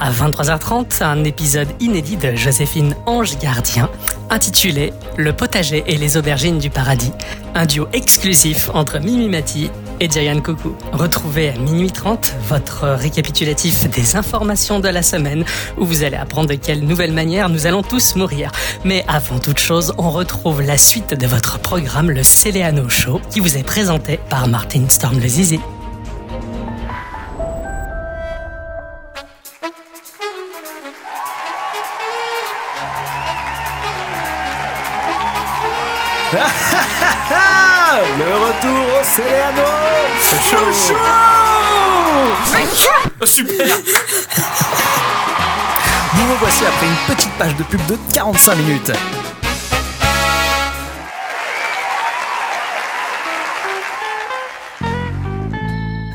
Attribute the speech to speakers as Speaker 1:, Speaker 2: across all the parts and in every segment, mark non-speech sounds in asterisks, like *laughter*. Speaker 1: à 23h30 un épisode inédit de Joséphine Ange Gardien intitulé Le potager et les aubergines du paradis, un duo exclusif entre Mimi Mati et Diane Coucou. Retrouvez à minuit 30 votre récapitulatif des informations de la semaine où vous allez apprendre de quelle nouvelle manière nous allons tous mourir. Mais avant toute chose, on retrouve la suite de votre programme, le Céléano Show, qui vous est présenté par Martin Storm le Zizi.
Speaker 2: Le retour au Céléano Show
Speaker 3: Oh, Super
Speaker 2: Nous revoici après une petite page de pub de 45 minutes.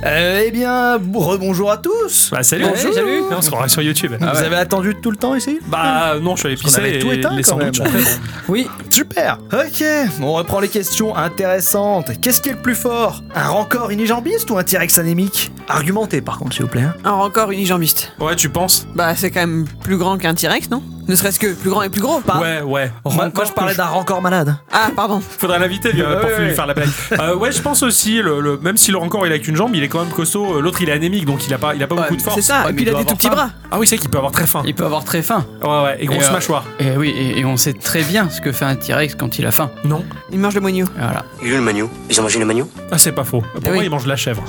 Speaker 2: Euh, eh bien, bon- rebonjour à tous
Speaker 3: Bah salut
Speaker 2: Bonjour.
Speaker 3: Salut Non, On se croirait sur YouTube.
Speaker 2: Vous avez attendu tout le temps ici
Speaker 3: Bah non, je suis allé
Speaker 2: Parce qu'on
Speaker 3: pisser
Speaker 2: avait
Speaker 3: et
Speaker 2: tout éteint
Speaker 3: les
Speaker 2: quand même.
Speaker 3: sandwichs sont prêts.
Speaker 2: Oui, super. Ok, on reprend les questions intéressantes. Qu'est-ce qui est le plus fort Un rancor unijambiste ou un T-Rex anémique Argumentez par contre, s'il vous plaît. hein.
Speaker 4: Un record unijambiste.
Speaker 3: Ouais, tu penses
Speaker 4: Bah, c'est quand même plus grand qu'un T-Rex, non Ne serait-ce que plus grand et plus gros.
Speaker 2: Pas-
Speaker 3: Ouais, ouais.
Speaker 2: Moi, moi, je parlais d'un rancor malade.
Speaker 4: Ah, pardon.
Speaker 3: Faudrait l'inviter lui, euh,
Speaker 2: Ouais,
Speaker 3: pour
Speaker 2: ouais.
Speaker 3: lui faire la blague. Euh, ouais, je pense aussi. Le, le- même si le encore il a qu'une jambe, il est quand même costaud. Euh, L'autre il est anémique, donc il a pas, il a pas
Speaker 5: Ouais,
Speaker 3: beaucoup de force.
Speaker 4: C'est ça.
Speaker 5: Ouais,
Speaker 4: et
Speaker 5: mais
Speaker 4: puis il
Speaker 5: il
Speaker 4: a
Speaker 5: doit
Speaker 4: des tout
Speaker 5: avoir
Speaker 4: petits
Speaker 5: faim.
Speaker 4: bras.
Speaker 3: Ah oui, c'est qu'il peut avoir très faim.
Speaker 5: Il peut avoir très faim.
Speaker 3: Ouais, ouais. Et grosse
Speaker 5: euh,
Speaker 3: mâchoire.
Speaker 5: Et oui, et, et on sait très bien ce que fait un T-Rex quand il a faim.
Speaker 3: Non.
Speaker 4: Il mange le moignon.
Speaker 5: Voilà.
Speaker 6: Il y a eu le manioc. Ils ont mangé le manioc
Speaker 3: Ah, c'est pas faux. Pour
Speaker 4: Oui.
Speaker 3: moi, il mange de la chèvre.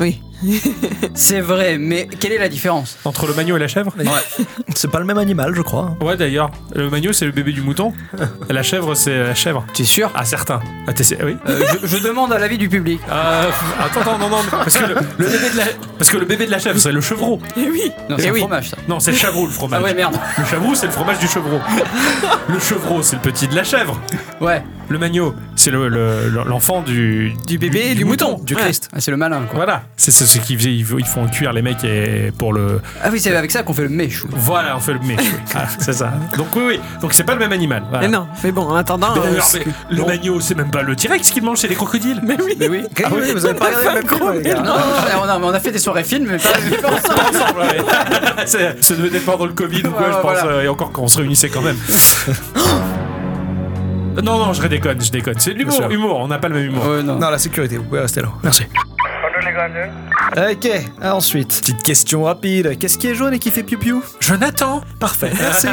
Speaker 4: Oui.
Speaker 5: *laughs* C'est vrai, mais quelle est la différence
Speaker 3: Entre le agneau et la chèvre.
Speaker 2: C'est pas le même animal, je crois.
Speaker 3: Ouais, d'ailleurs. Le agneau c'est le bébé du mouton. *laughs* la chèvre, c'est la chèvre.
Speaker 5: T'es sûr
Speaker 3: Ah, certain. Ah, t'es sé- oui.
Speaker 5: Euh, je, je demande à l'avis du public. *laughs*
Speaker 3: Euh, attends, attends, non, non, mais- parce que le, le bébé de la, parce que le bébé de la chèvre, c'est le chevreau.
Speaker 4: Et oui.
Speaker 5: Non, c'est
Speaker 4: Eh
Speaker 5: un
Speaker 4: oui.
Speaker 5: fromage ça.
Speaker 3: Non, c'est le chavreau, le fromage.
Speaker 5: Ah ouais, merde.
Speaker 3: Le chavreau, c'est le fromage du
Speaker 5: *laughs*
Speaker 3: chevreau. Le chevreau, c'est le petit de la chèvre.
Speaker 5: Ouais,
Speaker 3: Le magno, c'est l'enfant le, l'enfant du,
Speaker 4: Du bébé et du mouton.
Speaker 3: Du
Speaker 4: Ouais.
Speaker 3: Christ.
Speaker 5: Ah, c'est le malin quoi.
Speaker 3: Voilà, c'est ce ce qu'ils faisaient, ils font- ils font cuire les mecs et pour le.
Speaker 5: Ah oui, c'est avec ça qu'on fait le méchou.
Speaker 3: Voilà, on fait le mec. oui. Ah, c'est ça. Donc oui, oui. Donc c'est pas le même animal. voilà.
Speaker 4: Mais non. Mais bon, en attendant.
Speaker 3: D'ailleurs,
Speaker 4: euh,
Speaker 3: c'est- le magno, c'est même pas le T-Rex qu'il mange, c'est les crocodiles.
Speaker 4: Mais oui.
Speaker 5: Mais oui.
Speaker 2: Ah oui, vous avez pas regardé le même film, les gars.
Speaker 5: Non, non, non, on a, on a fait des soirées films, mais pas *laughs*
Speaker 3: ensemble. ouais. C'est- *laughs* ça devait être pendant le Covid ou quoi,
Speaker 5: Ouais,
Speaker 3: je pense.
Speaker 5: voilà.
Speaker 3: euh, et encore qu'on se réunissait quand même. *gasps* non, non, je déconne, je déconne. C'est de l'humour,
Speaker 2: sûr.
Speaker 3: humour. On n'a pas le même humour.
Speaker 5: Ouais, non.
Speaker 2: Non, la sécurité, vous pouvez rester là. Merci. Ok, ensuite, petite question rapide. Qu'est-ce qui est jaune et qui fait piou-piou
Speaker 3: Jonathan, parfait.
Speaker 2: *laughs* Merci.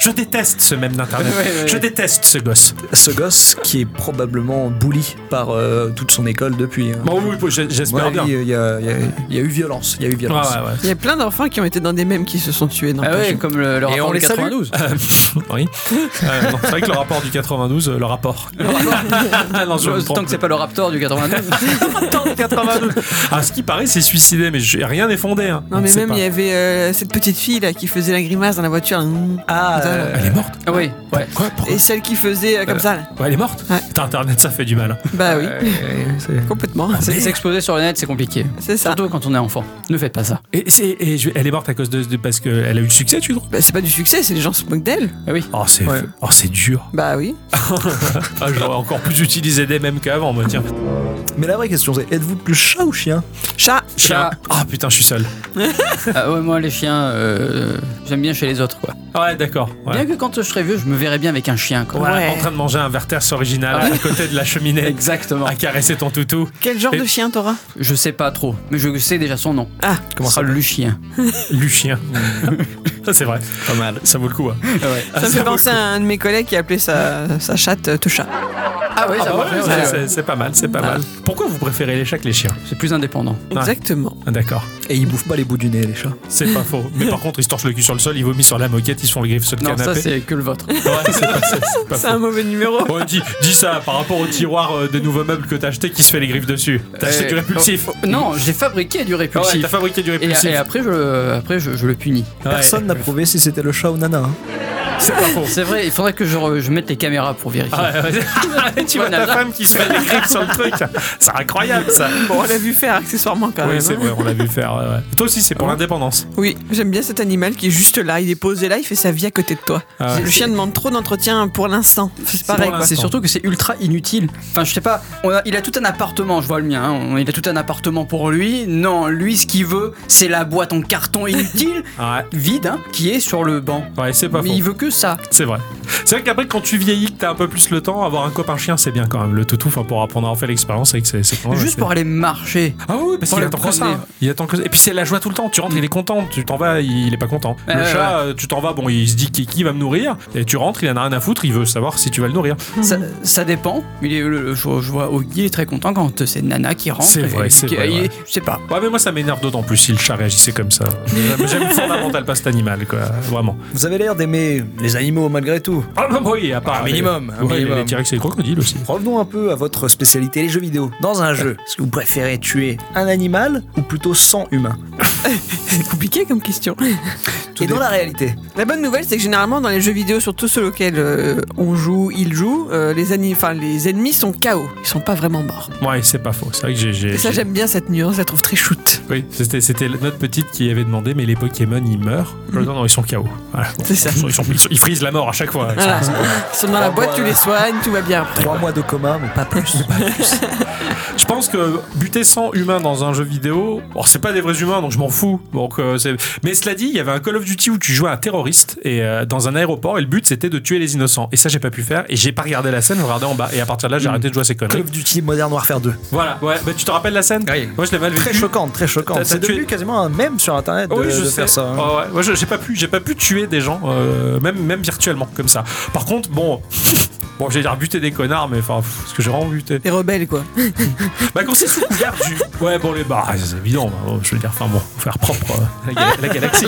Speaker 3: je déteste ce même d'internet.
Speaker 5: Ouais, ouais, ouais.
Speaker 3: Je déteste ce gosse.
Speaker 2: Ce gosse qui est probablement bully par euh, toute son école depuis. hein.
Speaker 3: Bon, oui, oui, j- j'espère
Speaker 2: Ouais,
Speaker 3: bien.
Speaker 2: il y, a- il y a- il y a- il y a eu violence. Il y a eu
Speaker 3: Ouais,
Speaker 2: violence.
Speaker 3: ouais,
Speaker 4: Il y a plein d'enfants qui ont été dans des mêmes qui se sont tués. Non,
Speaker 5: Ah
Speaker 4: pas
Speaker 5: ouais,
Speaker 4: je-
Speaker 5: comme le, le
Speaker 2: Et
Speaker 5: rapport
Speaker 2: on
Speaker 5: de
Speaker 2: les salue.
Speaker 5: 92.
Speaker 3: ouais. Oui. Euh, non, c'est vrai que le rapport du 92, euh, le rapport. Ah, *laughs* non, je me trompe.
Speaker 5: Tant que c'est pas le Raptor du *laughs* 92.
Speaker 3: 92. Ah, ce qui paraît, c'est suicidé, mais je- rien n'est fondé. hein.
Speaker 4: Non,
Speaker 3: On
Speaker 4: mais
Speaker 3: sait
Speaker 4: même,
Speaker 3: pas.
Speaker 4: il y avait euh, cette petite fille là qui faisait la grimace dans la voiture. là.
Speaker 2: Ah, euh,
Speaker 3: Elle est morte.
Speaker 5: Ah oui, ouais.
Speaker 3: Quoi Pourquoi
Speaker 4: Et celle qui faisait euh, comme ça. là.
Speaker 3: Ouais, Elle est morte.
Speaker 4: Ouais.
Speaker 3: Putain, Internet, ça fait du mal. hein.
Speaker 4: Bah oui,
Speaker 2: euh, c'est-
Speaker 4: *laughs* complètement.
Speaker 5: C'est- S'exposer sur le net, c'est compliqué.
Speaker 4: C'est ça.
Speaker 5: Surtout quand on est enfant. Ne faites *laughs* pas ça.
Speaker 3: Et, c'est- et je- elle est morte à cause de, de- parce qu'elle a eu du succès, tu trouves
Speaker 4: Bah, c'est pas du succès, c'est les gens se moquent d'elle.
Speaker 5: Ah oui.
Speaker 3: Oh c'est
Speaker 2: Ouais.
Speaker 3: oh, c'est dur.
Speaker 4: Bah oui.
Speaker 3: Ah, J'aurais encore plus utilisé des mêmes qu'avant, moi tiens.
Speaker 2: Mais la vraie question, c'est êtes-vous plus chat ou chien
Speaker 4: Chat.
Speaker 3: Chien. Ah putain, je suis seul.
Speaker 5: Ah ouais, moi les chiens, euh, j'aime bien chez les autres quoi.
Speaker 3: Ouais, d'accord. ouais.
Speaker 5: Bien que quand je serai vieux, je me verrai bien avec un chien quoi.
Speaker 3: Ouais,
Speaker 4: Ouais.
Speaker 3: En train de manger un Verters original à côté de la cheminée,
Speaker 5: Exactement.
Speaker 3: à caresser ton toutou.
Speaker 4: Quel genre
Speaker 3: Et-
Speaker 4: de chien t'auras
Speaker 5: Je sais pas trop, mais je sais déjà son nom.
Speaker 4: Ah,
Speaker 5: Comment ça Le chien.
Speaker 3: Luchien. ça c'est vrai.
Speaker 2: Pas mal.
Speaker 3: Ça vaut le coup. hein. Ah,
Speaker 4: ça me
Speaker 3: vaut
Speaker 4: fait
Speaker 3: le
Speaker 4: penser
Speaker 3: coup.
Speaker 4: à un de mes collègues qui appelait sa, sa chatte euh, Techa.
Speaker 5: Ah ouais, ça
Speaker 3: Ah
Speaker 5: va
Speaker 3: ouais,
Speaker 5: faire,
Speaker 3: c'est-
Speaker 5: ouais.
Speaker 3: c'est- C'est pas mal, c'est pas mal. Pourquoi vous préférez les chats que les chiens
Speaker 5: C'est plus indépendant.
Speaker 4: Exactement.
Speaker 3: Ah, D'accord,
Speaker 2: Et ils bouffent pas les bouts du nez, les chats.
Speaker 3: c'est pas faux. Mais par contre, ils se torchent le cul sur le sol, ils vomissent sur la moquette, ils se font les griffes sur le
Speaker 5: Non, ça
Speaker 3: canapé.
Speaker 5: c'est que le vôtre. *laughs*
Speaker 3: Ouais, c'est pas, c'est- c'est pas
Speaker 4: C'est
Speaker 3: faux.
Speaker 4: un mauvais numéro.
Speaker 3: Bon, dis, dis ça par rapport au tiroir euh, des nouveaux meubles que t'as acheté qui se fait les griffes dessus. T'as acheté
Speaker 5: Euh,
Speaker 3: du répulsif.
Speaker 5: Non, j'ai fabriqué du
Speaker 3: Ah ouais, t'as
Speaker 5: répulsif.
Speaker 3: fabriqué du
Speaker 5: et,
Speaker 3: répulsif.
Speaker 5: et après, je, après je, je le punis.
Speaker 3: Ouais.
Speaker 2: Personne n'a prouvé si c'était le chat ou nana. hein.
Speaker 3: C'est pas
Speaker 5: *laughs*
Speaker 3: faux.
Speaker 5: C'est vrai, il faudrait que je, re- je mette les caméras pour vérifier.
Speaker 3: Ah ouais,
Speaker 5: *laughs*
Speaker 3: ouais. tu vois ta femme qui se fait des griffes sur le truc. C'est incroyable ça.
Speaker 4: Bon, on l'a vu faire accessoirement
Speaker 5: Ah
Speaker 4: quand
Speaker 3: Oui,
Speaker 4: même.
Speaker 3: c'est
Speaker 4: hein.
Speaker 3: vrai, on l'a vu faire. ouais, ouais. Toi aussi, c'est pour l'indépendance.
Speaker 4: Oui, j'aime bien cet animal qui est juste là, il est posé là, il fait sa vie à côté de toi.
Speaker 3: Ah ouais.
Speaker 4: Le chien demande trop d'entretien pour l'instant. C'est pareil.
Speaker 3: pour
Speaker 4: quoi.
Speaker 5: C'est surtout que c'est ultra inutile. Enfin, je sais pas, on a- il a tout un appartement, je vois le mien, hein, on- il a tout un appartement pour lui. Non, lui, ce qu'il veut, c'est la boîte en carton inutile, *laughs*
Speaker 3: Ouais,
Speaker 5: vide, hein, qui est sur le banc.
Speaker 3: ouais c'est pas
Speaker 5: Mais
Speaker 3: faux.
Speaker 5: il veut que ça.
Speaker 3: C'est vrai. C'est vrai qu'après, quand tu vieillis, que t'as un peu plus le temps, avoir un copain chien, c'est bien quand même. Le toutou, enfin, pour apprendre à en faire l'expérience, et que c'est c'est quand même
Speaker 5: Juste
Speaker 3: assez-
Speaker 5: pour aller marcher.
Speaker 3: Ah oui, oui, parce
Speaker 5: pour
Speaker 3: qu'il
Speaker 5: le
Speaker 3: attend que ça.
Speaker 5: promener.
Speaker 3: hein. Il attend que ça. Et puis c'est la joie tout le temps. Tu rentres, il est content. Tu t'en vas, il il est pas content.
Speaker 5: Ouais,
Speaker 3: le
Speaker 5: ouais,
Speaker 3: chat, euh, tu t'en vas, bon, il se dit qui, qui va me nourrir. Et tu rentres, il en a rien à foutre. Il veut savoir si tu vas le nourrir.
Speaker 5: Ça, ça dépend. Il est, le- le- je, je vois Oggy il est très content quand euh, c'est Nana qui rentre.
Speaker 3: C'est
Speaker 5: et-
Speaker 3: vrai, c'est
Speaker 5: qui-
Speaker 3: vrai,
Speaker 5: il-
Speaker 3: ouais.
Speaker 5: Je sais pas.
Speaker 3: Ouais, mais moi ça m'énerve d'autant plus si le chat réagissait comme
Speaker 5: *laughs*
Speaker 3: ça. J'aime- J'aime fondamental pas cet animal, quoi. Vraiment.
Speaker 2: Vous avez l'air d'aimer les animaux malgré tout.
Speaker 3: Ah bah oui, à part.
Speaker 2: Un minimum, un
Speaker 3: Ouais, les-
Speaker 2: minimum.
Speaker 3: Les T-Rex et les crocodiles aussi.
Speaker 2: Revenons un peu à votre spécialité, les jeux vidéo. Dans un jeu, est-ce que vous préférez tuer un animal ou plutôt 100 humains
Speaker 4: C'est compliqué comme question.
Speaker 2: Et dans la réalité
Speaker 4: La bonne nouvelle, c'est que généralement dans les jeux vidéo, surtout ceux auxquels euh, on joue, ils jouent, euh, les, ani- enfin, les ennemis sont KO. Ils sont pas vraiment morts.
Speaker 3: Ouais, c'est pas faux. C'est vrai que j'ai- j'ai.
Speaker 4: Et ça,
Speaker 3: j'ai-
Speaker 4: j'aime bien cette nuance, je la trouve très shoot.
Speaker 3: Oui, c'était, c'était notre petite qui avait demandé, mais les Pokémon, ils meurent. Je leur dis, non, ils sont KO. Voilà.
Speaker 4: C'est ça.
Speaker 3: Ils, sont- ils sont- ils sont- ils frisent la mort à chaque fois.
Speaker 4: Voilà. Ils sont dans
Speaker 3: Ah,
Speaker 4: la boîte, tu les soignes, tout va bien.
Speaker 2: 3 mois de coma, mais pas plus.
Speaker 3: Je pense que buter 100 humains dans un jeu vidéo, bon, c'est pas des vrais humains, donc je m'en fous. Donc, euh, c'est- mais cela dit, il y avait un Call of Duty où tu jouais à un terroriste et euh, dans un aéroport, et le but c'était de tuer les innocents. Et ça, j'ai pas pu faire, et j'ai pas regardé la scène, je regardais en bas. Et à partir de là, j'ai
Speaker 5: Mm.
Speaker 3: arrêté de jouer à ces
Speaker 2: Hmm. Call
Speaker 3: conneries.
Speaker 2: of Duty Modern Warfare 2.
Speaker 3: Voilà, ouais, bah, tu te rappelles la scène
Speaker 2: Oui.
Speaker 3: Moi, je l'ai mal vécu.
Speaker 2: Très choquante, très
Speaker 3: T'as-
Speaker 2: choquante. C'est
Speaker 3: t'as
Speaker 2: devenu
Speaker 3: tué- Oh
Speaker 2: quasiment un mème sur internet de,
Speaker 3: oui, je
Speaker 2: de
Speaker 3: sais.
Speaker 2: faire ça. hein.
Speaker 3: Ah ouais. Moi, je- j'ai pas pu, j'ai pas pu tuer des gens, euh, même même virtuellement comme ça. Par contre, bon. *laughs* Bon, j'ai buté des connards, mais enfin, pff, ce que j'ai vraiment buté.
Speaker 4: Les rebelles, quoi.
Speaker 3: Bah quand c'est sous couvert du... Ouais bon les bars, c'est évident, bah, bon, je veux dire, enfin bon, faut faire propre euh, la, ga- la galaxie.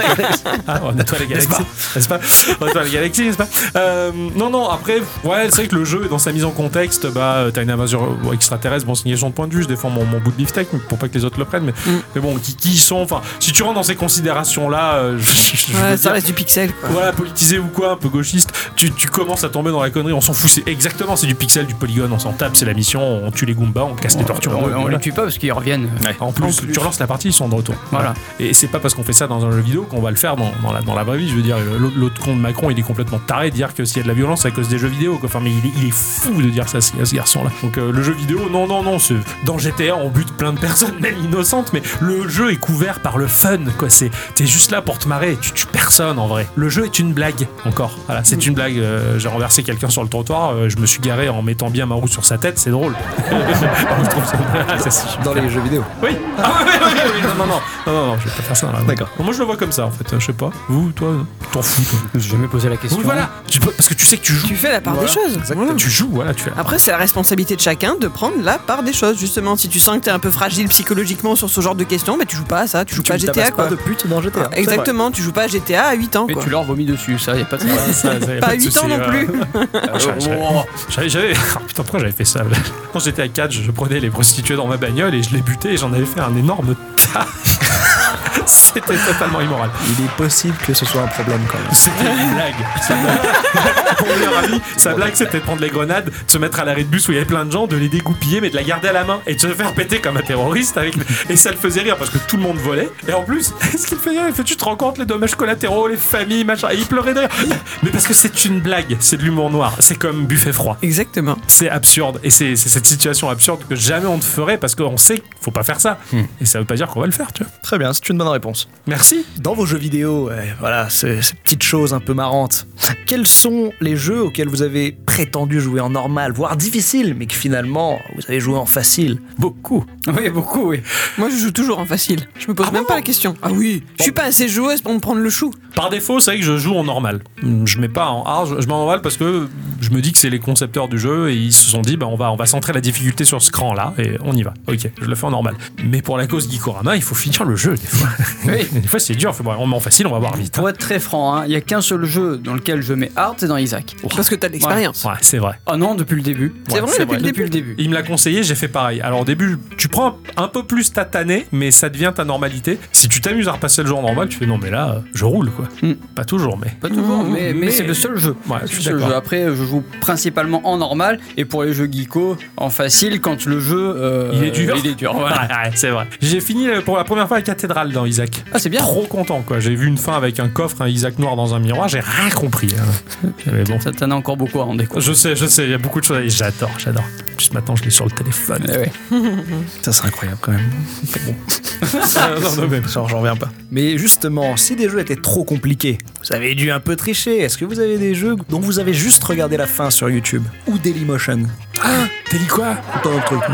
Speaker 3: Ah, on nettoie la galaxie, n'est-ce pas On nettoie la galaxie, n'est-ce pas Euh, Non, non, après, ouais, c'est vrai que le jeu, dans sa mise en contexte, bah euh, t'as une invasion euh, extraterrestre, bon, signation de point de vue, je défends mon, mon bout de beefsteak mais pour pas que les autres le prennent, mais, mais bon, qui, qui ils sont, enfin, si tu rentres dans ces considérations-là, euh, je, je- je veux
Speaker 4: Ouais,
Speaker 3: dire-
Speaker 4: ça reste du pixel, quoi.
Speaker 3: voilà, politisé ou quoi, un peu gauchiste, tu, tu commences à tomber dans la connerie, on s'en fout, c'est exactement, c'est du pixel, du polygone, on s'en tape, c'est la mission, on tue les Goombas, on casse les tortues.
Speaker 5: on,
Speaker 3: on-
Speaker 5: on
Speaker 3: voilà.
Speaker 5: les tue pas parce qu'ils reviennent. euh,
Speaker 3: En plus, tu relances la partie, ils sont de retour.
Speaker 5: Voilà.
Speaker 3: Et c'est pas parce qu'on fait ça dans un jeu vidéo qu'on va le faire dans, dans la, dans la vraie vie. Je veux dire, euh, l'autre- l'autre con de Macron, il est complètement taré de dire que s'il y a de la violence, c'est à cause des jeux vidéo. quoi. Enfin, mais il est, il est fou de dire ça à ce, à ce garçon-là. Donc, euh, le jeu vidéo, non, non, non. c'est- Dans GTA, on bute plein de personnes, *laughs* même innocentes, mais le jeu est couvert par le fun. quoi. C'est- T'es juste là pour te marrer. Tu tues personne en vrai. Le jeu est une blague, encore. Voilà, c'est une blague. Euh, J'ai renversé quelqu'un sur le trottoir, euh, je me suis garé en mettant bien ma roue sur sa tête, c'est drôle. *laughs* Je trouve ça- *laughs* ça, c'est-
Speaker 2: Dans les jeux vidéo.
Speaker 3: oui. *laughs* Ah oui, oui, oui, oui. Non, non, non, non, non, non, je vais pas faire ça. là.
Speaker 2: D'accord.
Speaker 3: Moi, je le vois comme ça, en fait. Je sais pas. Vous, toi, non t'en fous. Toi.
Speaker 5: J'ai jamais posé la question. hein.
Speaker 3: Oui, voilà. Tu peux- parce que tu sais que tu joues.
Speaker 4: Tu fais la part
Speaker 3: Voilà,
Speaker 4: des choses.
Speaker 3: Exactement.
Speaker 4: Voilà.
Speaker 3: Tu joues, voilà. Tu fais.
Speaker 4: Après, c'est la responsabilité de chacun de prendre la part des choses. Justement, si tu sens que t'es un peu fragile psychologiquement sur ce genre de questions, bah, tu joues pas à ça, tu joues pas à
Speaker 2: ne
Speaker 4: GTA,
Speaker 2: tabasses
Speaker 4: quoi.
Speaker 2: pas de pute dans GTA. c'est
Speaker 4: Exactement, tu joues pas à GTA à 8 ans,
Speaker 5: Mais
Speaker 4: quoi.
Speaker 5: tu leur vomis dessus, ça, y a pas de
Speaker 3: Ah, ça, ça, y a
Speaker 4: Pas
Speaker 3: de
Speaker 4: 8 ans
Speaker 3: souci,
Speaker 4: non
Speaker 3: voilà.
Speaker 4: plus. *laughs*
Speaker 3: Ah, j'avais- j'avais-
Speaker 5: Oh.
Speaker 3: J'avais. j'avais- *laughs* Ah, putain, pourquoi j'avais fait ça là Quand j'étais à 4, je prenais les prostituées dans ma bagnole et je les butais et j'en avais fait un énorme tas. *laughs* C'était totalement immoral.
Speaker 2: vrai. Il est possible que ce soit un problème quand même.
Speaker 3: C'était une blague. Sa blague. *laughs* Pour leur ami, sa blague c'était de prendre les grenades, de se mettre à l'arrêt de bus où il y avait plein de gens, de les dégoupiller mais de la garder à la main et de se faire péter comme un terroriste avec. Et ça le faisait rire parce que tout le monde volait. Et en plus, *laughs* ce qu'il faisait, il fait tu te rends compte les dommages collatéraux, les familles, machin. Et il pleurait derrière. Mais parce que c'est une blague, c'est de l'humour noir, c'est comme buffet froid.
Speaker 4: Exactement.
Speaker 3: C'est absurde. Et c'est c'est cette situation absurde que jamais on ne ferait parce qu'on sait qu'il faut pas faire ça. Et ça veut pas dire qu'on va le faire, tu vois.
Speaker 2: Très bien, c'est une bonne réponse.
Speaker 3: Merci.
Speaker 2: Dans vos jeux vidéo, euh, voilà, ces, ces petites choses un peu marrantes, quels sont les jeux auxquels vous avez prétendu jouer en normal, voire difficile, mais que finalement vous avez joué en facile
Speaker 3: Beaucoup.
Speaker 5: Oui, beaucoup, oui.
Speaker 4: Moi, je joue toujours en facile. Je me pose même pas la question. Ah oui. Je suis pas assez joueuse pour me prendre le chou.
Speaker 3: Par défaut, c'est vrai que je joue en normal. Je mets pas en hard, je- je mets en normal parce que je me dis que c'est les concepteurs du jeu et ils se sont dit bah on va on va centrer la difficulté sur ce cran là et on y va. Ok, je le fais en normal. Mais pour la cause Gikorama, il faut finir le jeu des fois.
Speaker 5: Oui.
Speaker 3: des fois c'est dur, Faut- bon, on met en facile, on va voir vite.
Speaker 5: hein. Pour être très franc, il y a qu'un seul jeu dans lequel je mets hard, c'est dans Isaac.
Speaker 3: Oh.
Speaker 4: Parce que t'as de l'expérience.
Speaker 3: Ouais, c'est vrai.
Speaker 5: Ah non, depuis le début.
Speaker 4: C'est vrai,
Speaker 5: c'est
Speaker 4: depuis le début.
Speaker 5: Depuis le début.
Speaker 3: Il me l'a conseillé, j'ai fait pareil. Alors au début, tu prends un peu plus ta tannée, mais ça devient ta normalité. Si tu t'amuses à repasser le jour normal, tu fais non mais là, euh, je roule quoi.
Speaker 5: Mm.
Speaker 3: Pas toujours, mais.
Speaker 5: Pas toujours, mais, mais
Speaker 3: mais-
Speaker 5: c'est le seul jeu.
Speaker 3: Ouais,
Speaker 5: C'est
Speaker 3: je
Speaker 5: le
Speaker 3: suis
Speaker 5: seul
Speaker 3: d'accord.
Speaker 5: jeu. Après, je joue principalement en normal et pour les jeux geeko, en facile quand le jeu euh,
Speaker 3: Il est dur.
Speaker 5: Il est dur.
Speaker 3: Ouais,
Speaker 5: voilà.
Speaker 3: ouais, c'est vrai. J'ai fini euh, pour la première fois la cathédrale dans Isaac.
Speaker 5: Ah, c'est bien.
Speaker 3: Trop content quoi. J'ai vu une fin avec un coffre, un Isaac noir dans un miroir, j'ai rien compris. hein. Mais bon.
Speaker 5: Ça t'en a encore beaucoup à en découvrir.
Speaker 3: Je sais, je sais, il y a beaucoup de choses. et J'adore, j'adore. Juste maintenant, je l'ai sur le téléphone.
Speaker 5: Eh ouais.
Speaker 2: Ça, c'est incroyable quand *laughs* même.
Speaker 3: non, non, mais-
Speaker 2: Genre, j'en reviens pas. Mais justement, si des jeux étaient trop compliqués, vous avez dû un peu tricher. Est-ce que vous avez des jeux dont vous avez juste regardé la fin sur YouTube Ou Dailymotion
Speaker 3: T'as dit quoi
Speaker 2: Autant d'autres trucs.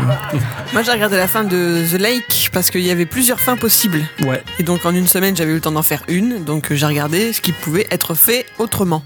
Speaker 4: Moi, j'ai regardé la fin de The Lake parce qu'il y avait plusieurs fins possibles.
Speaker 3: Ouais.
Speaker 4: Et donc, en une semaine, j'avais eu le temps d'en faire une. Donc, euh, j'ai regardé ce qui pouvait être fait autrement.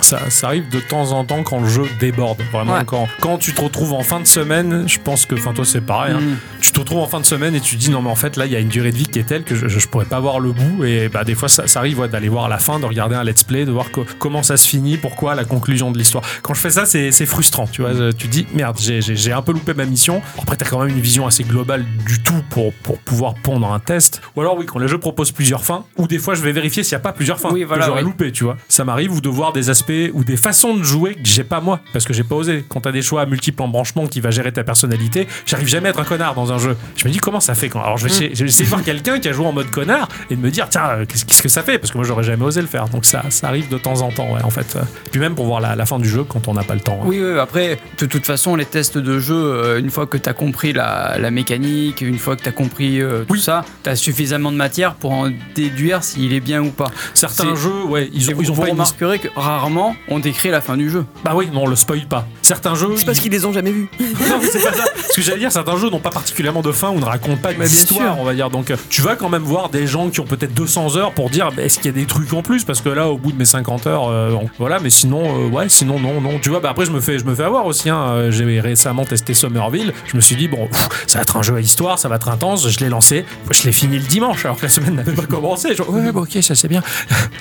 Speaker 3: Ça, ça arrive de temps en temps quand le jeu déborde. Vraiment,
Speaker 4: Ouais.
Speaker 3: quand, quand tu te retrouves en fin de semaine, je pense que, enfin, toi, c'est pareil. hein.
Speaker 5: Mm.
Speaker 3: Tu te retrouves en fin de semaine et tu te dis, non, mais en fait, là, il y a une durée de vie qui est telle que je, je, je pourrais pas voir le bout. Et bah, des fois, ça, ça arrive ouais, d'aller voir la fin, de regarder un let's play, de voir co- comment ça se finit, pourquoi, la conclusion de l'histoire. Quand je fais ça, c'est c'est frustrant. Tu vois, tu te dis, merde, j'ai- j'ai j'ai un peu loupé ma mission. Après, t'as quand même une vision assez globale du tout pour, pour pouvoir pondre un test. Ou alors, oui, quand les jeux proposent plusieurs fins, ou des fois, je vais vérifier s'il n'y a pas plusieurs fins
Speaker 5: Oui,
Speaker 3: que
Speaker 5: voilà,
Speaker 3: j'aurais
Speaker 5: oui.
Speaker 3: loupé, tu vois. Ça m'arrive ou de voir des aspects ou des façons de jouer que j'ai pas moi, parce que j'ai pas osé. Quand t'as des choix à multiples embranchements qui va gérer ta personnalité, j'arrive jamais à être un connard dans un jeu. Je me dis comment ça fait quand. Alors je vais
Speaker 5: Mm.
Speaker 3: essayer, je vais essayer de voir quelqu'un qui a joué en mode connard et de me dire tiens euh, qu'est-ce qu'est-ce que ça fait parce que moi j'aurais jamais osé le faire. Donc ça, ça arrive de temps en temps, ouais, en fait. Et Puis même pour voir la, la fin du jeu quand on n'a pas le temps. hein.
Speaker 5: Oui, oui, après, de toute façon, les tests de jeu, euh, une fois que t'as compris la, la mécanique, une fois que t'as compris euh, tout
Speaker 3: Oui.
Speaker 5: ça, t'as suffisamment de matière pour en déduire s'il est bien ou pas.
Speaker 3: Certains
Speaker 5: c'est-
Speaker 3: jeux, ouais, ils
Speaker 5: Et
Speaker 3: ont,
Speaker 5: vous,
Speaker 3: ils ont
Speaker 5: vous
Speaker 3: pas une...
Speaker 5: remarquerez que rarement on décrit la fin du jeu.
Speaker 3: Bah oui, non, on le spoil pas. Certains jeux.
Speaker 4: C'est parce
Speaker 3: ils-
Speaker 4: qu'ils les ont jamais vus.
Speaker 3: *laughs* Non, mais c'est pas ça. Ce que j'allais dire, certains jeux n'ont pas particulièrement de fin ou ne racontent pas une
Speaker 4: Mais bien
Speaker 3: histoire,
Speaker 4: sûr.
Speaker 3: on va dire. Donc, euh, tu vas quand même voir des gens qui ont peut-être 200 heures pour dire bah, est-ce qu'il y a des trucs en plus Parce que là, au bout de mes 50 heures, euh, on- voilà. Mais sinon, euh, ouais, sinon, non, non. Tu vois, bah, après, je me fais, je me fais avoir aussi. hein. Euh, J'ai récemment testé Somerville. Je me suis dit, bon, pff, ça va être un jeu à histoire, ça va être intense. Je l'ai lancé. Je l'ai fini le dimanche, alors que la semaine n'avait pas commencé. Genre, ouais, bah, ok, ça c'est bien.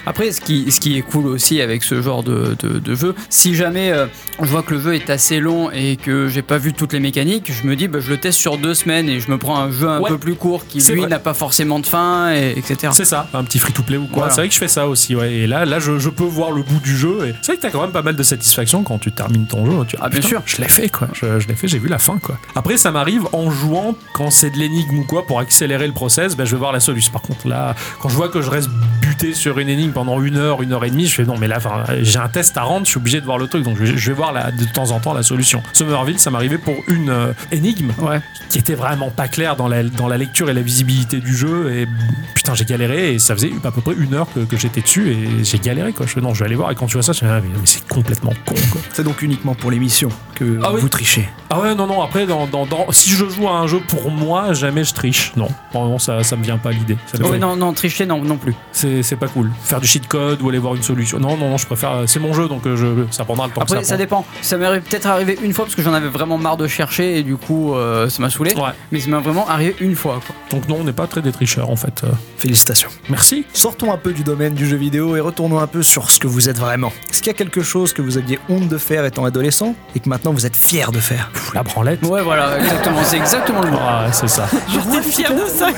Speaker 5: Après, ce qui, ce qui est cool aussi avec ce genre de, de- de jeu, si jamais euh, je vois que le jeu est assez long et que j'ai pas vu toutes les mécaniques, je me dis bah, je le teste sur deux semaines et je me prends un jeu un
Speaker 3: Ouais.
Speaker 5: peu plus court qui
Speaker 3: C'est
Speaker 5: lui
Speaker 3: vrai.
Speaker 5: n'a pas forcément de fin, et, etc.
Speaker 3: C'est ça, un petit free-to-play ou quoi.
Speaker 5: Voilà.
Speaker 3: C'est vrai que je fais ça aussi, ouais. Et là, là je, je peux voir le bout du jeu. Et... C'est vrai que t'as quand même pas mal de satisfaction quand tu termines ton jeu. Tu...
Speaker 5: Ah, bien
Speaker 3: putain,
Speaker 5: sûr.
Speaker 3: Je l'ai fait, quoi. Je, je l'ai fait, j'ai vu la fin, quoi. Après, ça m'arrive en jouant, quand c'est de l'énigme ou quoi, pour accélérer le process, ben, je vais voir la solution. Par contre, là, quand je vois que je reste buté sur une énigme pendant une heure, une heure et demie, je fais non, mais là, enfin, j'ai un test à rendre, je suis obligé de voir le truc. Donc, je, je vais voir la- de temps en temps la solution. Somerville, ça m'arrivait pour une euh, énigme
Speaker 5: Ouais.
Speaker 3: qui était vraiment pas clair dans la, dans la lecture et la visibilité du jeu. Et putain, j'ai galéré et ça faisait à peu près une heure que, que j'étais dessus et j'ai galéré quoi. Je fais, non, je vais aller voir et quand tu vois ça, je fais, ah, mais, mais c'est complètement con quoi.
Speaker 2: C'est donc uniquement pour l'émission que
Speaker 3: Ah oui.
Speaker 2: vous trichez.
Speaker 3: Ah ouais, non, non, après, dans, dans, dans- si je joue à un jeu pour moi, jamais je triche. Non, non, non, ça, ça me vient pas à l'idée. Ça me
Speaker 5: Oh,
Speaker 3: fait-
Speaker 5: mais non, non, tricher, non, non plus.
Speaker 3: C'est c'est pas cool. Faire du cheat code ou aller voir une solution. Non, non, non, je préfère. C'est mon jeu donc euh, je, ça prendra le temps que
Speaker 5: Après, ça
Speaker 3: ça prend.
Speaker 5: dépend. Ça m'est arri- peut-être arrivé une fois parce que j'en avais vraiment marre de chercher et du coup, euh, ça m'a saoulé.
Speaker 3: Ouais.
Speaker 5: Mais ça m'est vraiment arrivé une fois. quoi.
Speaker 3: Donc non, on n'est pas très des tricheurs en fait. Euh,
Speaker 2: Félicitations.
Speaker 3: merci.
Speaker 2: Sortons un peu du domaine du jeu vidéo et retournons un peu sur ce que vous êtes vraiment. Est-ce qu'il y a quelque chose que vous aviez honte de faire étant adolescent et que maintenant vous êtes fier de faire
Speaker 3: Pff, la branlette.
Speaker 5: Ouais, voilà, exactement. C'est exactement le mot.
Speaker 3: Ah, c'est ça.
Speaker 4: J'étais fière de ça.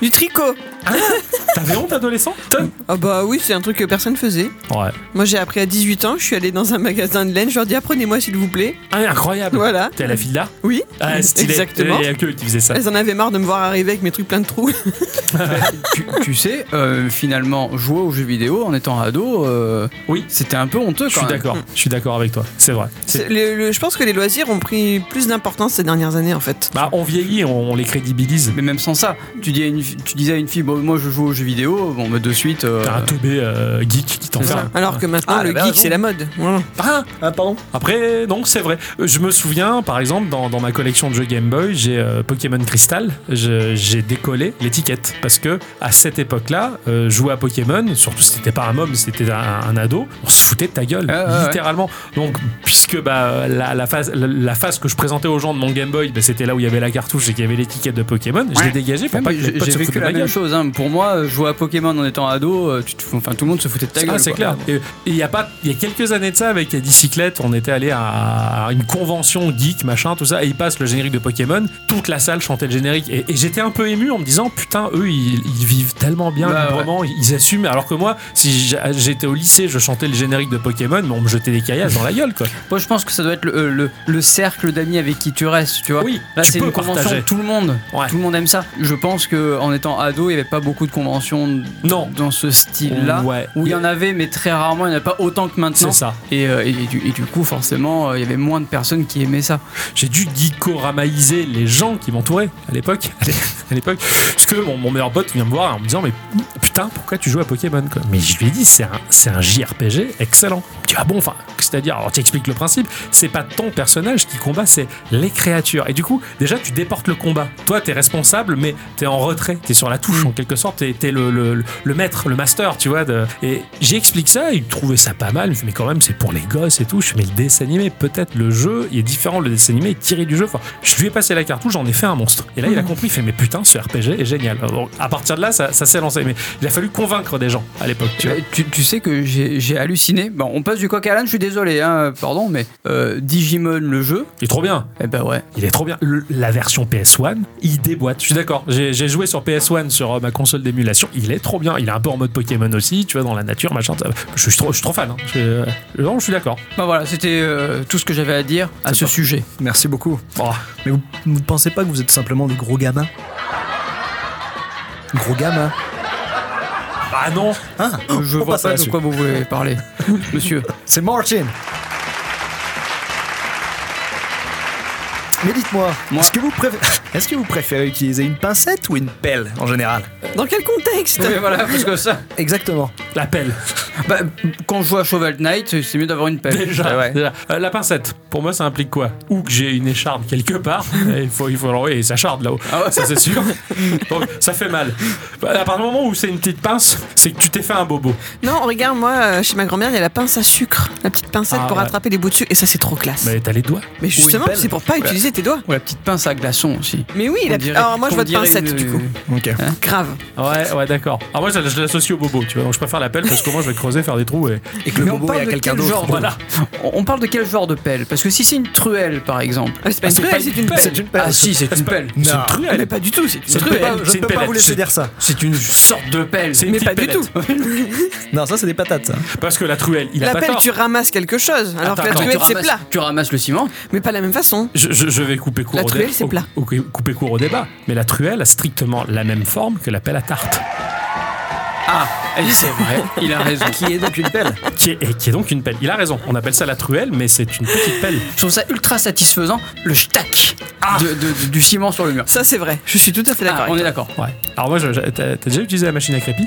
Speaker 4: du tricot.
Speaker 3: T'avais honte adolescent Tom
Speaker 4: Ah bah oui, c'est un truc que personne faisait.
Speaker 3: Ouais.
Speaker 4: Moi, j'ai appris à 18 ans. Je suis allée dans un magasin de laine. Je leur dis apprenez-moi s'il vous plaît.
Speaker 3: Ah, incroyable.
Speaker 4: Voilà.
Speaker 3: T'es à la fille là
Speaker 4: Oui. *laughs*
Speaker 3: Ah, stylé.
Speaker 4: Exactement.
Speaker 3: Il y a que eux qui faisaient ça.
Speaker 4: Elles en avaient marre de me voir arriver avec mes trucs pleins de trous.
Speaker 5: tu, tu sais, euh, finalement, jouer aux jeux vidéo en étant ado, euh,
Speaker 3: Oui.
Speaker 5: c'était un peu honteux.
Speaker 3: Je suis
Speaker 5: quand même.
Speaker 3: d'accord. Je suis d'accord avec toi. C'est vrai. C'est-
Speaker 4: C'est- *laughs* le- le- je pense que les loisirs ont pris plus d'importance ces dernières années en fait.
Speaker 3: Bah, on vieillit, on, on les crédibilise.
Speaker 5: Mais même sans ça, tu dis à une, fi- tu disais à une fille, bon, moi je joue aux jeux vidéo, bon, bah, de suite. euh,
Speaker 3: T'as un teubé euh, geek qui
Speaker 4: C'est ça.
Speaker 3: t'enferme.
Speaker 4: Alors que maintenant,
Speaker 2: Ah,
Speaker 4: le
Speaker 2: bah,
Speaker 4: geek,
Speaker 2: oui.
Speaker 4: c'est la mode. Voilà.
Speaker 3: Ah
Speaker 2: Ah pardon
Speaker 3: Après, non, c'est vrai. Euh, Je me souviens souviens, par exemple, dans, dans ma collection de jeux Game Boy, j'ai euh, Pokémon Crystal, je- j'ai décollé l'étiquette. Parce que à cette époque-là, euh, jouer à Pokémon, surtout si t'étais pas un homme, c'était un, un ado, on se foutait de ta gueule,
Speaker 5: Ah, ouais, ouais.
Speaker 3: littéralement. Donc, puisque bah, la, la phase, la, la phase que je présentais aux gens de mon Game Boy, bah, c'était là où il y avait la cartouche et qu'il y avait l'étiquette de Pokémon, je l'ai dégagée pour
Speaker 5: Ouais, Ah,
Speaker 3: pas
Speaker 5: mais
Speaker 3: que les
Speaker 5: J'ai
Speaker 3: potes
Speaker 5: j'ai
Speaker 3: se foutent
Speaker 5: vécu
Speaker 3: de
Speaker 5: la
Speaker 3: ma
Speaker 5: même
Speaker 3: gueule.
Speaker 5: chose. hein. Pour moi, jouer à Pokémon en étant ado, euh, tu te fous- enfin, tout le monde se foutait de ta gueule.
Speaker 3: Ah, c'est
Speaker 5: quoi.
Speaker 3: clair. Et il y a pas, il y a quelques années de ça, avec la bicyclette, on était allé à, à une convention geek, machin, tout ça, et ils passent le générique de Pokémon. Toute la salle chantait le générique, et, et j'étais un peu ému en me disant, putain, eux, ils, ils vivent tellement bien
Speaker 5: Bah,
Speaker 3: librement, ils assument. Alors que moi, si j'a- j'étais au lycée, je chantais le générique de Pokémon, mais on me jetait des caillasses dans la gueule, quoi.
Speaker 5: Moi, je pense que ça doit être le, euh, le- le cercle d'amis avec qui tu restes, tu vois.
Speaker 3: Oui,
Speaker 5: Là,
Speaker 3: tu
Speaker 5: c'est
Speaker 3: peux
Speaker 5: une convention
Speaker 3: partager.
Speaker 5: de tout le monde.
Speaker 3: Ouais.
Speaker 5: Tout le monde aime ça. Je pense que en étant ado, il n'y avait pas beaucoup de conventions
Speaker 3: Non.
Speaker 5: dans ce style-là.
Speaker 3: Ouais.
Speaker 5: Où il y en avait, mais très rarement, il n'y en a pas autant que maintenant.
Speaker 3: C'est ça.
Speaker 5: Et, euh, et du, et du coup, forcément, euh, il y avait moins de personnes qui aimaient ça.
Speaker 3: J'ai dû geekoramaiser les gens qui m'entouraient à l'époque. *laughs* À l'époque. Parce que mon, mon meilleur pote vient me voir en me disant Mais putain, pourquoi tu joues à Pokémon quoi? Mais je lui ai dit C'est un, c'est un JRPG excellent. Tu vois, bon, enfin, c'est-à-dire, alors tu expliques le principe c'est pas ton personnage qui combat, c'est les créatures. Et du coup, déjà, tu déportes le combat. Toi, t'es responsable, mais t'es en retrait, t'es sur la touche en quelque sorte, t'es t'es le, le, le maître, le master, tu vois. de- Et j'explique ça, il trouvait ça pas mal, il me fait, mais quand même, c'est pour les gosses et tout. Je fais, mais le dessin animé, peut-être le jeu, il est différent, le dessin animé est tiré du jeu. Enfin, je lui ai passé la cartouche, j'en ai fait un monstre. Et là, il a compris, il fait, mais putain, ce RPG est génial. Alors, à partir de là, ça, ça s'est lancé. Mais il a fallu convaincre des gens à l'époque, tu vois.
Speaker 5: Euh, Tu, tu sais que j'ai j'ai halluciné. Bon, on passe du coq à l'âne, je suis désolé, hein, pardon, mais euh, Digimon, le jeu,
Speaker 3: Il est trop bien.
Speaker 5: eh ben ouais.
Speaker 3: Il est trop bien. Le- la version PS1, il déboîte. Je suis d'accord. J'ai j'ai joué sur PS1 sur euh, ma console d'émulation. Il est trop bien. Il est un peu en mode Pokémon aussi, tu vois, dans la nature, machin. Ça- Je suis trop, je suis trop fan. hein. Je- euh, non, je suis d'accord.
Speaker 5: Bah voilà, c'était euh, tout ce que j'avais à dire à ce sujet.
Speaker 2: Merci beaucoup.
Speaker 3: Oh,
Speaker 2: Mais vous ne pensez pas que vous êtes simplement des gros gamins Gros gamins
Speaker 3: Ah non
Speaker 2: Hein
Speaker 5: Je
Speaker 2: On
Speaker 5: vois
Speaker 2: passe
Speaker 5: pas de
Speaker 2: là-dessus.
Speaker 5: quoi vous voulez
Speaker 3: *laughs*
Speaker 5: parler, monsieur.
Speaker 2: C'est Martin mais dites-moi,
Speaker 5: Moi.
Speaker 2: est-ce que, vous préfé- *laughs* est-ce que vous préférez utiliser une pincette ou une pelle en général
Speaker 4: Dans quel contexte
Speaker 5: Mais voilà, parce que ça.
Speaker 2: Exactement.
Speaker 3: La pelle.
Speaker 5: Bah, quand je joue à Shovel Knight, c'est mieux d'avoir une pelle.
Speaker 3: *laughs* Déjà.
Speaker 2: Ah ouais.
Speaker 3: déjà. Euh, la pincette. Pour moi, ça implique quoi Ou que j'ai une écharde quelque part. *laughs* et il faut il faut l'envoyer. et Ça charde là-haut.
Speaker 5: Ah ouais.
Speaker 3: Ça, c'est sûr. Donc, ça fait mal. Bah, à partir du moment où c'est une petite pince, c'est que tu t'es fait un bobo.
Speaker 4: Non, regarde, moi, euh, chez ma grand-mère, il y a la pince à sucre, la petite pincette
Speaker 3: Ah,
Speaker 4: pour
Speaker 3: ouais.
Speaker 4: attraper les bouts de sucre, et ça, c'est trop classe. Mais,
Speaker 3: Mais t'as les doigts.
Speaker 4: justement,
Speaker 2: pelle.
Speaker 4: c'est pour pas utiliser tes doigts.
Speaker 5: Ou la petite pince à glaçons aussi.
Speaker 4: Mais oui,
Speaker 5: On
Speaker 4: la...
Speaker 5: dirait-
Speaker 4: alors moi, je
Speaker 5: on
Speaker 4: vote
Speaker 5: dirait
Speaker 4: pincette,
Speaker 5: une- euh,
Speaker 4: du
Speaker 5: *laughs*
Speaker 4: coup.
Speaker 2: Ok.
Speaker 5: Hein
Speaker 4: Grave.
Speaker 3: Ouais, ouais, d'accord. Ah, moi, je, je l'associe au bobo, tu vois. Donc, je préfère la pelle parce que moi, je vais creuser, faire des trous et.
Speaker 2: Et que le
Speaker 5: Mais on
Speaker 2: bobo
Speaker 5: parle
Speaker 2: est à
Speaker 5: de
Speaker 2: quelqu'un
Speaker 5: quel genre
Speaker 2: d'autre.
Speaker 5: de- On on parle de quel genre de pelle Parce que si c'est une truelle, par exemple.
Speaker 4: Ah, c'est pas une truelle, c'est une pelle.
Speaker 2: C'est une pelle.
Speaker 5: Ah si, c'est une pelle.
Speaker 3: C'est une truelle.
Speaker 4: Mais pas du tout, c'est une
Speaker 3: C'est une
Speaker 4: truelle.
Speaker 3: pelle.
Speaker 2: Ah, Je
Speaker 3: C'est
Speaker 2: ne
Speaker 3: une
Speaker 2: peux pas
Speaker 3: pellette.
Speaker 2: vous laisser
Speaker 3: C'est-
Speaker 2: dire ça.
Speaker 5: C'est une sorte de pelle.
Speaker 3: C'est une
Speaker 4: Mais
Speaker 3: petite
Speaker 4: pas du
Speaker 3: pellette.
Speaker 5: *laughs*
Speaker 2: Non, ça c'est des patates. Ça.
Speaker 3: Parce que la truelle, il a
Speaker 4: La
Speaker 3: pas
Speaker 4: pelle,
Speaker 3: tort.
Speaker 4: tu ramasses quelque chose, alors
Speaker 3: Attends,
Speaker 4: que la
Speaker 3: attends,
Speaker 4: truelle,
Speaker 5: tu,
Speaker 4: c'est plat.
Speaker 5: ramasses, tu ramasses le ciment.
Speaker 4: Mais pas de la même façon.
Speaker 3: Je, je- je vais couper court
Speaker 4: La
Speaker 3: au
Speaker 4: truelle,
Speaker 3: dé-
Speaker 4: c'est
Speaker 3: au-
Speaker 4: plat.
Speaker 3: au- couper court au débat. Mais la truelle a strictement la même forme que la pelle à tarte.
Speaker 5: Ah, et c'est vrai, *laughs* il a raison.
Speaker 2: Qui est donc une pelle.
Speaker 3: Qui est, et qui est donc une pelle. Il a raison. On appelle ça la truelle, mais c'est une petite pelle.
Speaker 5: Je trouve ça ultra satisfaisant, le stack du ciment sur le mur.
Speaker 4: Ça, c'est vrai. Je suis tout à fait d'accord. avec
Speaker 5: Ah, on
Speaker 4: toi.
Speaker 5: est d'accord.
Speaker 3: Ouais. Alors moi, je- je- t'as t'as déjà utilisé la machine à crépi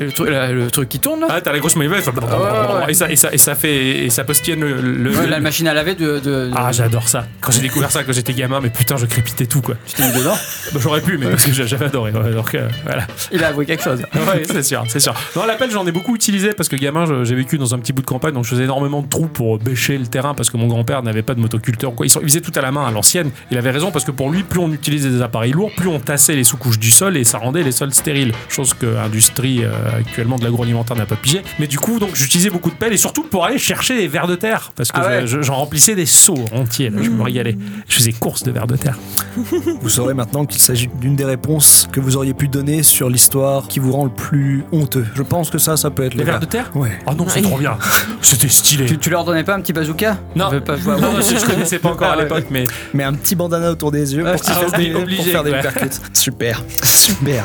Speaker 5: Le, truc- la- le truc qui tourne là
Speaker 3: Ah, t'as la grosse mauvaise.
Speaker 5: ouais, ouais.
Speaker 3: Et, ça, et, ça, et ça fait, et ça postillonne le. le-
Speaker 5: Ouais,
Speaker 3: le-
Speaker 5: La machine à laver de. de- de-
Speaker 3: Ah, j'adore ça. Quand j'ai découvert ça quand j'étais gamin, mais putain, je crépitais tout quoi.
Speaker 5: tu t'es mis dedans
Speaker 3: Bah, J'aurais pu, mais parce que j'avais adoré. Ouais, Donc euh, voilà.
Speaker 5: *laughs* Il a avoué quelque chose.
Speaker 3: Ouais, c'est sûr, c'est sûr. Non, la pelle, j'en ai beaucoup utilisé parce que gamin, je- j'ai vécu dans un petit bout de campagne, donc je faisais énormément de trous pour bêcher le terrain parce que mon grand-père n'avait pas de motoculteur ou quoi. Il s'en- il faisait tout à la main, à l'ancienne. Il avait raison parce que pour lui, plus on utilisait des appareils lourds, plus on tassait les sous-couches du sol et ça rendait les sols stériles. Chose que l'industrie euh, actuellement de l'agroalimentaire n'a pas pigé. Mais du coup, donc j'utilisais beaucoup de pelles et surtout pour aller chercher des vers de terre parce que
Speaker 5: Ah ouais.
Speaker 3: je- je- j'en remplissais des seaux entiers. Là, je me régalais. Je faisais course de vers de terre.
Speaker 2: Vous saurez maintenant qu'il s'agit d'une des réponses que vous auriez pu donner sur l'histoire qui vous rend le plus honteux. Je pense que ça, ça peut être
Speaker 3: Les
Speaker 2: le
Speaker 3: vers
Speaker 2: cas.
Speaker 3: de terre
Speaker 2: Ouais.
Speaker 3: Oh non, c'est trop
Speaker 5: *laughs*
Speaker 3: bien. C'était stylé.
Speaker 5: Eh ben. Tu, tu leur donnais pas un petit bazooka
Speaker 3: Non.
Speaker 5: On veut pas jouer à
Speaker 3: Non, non, je je connaissais pas encore à
Speaker 2: Ah ouais.
Speaker 3: l'époque, mais
Speaker 2: Mais un petit bandana autour des yeux
Speaker 3: Ah,
Speaker 2: pour, qu'ils
Speaker 3: ah,
Speaker 2: fassent
Speaker 3: obli-
Speaker 2: des- pour
Speaker 3: obligé,
Speaker 2: faire des
Speaker 3: ouais.
Speaker 2: uppercuts. Super. Super.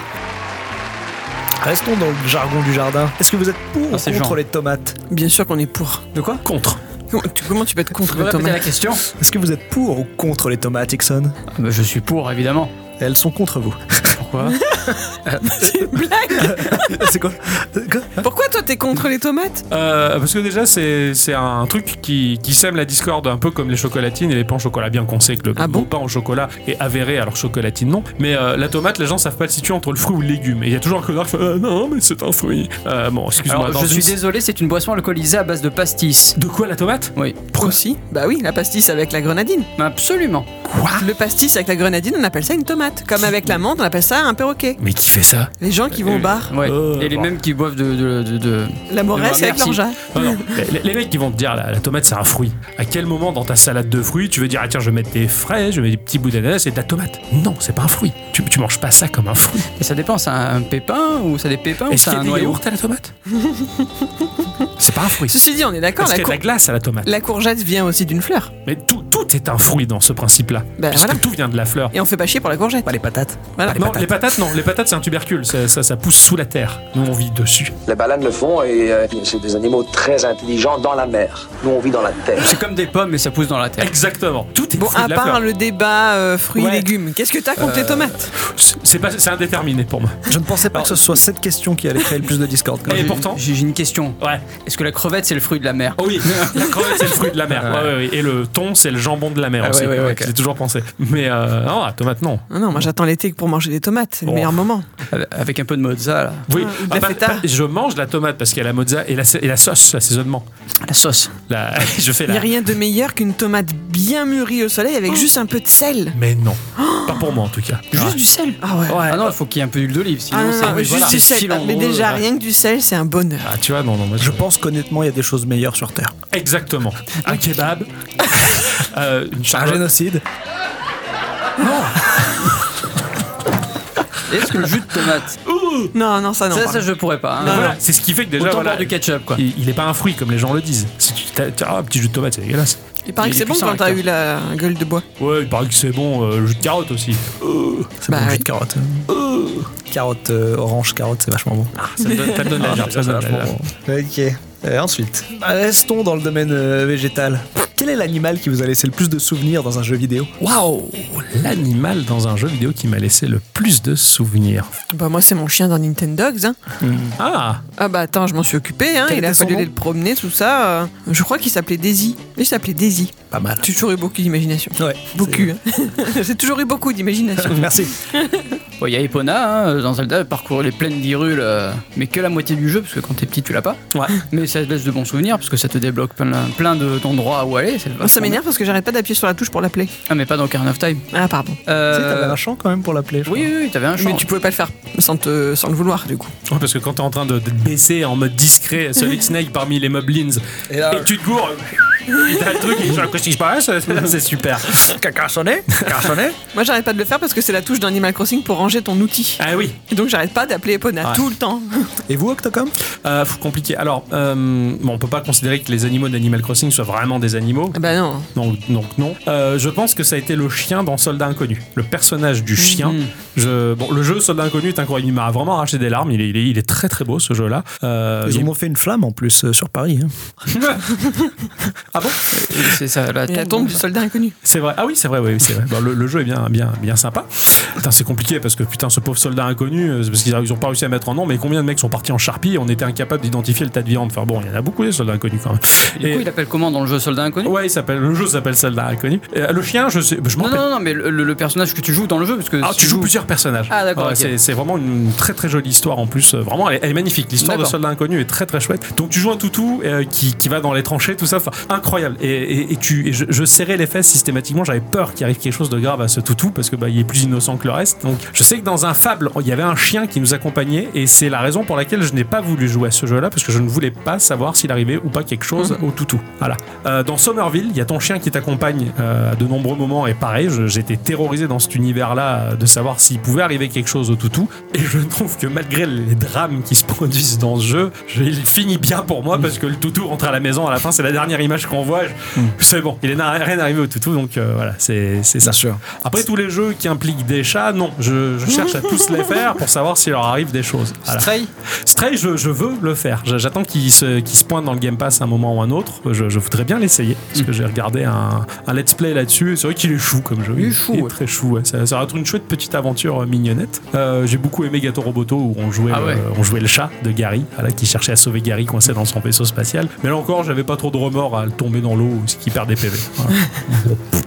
Speaker 2: Restons dans le jargon du jardin. Est-ce que vous êtes pour
Speaker 5: Ah,
Speaker 2: ou
Speaker 5: c'est
Speaker 2: contre
Speaker 5: genre.
Speaker 2: les tomates
Speaker 4: Bien sûr qu'on est pour.
Speaker 5: De quoi
Speaker 3: contre.
Speaker 4: Comment tu, comment tu peux être contre
Speaker 5: Vous
Speaker 4: le
Speaker 5: répétez la
Speaker 4: tomate
Speaker 5: question
Speaker 3: Ah, bah,
Speaker 2: Est-ce que vous êtes pour ou contre les tomates, Ixon
Speaker 5: Je suis pour, évidemment.
Speaker 3: *laughs*
Speaker 2: Elles sont contre vous.
Speaker 3: Quoi
Speaker 4: C'est une *laughs* blague
Speaker 2: C'est quoi Quoi
Speaker 4: Pourquoi toi t'es contre les tomates
Speaker 3: Euh, parce que déjà, c'est c'est un truc qui, qui sème la discorde, un peu comme les chocolatines et les pains au chocolat. Bien qu'on sait que le
Speaker 4: Ah bon
Speaker 3: bon pain au chocolat est avéré, alors chocolatine non. Mais euh, la tomate, les gens savent pas le situer entre le fruit ou le légume. Et il y a toujours un connard qui fait Ah Non, mais c'est un fruit. Euh, bon, excuse-moi.
Speaker 5: Alors,
Speaker 3: dans
Speaker 5: je
Speaker 3: une-
Speaker 5: suis désolé, c'est une boisson alcoolisée à base de pastis.
Speaker 3: De quoi la tomate
Speaker 5: Oui,
Speaker 4: Aussi. Bah oui, la pastis avec la grenadine.
Speaker 5: absolument.
Speaker 4: Le pastis avec la grenadine, on appelle ça une tomate. Comme avec l'amande, on appelle ça un perroquet.
Speaker 3: Mais qui fait ça
Speaker 4: Les gens qui vont au
Speaker 5: Euh,
Speaker 4: bar,
Speaker 5: Ouais.
Speaker 3: Euh,
Speaker 5: Et les
Speaker 3: bon.
Speaker 5: mêmes qui boivent de. de, de- de-
Speaker 4: la moresse
Speaker 5: Merci.
Speaker 4: avec l'orgeat.
Speaker 3: Non, Oh non. Les, les mecs qui vont te dire la, la tomate c'est un fruit. À quel moment dans ta salade de fruits tu veux dire ah tiens je vais mettre des frais, je vais mettre des petits bouts d'ananas et de la tomate Non, c'est pas un fruit. Tu, tu manges pas ça comme un fruit.
Speaker 5: Et ça dépend, c'est un pépin ou ça des pépins ou
Speaker 3: Est-ce qu'il y a
Speaker 5: c'est Oh, un
Speaker 3: des
Speaker 5: noyau
Speaker 3: yaourts à la tomate C'est pas un fruit.
Speaker 4: Ceci dit, on est d'accord,
Speaker 3: Parce
Speaker 4: la,
Speaker 3: qu'il y a de
Speaker 4: cour-
Speaker 3: la glace à la tomate.
Speaker 4: la courgette vient aussi d'une fleur.
Speaker 3: Mais tout, tout est un fruit dans ce principe-là.
Speaker 4: Bah
Speaker 3: puisque
Speaker 4: voilà.
Speaker 3: tout vient de la fleur.
Speaker 4: Et on fait pas chier pour la courgette.
Speaker 2: Pas les patates.
Speaker 4: Voilà.
Speaker 2: les
Speaker 3: non,
Speaker 2: patates.
Speaker 3: les patates, non. Les patates, c'est un tubercule. Ça, ça, ça pousse sous la terre. Nous, on vit dessus.
Speaker 7: Les baleines le font et euh, c'est des animaux très intelligents dans la mer. Nous, on vit dans la terre.
Speaker 5: C'est comme des pommes, mais ça pousse dans la terre.
Speaker 3: Exactement. Tout est
Speaker 4: Bon,
Speaker 3: fruit
Speaker 4: à
Speaker 3: de la fleur.
Speaker 4: part le débat euh, fruits
Speaker 3: Ouais.
Speaker 4: et légumes, qu'est-ce que t'as contre les tomates
Speaker 3: C'est pas- c'est indéterminé pour moi.
Speaker 2: Je ne pensais pas que ce soit cette question qui allait créer le plus de discorde. quand
Speaker 3: Et
Speaker 2: même.
Speaker 3: pourtant-
Speaker 5: J'ai j'ai une question.
Speaker 3: Ouais.
Speaker 5: Est-ce que la crevette, c'est le fruit de la mer
Speaker 3: Oh oui, la crevette c'est le fruit de la mer.
Speaker 5: Ouais.
Speaker 3: Ouais, ouais, ouais. Et le thon c'est le jambon de la mer
Speaker 5: Ah,
Speaker 3: aussi.
Speaker 5: ouais, ouais, ouais, ok.
Speaker 3: J'ai toujours pensé. Mais euh, non, la tomate non.
Speaker 4: Ah Non, moi j'attends l'été pour manger des tomates, c'est le
Speaker 3: Oh.
Speaker 4: meilleur moment.
Speaker 5: Avec un peu de mozza, là.
Speaker 3: Oui, Ah,
Speaker 4: ou de la feta.
Speaker 3: je mange la tomate parce qu'il y a la mozza et la, et la sauce, l'assaisonnement.
Speaker 5: La sauce.
Speaker 3: La- *laughs* je fais
Speaker 4: Il n'y
Speaker 3: la.
Speaker 4: a rien de meilleur qu'une tomate bien mûrie au soleil avec juste un peu de sel.
Speaker 3: Mais non, pas pour moi en tout cas.
Speaker 5: Juste du sel.
Speaker 4: Ah ouais.
Speaker 5: Ah non, il faut qu'il y ait un peu d'huile d'olive, sinon
Speaker 4: Ah non,
Speaker 5: c'est
Speaker 4: non, mais juste
Speaker 5: voilà,
Speaker 4: du
Speaker 5: c'est
Speaker 4: sel.
Speaker 5: filandreux.
Speaker 4: Mais déjà,
Speaker 5: Ouais.
Speaker 4: rien que du sel, c'est un bonheur.
Speaker 3: Ah, tu vois, non, non, moi, je-
Speaker 2: Je pense qu'honnêtement, il y a des choses meilleures sur Terre.
Speaker 3: Exactement. Un *laughs* kebab, euh, une
Speaker 2: Un
Speaker 3: charlotte.
Speaker 2: génocide.
Speaker 5: Est-ce que le jus de tomate
Speaker 4: Non, non, ça non.
Speaker 5: Ça,
Speaker 4: pardon.
Speaker 5: ça, je pourrais pas. hein.
Speaker 3: Voilà, c'est ce qui fait que déjà,
Speaker 5: Autant
Speaker 3: voilà,
Speaker 5: boire du ketchup, quoi.
Speaker 3: il, il est pas un fruit comme les gens le disent. Si tu t'as- t'as- ah, un petit jus de tomate, c'est dégueulasse.
Speaker 4: Il paraît
Speaker 5: il
Speaker 4: que
Speaker 5: est
Speaker 4: c'est bon
Speaker 5: puissant,
Speaker 4: quand t'as
Speaker 5: l'acteur.
Speaker 4: eu la gueule de bois.
Speaker 3: Ouais, il paraît que c'est bon, euh, le jus de carotte aussi.
Speaker 2: C'est bon,
Speaker 4: Bah
Speaker 2: le jus
Speaker 4: oui.
Speaker 2: de carotte. Carotte, euh, orange, carote, c'est vachement bon.
Speaker 3: Ça me donne, ça me donne la gerbe, Ah, ça me donne la gerbe.
Speaker 2: Ok. Euh, ensuite, restons dans le domaine euh, végétal. Quel est l'animal qui vous a laissé le plus de souvenirs dans un jeu vidéo
Speaker 3: Waouh L'animal dans un jeu vidéo qui m'a laissé le plus de souvenirs.
Speaker 4: Bah moi c'est mon chien dans Nintendogs. Hein.
Speaker 3: Ah
Speaker 4: Ah bah attends, je m'en suis occupé. Hein.
Speaker 2: Quel
Speaker 4: Il a
Speaker 2: était son
Speaker 4: fallu
Speaker 2: nom
Speaker 4: aller le promener, tout ça. euh. Je crois qu'il s'appelait Daisy. Il s'appelait Daisy.
Speaker 2: Pas mal.
Speaker 4: J'ai toujours eu beaucoup d'imagination.
Speaker 2: Ouais.
Speaker 4: Beaucoup. hein. *laughs* J'ai toujours eu beaucoup d'imagination.
Speaker 2: Merci.
Speaker 5: Bon, Il y a Epona, hein, dans Zelda, parcourir les plaines d'Hyrule, euh, mais que la moitié du jeu, parce que quand t'es petit, tu l'as pas.
Speaker 3: Ouais.
Speaker 5: Mais ça te laisse de bons souvenirs, parce que ça te débloque plein, plein de- d'endroits où aller. c'est vachement
Speaker 4: Ça m'énerve parce que j'arrête pas d'appuyer sur la touche pour l'appeler.
Speaker 5: bien. Ah, mais pas dans Ocarina of Time.
Speaker 4: Ah pardon.
Speaker 5: Euh,
Speaker 2: Tu sais, t'avais un champ quand même pour l'appeler. je
Speaker 5: Oui, oui, oui, t'avais un champ.
Speaker 4: Mais tu pouvais pas le faire sans, te, sans le vouloir du coup.
Speaker 3: Ouais, Parce que quand t'es en train de, de te baisser en mode discret, Solid Snake parmi les moblins,
Speaker 2: crois. Et là,
Speaker 3: et tu te gourres, *laughs* et t'as le truc, et genre, qu'est-ce qui se passe Là, c'est super.
Speaker 4: Moi j'arrête pas de le faire parce que c'est la touche d'Animal Crossing pour ranger ton outil.
Speaker 3: Ah oui
Speaker 4: Et donc j'arrête pas d'appeler Epona
Speaker 3: Ouais.
Speaker 4: tout le temps.
Speaker 2: *laughs* Et vous, Octocom
Speaker 3: Euh, pff, Compliqué. Alors, euh, bon, on peut pas considérer que les animaux d'Animal Crossing soient vraiment des animaux.
Speaker 4: Ah bah non.
Speaker 3: Donc, donc non. Euh, je pense que ça a été le chien dans Soldat Inconnu. Le personnage du chien.
Speaker 5: Mhm.
Speaker 3: Je, bon, le jeu Soldat Inconnu est incroyable. Il m'a vraiment arraché des larmes. Il est, il est, il est très très beau ce jeu-là. Euh,
Speaker 2: Ils
Speaker 3: il-
Speaker 2: en ont fait une flamme en plus euh, sur Paris. hein.
Speaker 3: Ah bon
Speaker 5: Et C'est ça, la
Speaker 4: Et
Speaker 5: tombe.
Speaker 4: la tombe du soldat inconnu.
Speaker 3: C'est vrai. Ah oui, c'est vrai. Oui, oui, c'est vrai. Bon, le, le jeu est bien, bien, bien sympa. Putain, c'est compliqué parce que putain, ce pauvre soldat inconnu, euh, c'est parce qu'ils n'ont pas réussi à mettre en nom. Mais combien de mecs sont partis en charpie et On était incapable d'identifier le tas de viande. Enfin bon, il y en a beaucoup des soldats inconnus quand même.
Speaker 5: Du coup,
Speaker 3: Et-
Speaker 5: il appelle comment dans le jeu Soldat Inconnu
Speaker 3: Ouais, il s'appelle. Le jeu s'appelle soldat inconnu. Euh, le chien, je sais. Je m'en
Speaker 5: Non,
Speaker 3: rappelle.
Speaker 5: non, non, mais le, le- le personnage que tu joues dans le jeu, parce que.
Speaker 3: Ah,
Speaker 5: si
Speaker 3: tu joues plusieurs personnages.
Speaker 5: Ah, d'accord,
Speaker 3: Ouais,
Speaker 5: ok.
Speaker 3: c'est- C'est vraiment une très très jolie histoire en plus. Euh, Vraiment, elle, est- elle est magnifique. L'histoire de
Speaker 5: D'accord.
Speaker 3: Soldat Inconnu est très très chouette. Donc tu joues un toutou euh, qui, qui va dans les tranchées, tout ça. Enfin, incroyable. Et, et- et tu, et je, je serrais les fesses systématiquement. J'avais peur qu'il arrive quelque chose de grave à ce toutou parce que bah, il est plus innocent que le reste. Donc je sais que dans un fable, il y avait un chien qui nous accompagnait et c'est la raison pour laquelle je n'ai pas voulu jouer à ce jeu-là parce que je ne voulais pas savoir s'il arrivait ou pas quelque chose
Speaker 5: Mhm.
Speaker 3: au toutou. Voilà. Euh, dans Somerville, il y a ton chien qui t'accompagne euh, à de nombreux moments et pareil, je- j'étais terrorisé dans cet univers-là euh, de savoir s'il pouvait arriver quelque chose au toutou. Et je trouve que malgré les drames qui se produisent dans ce jeu, je- il finit bien pour moi parce que le toutou rentre à la maison à la fin, c'est la dernière image qu'on voit. Je- C'est bon, il est na- rien arrivé au toutou, donc euh, voilà, c'est c'est ça.
Speaker 2: sûr.
Speaker 3: Après tous les jeux qui impliquent des chats, non, je, je cherche à tous les faire pour savoir s'il leur arrive des choses. Voilà.
Speaker 5: Stray
Speaker 3: Stray, je, je veux le faire. J- J'attends qu'il se, qu'il se pointe dans le Game Pass à un moment ou un autre. Je, je voudrais bien l'essayer. Parce que j'ai regardé un, un let's play là-dessus. et C'est vrai qu'il est chou comme jeu.
Speaker 5: Il est chou,
Speaker 3: Il est
Speaker 5: ouais.
Speaker 3: très chou. ouais. Ça, ça va être une chouette petite aventure euh, mignonnette. Euh, J'ai beaucoup aimé Gato Roboto où on jouait,
Speaker 5: Ah
Speaker 3: le,
Speaker 5: ouais.
Speaker 3: on jouait le chat de Gary, voilà, qui cherchait à sauver Gary coincé dans son vaisseau spatial. Mais là encore, j'avais pas trop de remords à le tomber dans l'eau, ce qui perd des PV.
Speaker 5: *laughs*
Speaker 3: Voilà.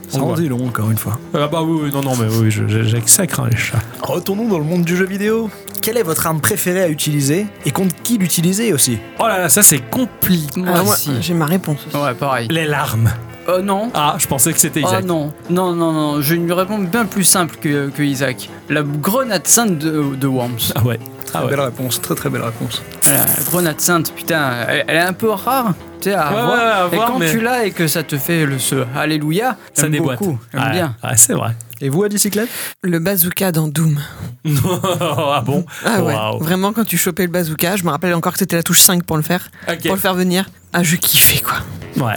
Speaker 2: Ça en
Speaker 3: Voilà.
Speaker 2: dit long, encore une fois.
Speaker 3: Ah bah oui, oui, non, non, mais oui, je- je- j'exècre hein, les chats.
Speaker 2: Retournons dans le monde du jeu vidéo. Quelle est votre arme préférée à utiliser et contre qui l'utiliser aussi
Speaker 3: Oh là là, ça c'est compliqué.
Speaker 5: Moi
Speaker 4: Ah, moi,
Speaker 5: aussi.
Speaker 4: j'ai ma réponse. aussi.
Speaker 5: Ouais, pareil.
Speaker 3: Les larmes.
Speaker 5: Oh non.
Speaker 3: Ah, je pensais que c'était
Speaker 5: Oh
Speaker 3: Isaac.
Speaker 5: non, non, non, non, j'ai une réponse bien plus simple que, que Isaac. La grenade sainte de, de Worms.
Speaker 3: Ah ouais. Ah ouais.
Speaker 2: Belle réponse, très très belle réponse.
Speaker 5: La grenade sainte, putain, elle, elle est un peu rare, tu sais, à
Speaker 3: Ouais,
Speaker 5: avoir.
Speaker 3: ouais, à
Speaker 5: et
Speaker 3: avoir,
Speaker 5: quand
Speaker 3: mais-
Speaker 5: tu l'as et que ça te fait le ce Alléluia,
Speaker 3: Ça
Speaker 5: j'aime
Speaker 3: déboîte.
Speaker 5: beaucoup, j'aime
Speaker 3: Ouais.
Speaker 5: bien.
Speaker 3: Ah, c'est vrai. *laughs*
Speaker 2: Et vous, à bicyclette
Speaker 4: Le bazooka dans Doom.
Speaker 3: ah bon
Speaker 4: Ah ouais.
Speaker 3: Waouh.
Speaker 4: Vraiment, quand tu chopais le bazooka, je me rappelle encore que c'était la touche 5 pour le faire.
Speaker 3: Ok.
Speaker 4: Pour le faire venir. Ah, je kiffais quoi.
Speaker 3: Ouais.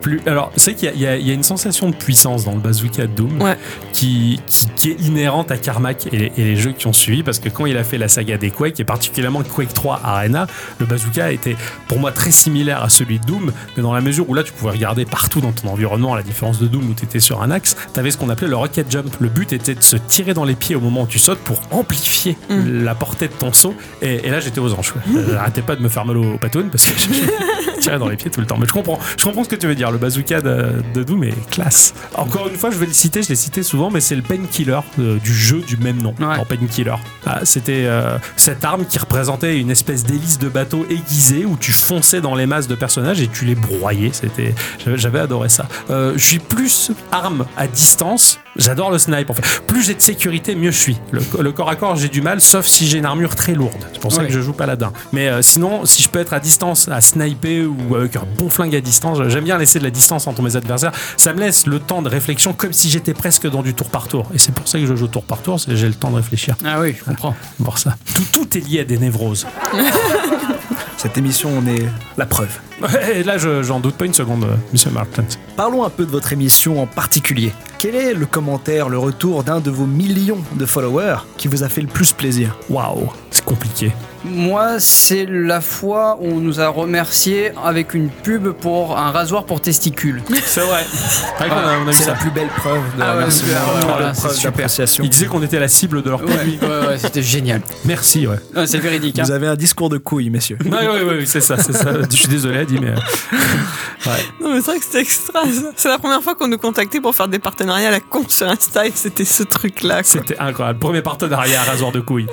Speaker 3: Plus, alors, c'est qu'il y, a- il y a il y a une sensation de puissance dans le bazooka de Doom
Speaker 4: Ouais.
Speaker 3: qui, qui, qui est inhérente à Carmack et les, et les jeux qui ont suivi parce que quand il a fait la saga des Quake et particulièrement Quake 3 Arena, le bazooka était pour moi très similaire à celui de Doom, mais dans la mesure où là tu pouvais regarder partout dans ton environnement, à la différence de Doom où tu étais sur un axe, tu avais ce qu'on appelait le rocket jump. Le but était de se tirer dans les pieds au moment où tu sautes pour amplifier
Speaker 4: Mm.
Speaker 3: la portée de ton saut. Et, et là j'étais aux anges. J'arrêtais pas de me faire mal au, au patoune parce que *laughs* je- tirer dans les pieds tout le temps. Mais je comprends, je comprends ce que tu veux dire. Le bazooka de, de Doom est classe. Encore une fois, je vais le citer, je l'ai cité souvent, mais c'est le painkiller euh, du jeu du même nom,
Speaker 5: Ouais.
Speaker 3: en painkiller. Ah, C'était euh, cette arme qui représentait une espèce d'hélice de bateau aiguisée où tu fonçais dans les masses de personnages et tu les broyais. C'était, j'avais- j'avais adoré ça. Euh, je suis plus arme à distance. J'adore le snipe. En fait, plus j'ai de sécurité, mieux je suis. Le, le corps à corps, j'ai du mal, sauf si j'ai une armure très lourde. C'est pour ça
Speaker 5: Ouais.
Speaker 3: que je joue paladin. Mais euh, sinon, si je peux être à distance, à sniper ou avec un bon flingue à distance, j'aime bien laisser de la distance entre mes adversaires. Ça me laisse le temps de réflexion, comme si j'étais presque dans du tour par tour. Et c'est pour ça que je joue tour par tour, c'est que j'ai le temps de réfléchir.
Speaker 5: Ah oui, je comprends.
Speaker 3: Voir ça. Tout, tout est lié à des névroses. *laughs*
Speaker 2: Cette émission, on est la preuve.
Speaker 3: Et là, je- j'en doute pas une seconde, euh, Monsieur Martin.
Speaker 2: Parlons un peu de votre émission en particulier. Quel est le commentaire, le retour d'un de vos millions de followers qui vous a fait le plus plaisir
Speaker 3: Waouh, c'est compliqué.
Speaker 5: Moi, c'est la fois où on nous a remercié avec une pub pour un rasoir pour testicules.
Speaker 3: C'est vrai. qu'on a- Ah, on a vu
Speaker 2: C'est la
Speaker 3: ça.
Speaker 2: plus belle preuve de
Speaker 5: Ah ouais,
Speaker 2: remerciement,
Speaker 5: super, ouais,
Speaker 2: la
Speaker 5: voilà,
Speaker 2: preuve
Speaker 5: c'est super.
Speaker 2: d'appréciation.
Speaker 3: Il disait qu'on était la cible de leur
Speaker 5: *laughs* Ouais, ouais, ouais, c'était génial.
Speaker 3: Merci, ouais.
Speaker 5: Non, c'est véridique. hein.
Speaker 2: Vous avez un discours de couille, messieurs.
Speaker 3: Oui, oui, oui, c'est ça, c'est ça. Je suis désolé, Adi, mais. euh,
Speaker 4: Non, mais c'est vrai que c'était extra. ça. C'est la première fois qu'on nous contactait pour faire des partenariats à la con sur Insta et c'était ce truc-là. quoi.
Speaker 3: C'était incroyable. Premier partenariat à rasoir de *laughs* couilles.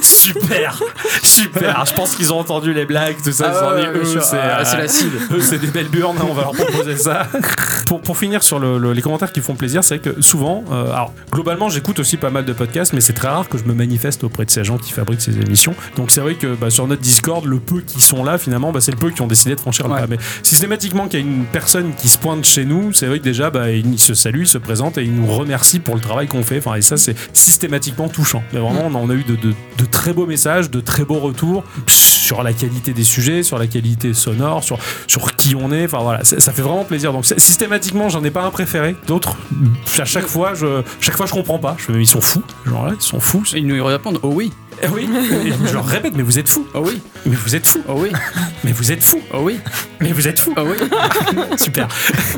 Speaker 3: Super, super. Je pense qu'ils ont entendu les blagues, tout ça.
Speaker 5: Ah
Speaker 3: ils se sont
Speaker 5: ouais,
Speaker 3: dit,
Speaker 5: ouais, bien
Speaker 3: eux,
Speaker 5: sûr.
Speaker 3: c'est
Speaker 5: Ah,
Speaker 3: euh,
Speaker 5: c'est la cible.
Speaker 3: eux, c'est des belles burnes, hein, on va leur proposer ça. *laughs* pour, pour finir sur le- le- les commentaires qui font plaisir, c'est que souvent, euh, alors globalement, j'écoute aussi pas mal de podcasts, mais c'est très rare que je me manifeste auprès de ces gens qui fabriquent ces émissions. Donc c'est vrai que bah, sur notre Discord, le peu qui sont là, finalement, bah, c'est le peu qui ont décidé de franchir le
Speaker 5: Ouais.
Speaker 3: pas. Mais systématiquement qu'il y a une personne qui se pointe chez nous, c'est vrai que déjà, bah, il se salue, il se présente et il nous remercie pour le travail qu'on fait. Enfin, et ça, c'est systématiquement touchant. Mais vraiment, on a- on a eu de, de- de très beaux messages, de très beaux retours sur la qualité des sujets, sur la qualité sonore, sur, sur qui on est. Enfin voilà, ça, ça fait vraiment plaisir. Donc c'est- systématiquement, j'en ai pas un préféré. D'autres, à chaque fois, je, chaque fois, je comprends pas. Je fais, mais ils sont fous. Genre là, ils sont fous.
Speaker 5: Ils nous répondent Oh oui,
Speaker 3: Eh oui, Ah Et *laughs* je leur répète, mais vous êtes fous.
Speaker 5: oh oui,
Speaker 3: Mais vous êtes fous.
Speaker 5: oh oui,
Speaker 3: Mais vous êtes fous.
Speaker 5: oh oui,
Speaker 3: Mais vous êtes fous.
Speaker 5: oh oui.
Speaker 3: Super. *laughs*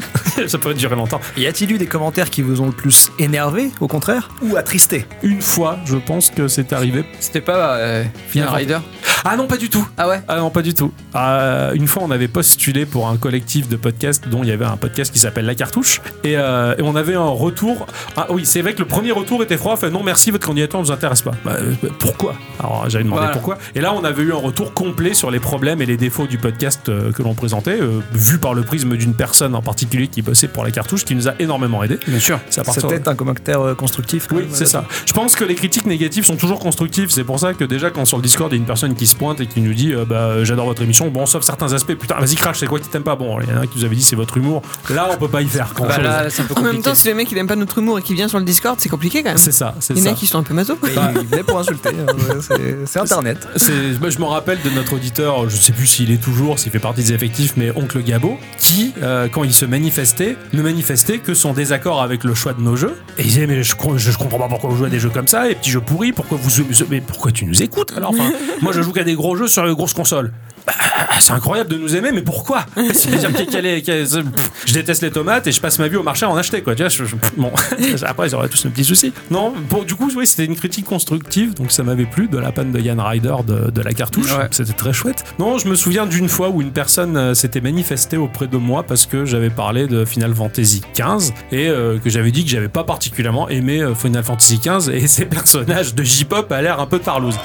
Speaker 3: ça peut durer longtemps.
Speaker 2: Y a-t-il eu des commentaires qui vous ont le plus énervé, au contraire, ou attristé
Speaker 3: Une fois, je pense que c'est arrivé.
Speaker 5: C'était pas euh, Final Rider
Speaker 3: Ah non, pas du tout.
Speaker 5: Ah ouais
Speaker 3: Ah non, pas du tout. Euh, une fois, on avait postulé pour un collectif de podcasts dont il y avait un podcast qui s'appelle La Cartouche. Et, euh, et on avait un retour. Ah oui, c'est vrai que le premier retour était froid. Fait non, merci, votre candidature ne vous intéresse pas. Bah, euh, pourquoi Alors, j'avais demandé
Speaker 5: Voilà.
Speaker 3: pourquoi. Et là, on avait eu un retour complet sur les problèmes et les défauts du podcast euh, que l'on présentait, euh, vu par le prisme d'une personne en particulier qui bossait pour La Cartouche, qui nous a énormément aidé.
Speaker 5: Bien sûr.
Speaker 3: C'est à
Speaker 2: C'est
Speaker 3: partir
Speaker 2: peut-être un commentaire euh, constructif. quand
Speaker 3: oui,
Speaker 2: même,
Speaker 3: c'est ça. Je pense que les critiques négatives sont toujours constructives. C'est pour ça que déjà, quand sur le Discord, il y a une personne qui se pointe et qui nous dit euh, bah, euh, J'adore votre émission. Bon, sauf certains aspects. Putain, vas-y, crash, c'est quoi qui t'aime pas Bon, il y en a un qui nous avait dit C'est votre humour. Là, on peut pas y faire. grand
Speaker 5: Bah
Speaker 3: chose.
Speaker 5: là, c'est un peu
Speaker 4: En
Speaker 5: compliqué.
Speaker 4: même temps, si le mec il aime pas notre humour et qu'il vient sur le Discord, c'est compliqué quand même.
Speaker 3: c'est ça, c'est
Speaker 4: Il y en
Speaker 3: ça.
Speaker 4: a qui sont un peu maso.
Speaker 2: Mais Il venait pour insulter. euh, c'est- C'est Internet.
Speaker 3: C'est- moi, je me rappelle de notre auditeur, je sais plus s'il est toujours, s'il fait partie des effectifs, mais Oncle Gabo, qui, euh, quand il se manifestait, ne manifestait que son désaccord avec le choix de nos jeux. Et il disait, mais je, cro- je, je comprends pas pourquoi vous jouez à des jeux comme ça, et petits jeux pourris, pourquoi vous, mais pourquoi tu nous écoutes alors enfin, Moi, je joue qu'à des gros jeux sur les grosses consoles. Ah, c'est incroyable de nous aimer, mais pourquoi C'est-à-dire que- quel est- quel est- ce- pff, Je déteste les tomates et je passe ma vie au marché à en acheter, quoi. Tu vois, je- je- bon. Après, ils auraient tous un petit souci. Non, bon, du coup, oui, c'était une critique constructive, donc ça m'avait plu de la panne de Yann Ryder de, de la cartouche.
Speaker 5: Ouais.
Speaker 3: C'était très chouette. Non, je me souviens d'une fois où une personne euh, s'était manifestée auprès de moi parce que j'avais parlé de Final Fantasy XV et euh, que j'avais dit que j'avais pas particulièrement aimé euh, Final Fantasy XV et *laughs* ses personnages de J-pop a l'air un peu tarlouse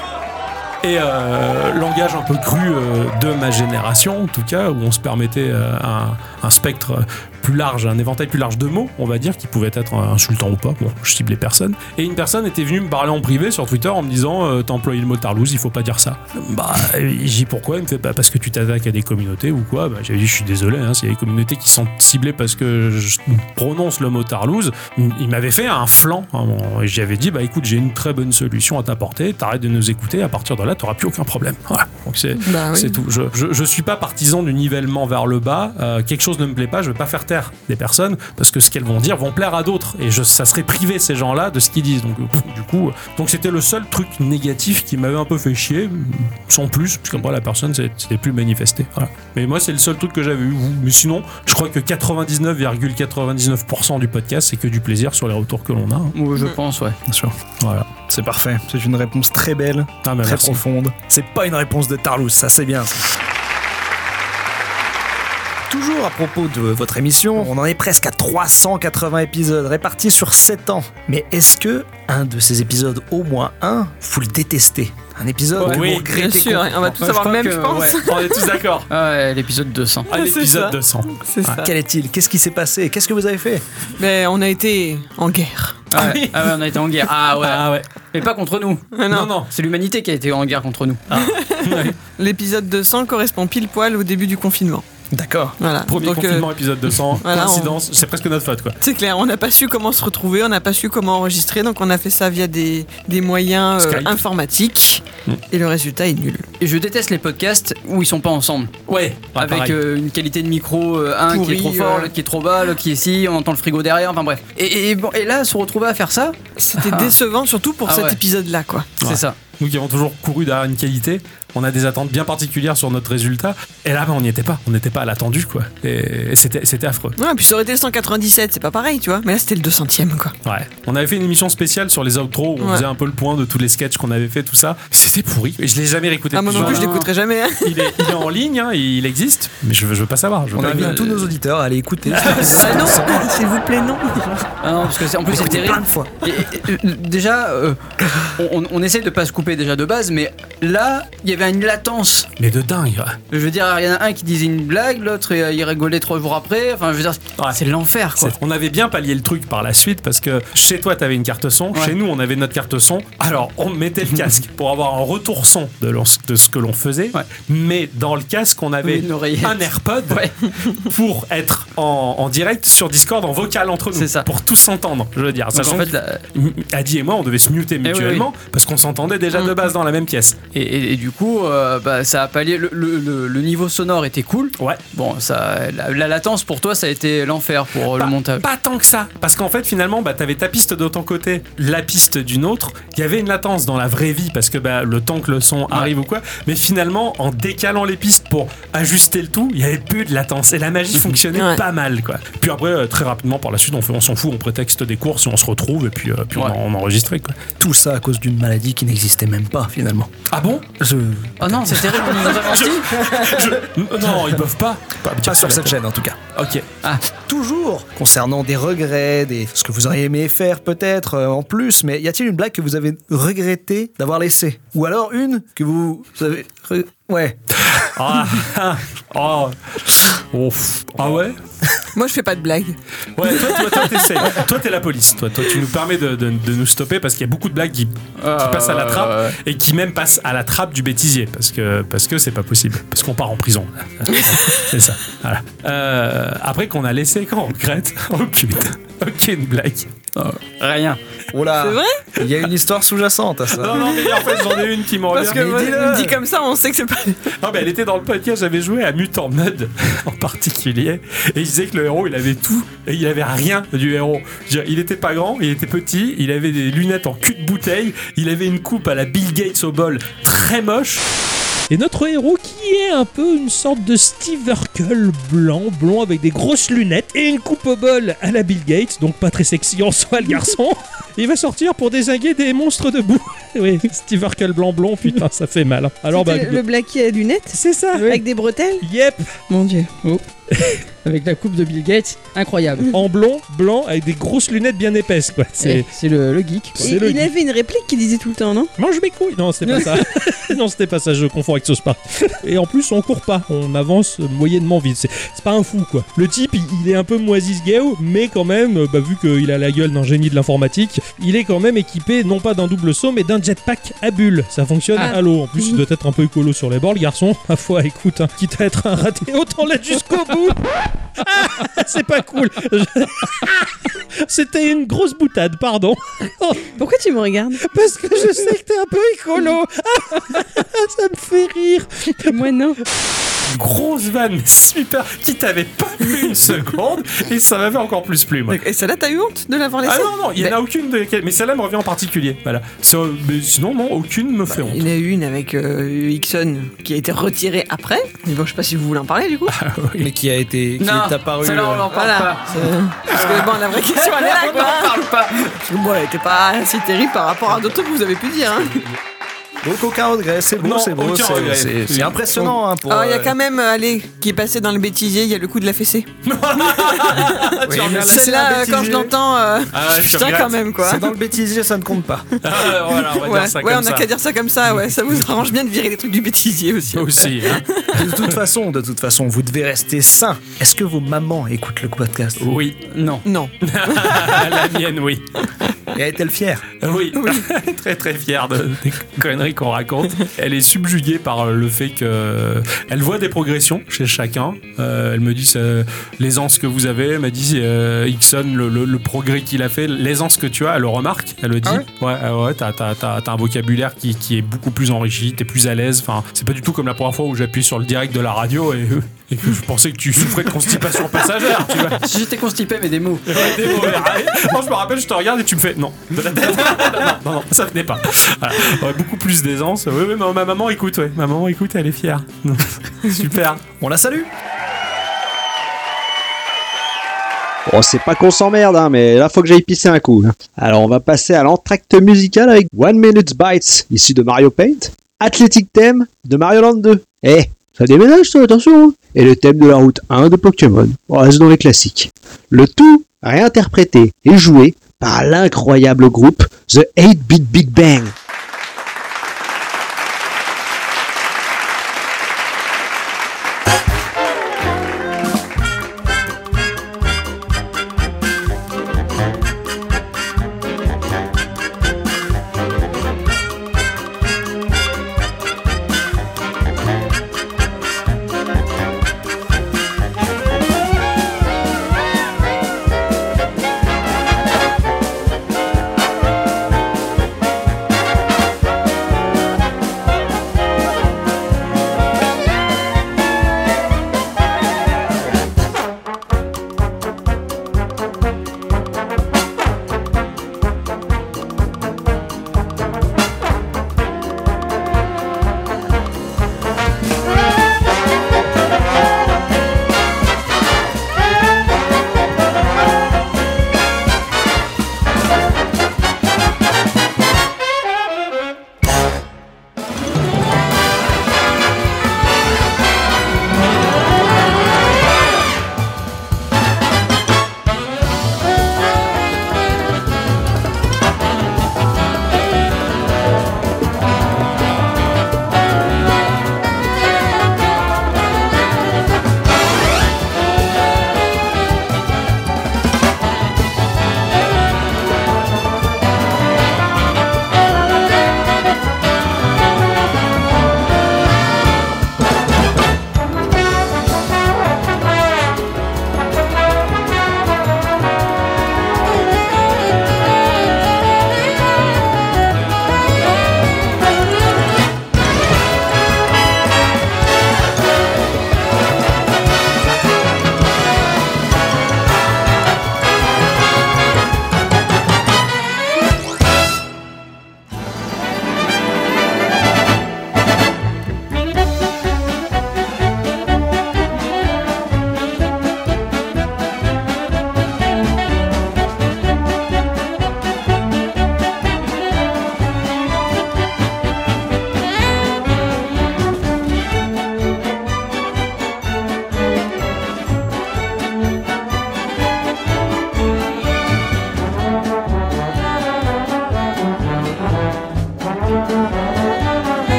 Speaker 3: et euh, langage un peu cru euh, de ma génération en tout cas où on se permettait euh, un, un spectre euh, plus large un éventail plus large de mots on va dire qui pouvait être euh, insultant ou pas bon je ciblais personne et une personne était venue me parler en privé sur Twitter en me disant euh, t'as employé le mot tarlouse il faut pas dire ça bah euh, j'ai dit pourquoi il me fait pas parce que tu t'attaques à des communautés ou quoi bah, j'avais dit je suis désolé hein, s'il y a des communautés qui sont ciblées parce que je prononce le mot tarlouse il m'avait fait un flanc. hein, bon, et J'avais dit, bah écoute, j'ai une très bonne solution à t'apporter, t'arrêtes de nous écouter, à partir de là, t'auras plus aucun problème. Voilà. Donc c'est.
Speaker 4: Bah oui.
Speaker 3: C'est tout. Je, je, je suis pas partisan du nivellement vers le bas. Euh, quelque chose ne me plaît pas, je vais pas faire taire des personnes parce que ce qu'elles vont dire vont plaire à d'autres et je, ça serait privé ces gens-là de ce qu'ils disent. Donc euh, pff, du coup, euh, donc c'était le seul truc négatif qui m'avait un peu fait chier, mm, sans plus, puisque moi la personne s'est- s'était plus manifestée. Voilà. Mais moi c'est le seul truc que j'avais eu. Mais sinon, je crois que 99,99% du podcast c'est que du plaisir sur les retours que l'on a. hein.
Speaker 5: Ou je pense, ouais.
Speaker 2: Bien sûr.
Speaker 3: Voilà.
Speaker 2: C'est parfait. C'est une réponse très belle,
Speaker 3: Ah, mais
Speaker 2: très
Speaker 3: merci.
Speaker 2: profonde. C'est pas une réponse de Tarlouse, ça c'est bien. Toujours à propos de votre émission, on en est presque à 380 épisodes répartis sur 7 ans. Mais est-ce que un de ces épisodes, au moins un, vous le détestez Un épisode
Speaker 5: Ouais.
Speaker 2: que vous
Speaker 5: Oui,
Speaker 4: Bien
Speaker 2: regrettez
Speaker 4: sûr, hein. on va tous
Speaker 5: Ouais,
Speaker 4: avoir
Speaker 5: je
Speaker 4: le même,
Speaker 5: crois
Speaker 4: je
Speaker 5: que-
Speaker 4: pense.
Speaker 3: On est tous d'accord.
Speaker 5: Ah, ouais, l'épisode 200.
Speaker 3: À
Speaker 4: C'est
Speaker 3: l'épisode
Speaker 4: ça.
Speaker 3: 200.
Speaker 4: C'est
Speaker 2: Ah,
Speaker 4: ça.
Speaker 2: Quel est-il Qu'est-ce qui s'est passé Qu'est-ce que vous avez fait
Speaker 4: Mais Ben, on a été en guerre.
Speaker 5: Ah, ouais. Ah ouais, on a été en guerre. Ah ouais.
Speaker 3: Ah ouais.
Speaker 5: Mais pas contre nous.
Speaker 4: Ah non.
Speaker 3: non. non.
Speaker 5: C'est l'humanité qui a été en guerre contre nous.
Speaker 4: L'épisode 200 correspond pile poil au début du confinement.
Speaker 2: D'accord.
Speaker 4: Voilà.
Speaker 3: Premier
Speaker 4: Donc, euh,
Speaker 3: confinement, épisode 200.
Speaker 4: *laughs* voilà,
Speaker 3: coïncidence, c'est presque notre faute quoi.
Speaker 4: c'est clair, on n'a pas su comment se retrouver, on n'a pas su comment enregistrer, donc on a fait ça via des, des moyens euh,
Speaker 3: Skype.
Speaker 4: informatiques. Et le résultat est nul.
Speaker 5: Et je déteste les podcasts où ils sont pas ensemble.
Speaker 3: Ouais,
Speaker 5: avec euh, une qualité de micro, euh, un
Speaker 4: Pourri,
Speaker 5: qui est trop fort,
Speaker 4: euh.
Speaker 5: l'autre qui est trop bas, l'autre qui est ici, on entend le frigo derrière, enfin bref. Et, et- et bon, et là, se retrouver à faire ça,
Speaker 4: C'était décevant, surtout pour
Speaker 5: Ah
Speaker 4: cet
Speaker 5: ouais.
Speaker 4: épisode-là, quoi.
Speaker 3: Ouais.
Speaker 5: c'est ça.
Speaker 3: nous qui avons toujours couru derrière une qualité, on a des attentes bien particulières sur notre résultat. Et là, ben, on n'y était pas, on n'était pas à l'attendu quoi. Et c'était c'était affreux.
Speaker 4: Ouais, puis ça aurait été le 197, c'est pas pareil, tu vois. Mais là, c'était le 200ème, quoi.
Speaker 3: Ouais. On avait fait une émission spéciale sur les outros où on
Speaker 4: Ouais.
Speaker 3: faisait un peu le point de tous les sketchs qu'on avait fait, tout ça. C'était pourri. Et je l'ai jamais réécouté.
Speaker 4: Ah, moi non
Speaker 3: depuis
Speaker 4: plus,
Speaker 3: ce
Speaker 4: je
Speaker 5: non.
Speaker 4: l'écouterai jamais. hein.
Speaker 3: jour-là. il, est, il est en ligne, hein, il existe, mais je veux, je veux pas savoir. Je veux
Speaker 2: On
Speaker 3: pas
Speaker 2: invite
Speaker 3: vivre.
Speaker 2: tous nos auditeurs à aller *laughs* écouter.
Speaker 4: Ah non, s'il vous plaît, non.
Speaker 5: Ah non, parce que c'est- en plus, c'est
Speaker 2: Écoutez
Speaker 5: terrible.
Speaker 2: plein de fois.
Speaker 5: Et- et- euh, déjà, euh, on, on- on essaie de pas se couper déjà de base, mais là, il y avait une latence.
Speaker 3: Mais de dingue. ouais.
Speaker 5: Je veux dire, il y en a un qui disait une blague, l'autre euh, il rigolait trois jours après. Enfin, je veux dire,
Speaker 3: Ouais.
Speaker 5: c'est l'enfer quoi.
Speaker 3: C'est- On avait bien pallié le truc par la suite parce que chez toi t'avais une carte son,
Speaker 5: Ouais.
Speaker 3: chez nous on avait notre carte son. Alors on mettait
Speaker 5: *laughs*
Speaker 3: le casque pour avoir un retour son de, l'on- de ce que l'on faisait,
Speaker 5: Ouais.
Speaker 3: mais dans le casque on avait
Speaker 5: Une oreillette.
Speaker 3: un AirPod pour être en, en direct sur Discord en vocal entre nous,
Speaker 5: C'est ça.
Speaker 3: pour tous s'entendre. Je veux dire,
Speaker 5: Donc,
Speaker 3: sachant
Speaker 5: en fait,
Speaker 3: que
Speaker 5: la- Eh
Speaker 3: Adi et moi on devait se muter
Speaker 5: oui, Mm.
Speaker 3: mutuellement parce qu'on s'entendait déjà de base dans la même pièce.
Speaker 5: Et, et- et du coup, euh, bah, ça a pallié. Le, le- le- le niveau sonore était cool.
Speaker 3: Ouais.
Speaker 5: Bon, ça, la, la latence pour toi, ça a été l'enfer pour euh,
Speaker 3: Pas-
Speaker 5: le montage.
Speaker 3: Pas tant que ça. Parce qu'en fait, finalement, bah, t'avais ta piste de ton côté, la piste d'une autre. Il y avait une latence dans la vraie vie parce que bah, le temps que le son arrive ou quoi. Mais finalement, en décalant les pistes pour ajuster le tout, il y avait peu de latence. Et la magie fonctionnait
Speaker 4: Ouais.
Speaker 3: pas mal. quoi. Puis après, euh, très rapidement, par la suite, on fait- on s'en fout, on prétexte des courses et on se retrouve et puis, euh, puis on
Speaker 5: Ouais.
Speaker 3: en- on, enregistrait. Quoi.
Speaker 2: Tout ça à cause d'une maladie qui n'existait même pas finalement.
Speaker 3: Ah bon
Speaker 2: Je...
Speaker 5: Oh non, *laughs* c'est terrible, on nous a pas menti.
Speaker 3: *laughs* Je- Non, ils peuvent pas. Ah,
Speaker 2: Pas sur cette chaîne en tout cas.
Speaker 3: Ok.
Speaker 2: toujours concernant des regrets, des ce que vous auriez aimé faire peut-être euh, en plus, mais y a-t-il une blague que vous avez regretté d'avoir laissée Ou alors une que vous, vous avez... re- Ouais.
Speaker 3: Ah, ah, oh. Oh, pff. ah ouais
Speaker 4: Moi, je fais pas de blagues.
Speaker 3: Ouais, toi, toi, toi, t'essayes. Toi, t'es la police. Toi, toi, tu nous permets de, de- de nous stopper parce qu'il y a beaucoup de blagues qui, qui
Speaker 5: Euh,
Speaker 3: passent à la trappe et qui même passent à la trappe du bêtisier parce que parce que c'est pas possible parce qu'on part en *laughs* prison. c'est ça. Voilà. Euh, après qu'on a laissé quand on regrette aucune *laughs* aucune blague.
Speaker 5: Rien.
Speaker 2: Oh là.
Speaker 4: C'est
Speaker 2: Il
Speaker 4: vrai
Speaker 2: y a une histoire sous-jacente à ça.
Speaker 3: Non non mais en fait j'en ai une qui m'en
Speaker 4: Parce que
Speaker 3: revient.
Speaker 4: moi,
Speaker 2: dis-le.
Speaker 4: on me dit comme ça, on sait que c'est pas.
Speaker 3: Non mais elle était dans le podcast. J'avais joué à Mutant Mud *laughs* en particulier et il disait que le héros il avait tout et il avait rien du héros. Je veux dire, Il était pas grand, il était petit, il avait des lunettes en cul de bouteille, il avait une coupe à la Bill Gates au bol très moche.
Speaker 8: Et notre héros qui est un peu une sorte de Steve Urkel blanc, blond avec des grosses lunettes et une coupe au bol à la Bill Gates, donc pas très sexy en soi le
Speaker 9: *laughs*
Speaker 8: garçon. Il va sortir pour désinguer des monstres debout. *laughs* Oui, Steve Urkel blanc blond, putain, ça fait mal. Alors bah,
Speaker 9: C'était le Blackie à lunettes
Speaker 8: c'est ça.
Speaker 9: avec des bretelles.
Speaker 8: Yep,
Speaker 9: Mon dieu.
Speaker 10: Avec la coupe de Bill Gates, incroyable.
Speaker 8: en blond, blanc avec des grosses lunettes bien épaisses quoi.
Speaker 10: Eh,
Speaker 8: C'est
Speaker 10: C'est le, le geek.
Speaker 8: C'est
Speaker 9: Et
Speaker 8: le
Speaker 9: il
Speaker 8: geek.
Speaker 9: avait une réplique qu'il disait tout le temps, non
Speaker 8: mange mes couilles. Non, c'était pas ça. non, c'était pas ça. Je confonds avec ce spa. Et en plus, on court pas. On avance moyennement vite. C'est c'est pas un fou quoi. Le type, il, il est un peu moisis gao, mais quand même, euh, bah, vu qu'il a la gueule d'un génie de l'informatique, il est quand même équipé non pas d'un double saut, mais d'un jetpack à bulles. Ça fonctionne
Speaker 9: Ah.
Speaker 8: à l'eau. En plus, il doit être un peu écolo sur les bords, le garçon. *laughs* Ma foi, écoute, hein, quitte à être un raté, autant l'être jusqu'au bout. *laughs* Ah, c'est pas cool. *laughs* Je- C'était une grosse boutade, pardon.
Speaker 9: Pourquoi tu me regardes
Speaker 8: Parce que je sais que t'es un peu écolo. *laughs* ça me fait rire.
Speaker 9: Moi non.
Speaker 3: Grosse vanne, super, qui t'avait pas vu une seconde, et ça m'avait encore plus plu, moi.
Speaker 4: Et celle-là, t'as eu honte de l'avoir laissée
Speaker 3: Ah non, non, il y en a aucune de laquelle, mais celle-là me revient en particulier. Voilà. So- mais Sinon, non, aucune me
Speaker 8: Bah,
Speaker 3: fait honte.
Speaker 4: Il y en a eu une avec euh, Hickson qui a été retirée après. Mais bon, je sais pas si vous voulez en parler du coup.
Speaker 3: Ah,
Speaker 2: Mais qui a été. qui
Speaker 5: Non,
Speaker 2: est apparu.
Speaker 5: celle-là, on
Speaker 2: euh,
Speaker 5: n'en parle
Speaker 4: Voilà.
Speaker 5: pas.
Speaker 4: Parce que bon, la vraie question elle est là
Speaker 5: on n'en
Speaker 4: quoi.
Speaker 5: parle pas.
Speaker 4: Parce que bon, elle était pas si terrible par rapport à d'autres trucs que vous avez pu dire. Hein.
Speaker 2: Donc aucun regret, c'est beau,
Speaker 3: Non,
Speaker 2: c'est beau.
Speaker 3: aucun
Speaker 2: c'est-
Speaker 3: regret.
Speaker 2: C'est c'est impressionnant hein, pour.
Speaker 4: Ah, il y a
Speaker 2: euh,
Speaker 4: quand même, euh, allez, qui est passé dans le bêtisier, il y a le coup de la fessée.
Speaker 2: oui, mais ça, c'est un
Speaker 4: Celle-là, euh, quand je
Speaker 2: bêtisier.
Speaker 4: l'entends, euh,
Speaker 3: Ah,
Speaker 4: je
Speaker 3: je
Speaker 4: tiens
Speaker 3: regrette.
Speaker 4: quand même quoi.
Speaker 2: C'est *laughs* dans le bêtisier, ça ne compte pas.
Speaker 3: *laughs* Ah, voilà, on va
Speaker 4: ouais,
Speaker 3: dire ça
Speaker 4: ouais,
Speaker 3: comme
Speaker 4: on a
Speaker 3: ça.
Speaker 4: qu'à dire ça comme ça, ouais. Ça vous arrange bien de virer les trucs du bêtisier aussi.
Speaker 3: Aussi,
Speaker 8: *laughs*
Speaker 3: hein.
Speaker 2: De toute façon, de toute façon, vous devez rester sain. Est-ce que vos mamans écoutent le podcast
Speaker 3: oui.
Speaker 5: Non.
Speaker 4: Non.
Speaker 3: Ah, la mienne, oui.
Speaker 2: Et est-elle fière
Speaker 3: Euh, Oui, *laughs* très très fière de, des conneries qu'on raconte. Elle est subjuguée par euh, le fait que euh, elle voit des progressions chez chacun. Euh, elle me dit euh, l'aisance que vous avez, elle m'a dit euh, Ixon le, le- le progrès qu'il a fait, l'aisance que tu as, elle le remarque, elle le dit. ouais, euh, ouais, t'as t'as- t'as- t'as un vocabulaire qui, qui est beaucoup plus enrichi, t'es plus à l'aise. Enfin, c'est pas du tout comme la première fois où j'appuie sur le direct de la radio et, et que je pensais que tu souffrais de constipation passagère. Tu vois.
Speaker 5: Si j'étais constipé, mais des mots.
Speaker 3: Ouais, t'es mauvais. Allez, Moi, je me rappelle, je te regarde et tu me fais non. *laughs* Non, non, non, ça venait pas. Voilà. Ouais, beaucoup plus d'aisance. Oui, oui, ma, ma maman écoute, ouais. Ma maman écoute, elle est fière. *laughs* Super.
Speaker 2: On la salue
Speaker 3: hein
Speaker 11: Bon, c'est pas qu'on s'emmerde, hein, mais là, faut que j'aille pisser un coup. hein. Alors, on va passer à l'entracte musical avec One Minute Bites, issu de Mario Paint, Athletic Theme de Mario Land 2. Eh, ça déménage, toi, attention hein. Et le thème de la route 1 de Pokémon. On reste dans les classiques. Le tout réinterprété et joué par l'incroyable groupe The 8-Bit Big Bang.
Speaker 12: Thank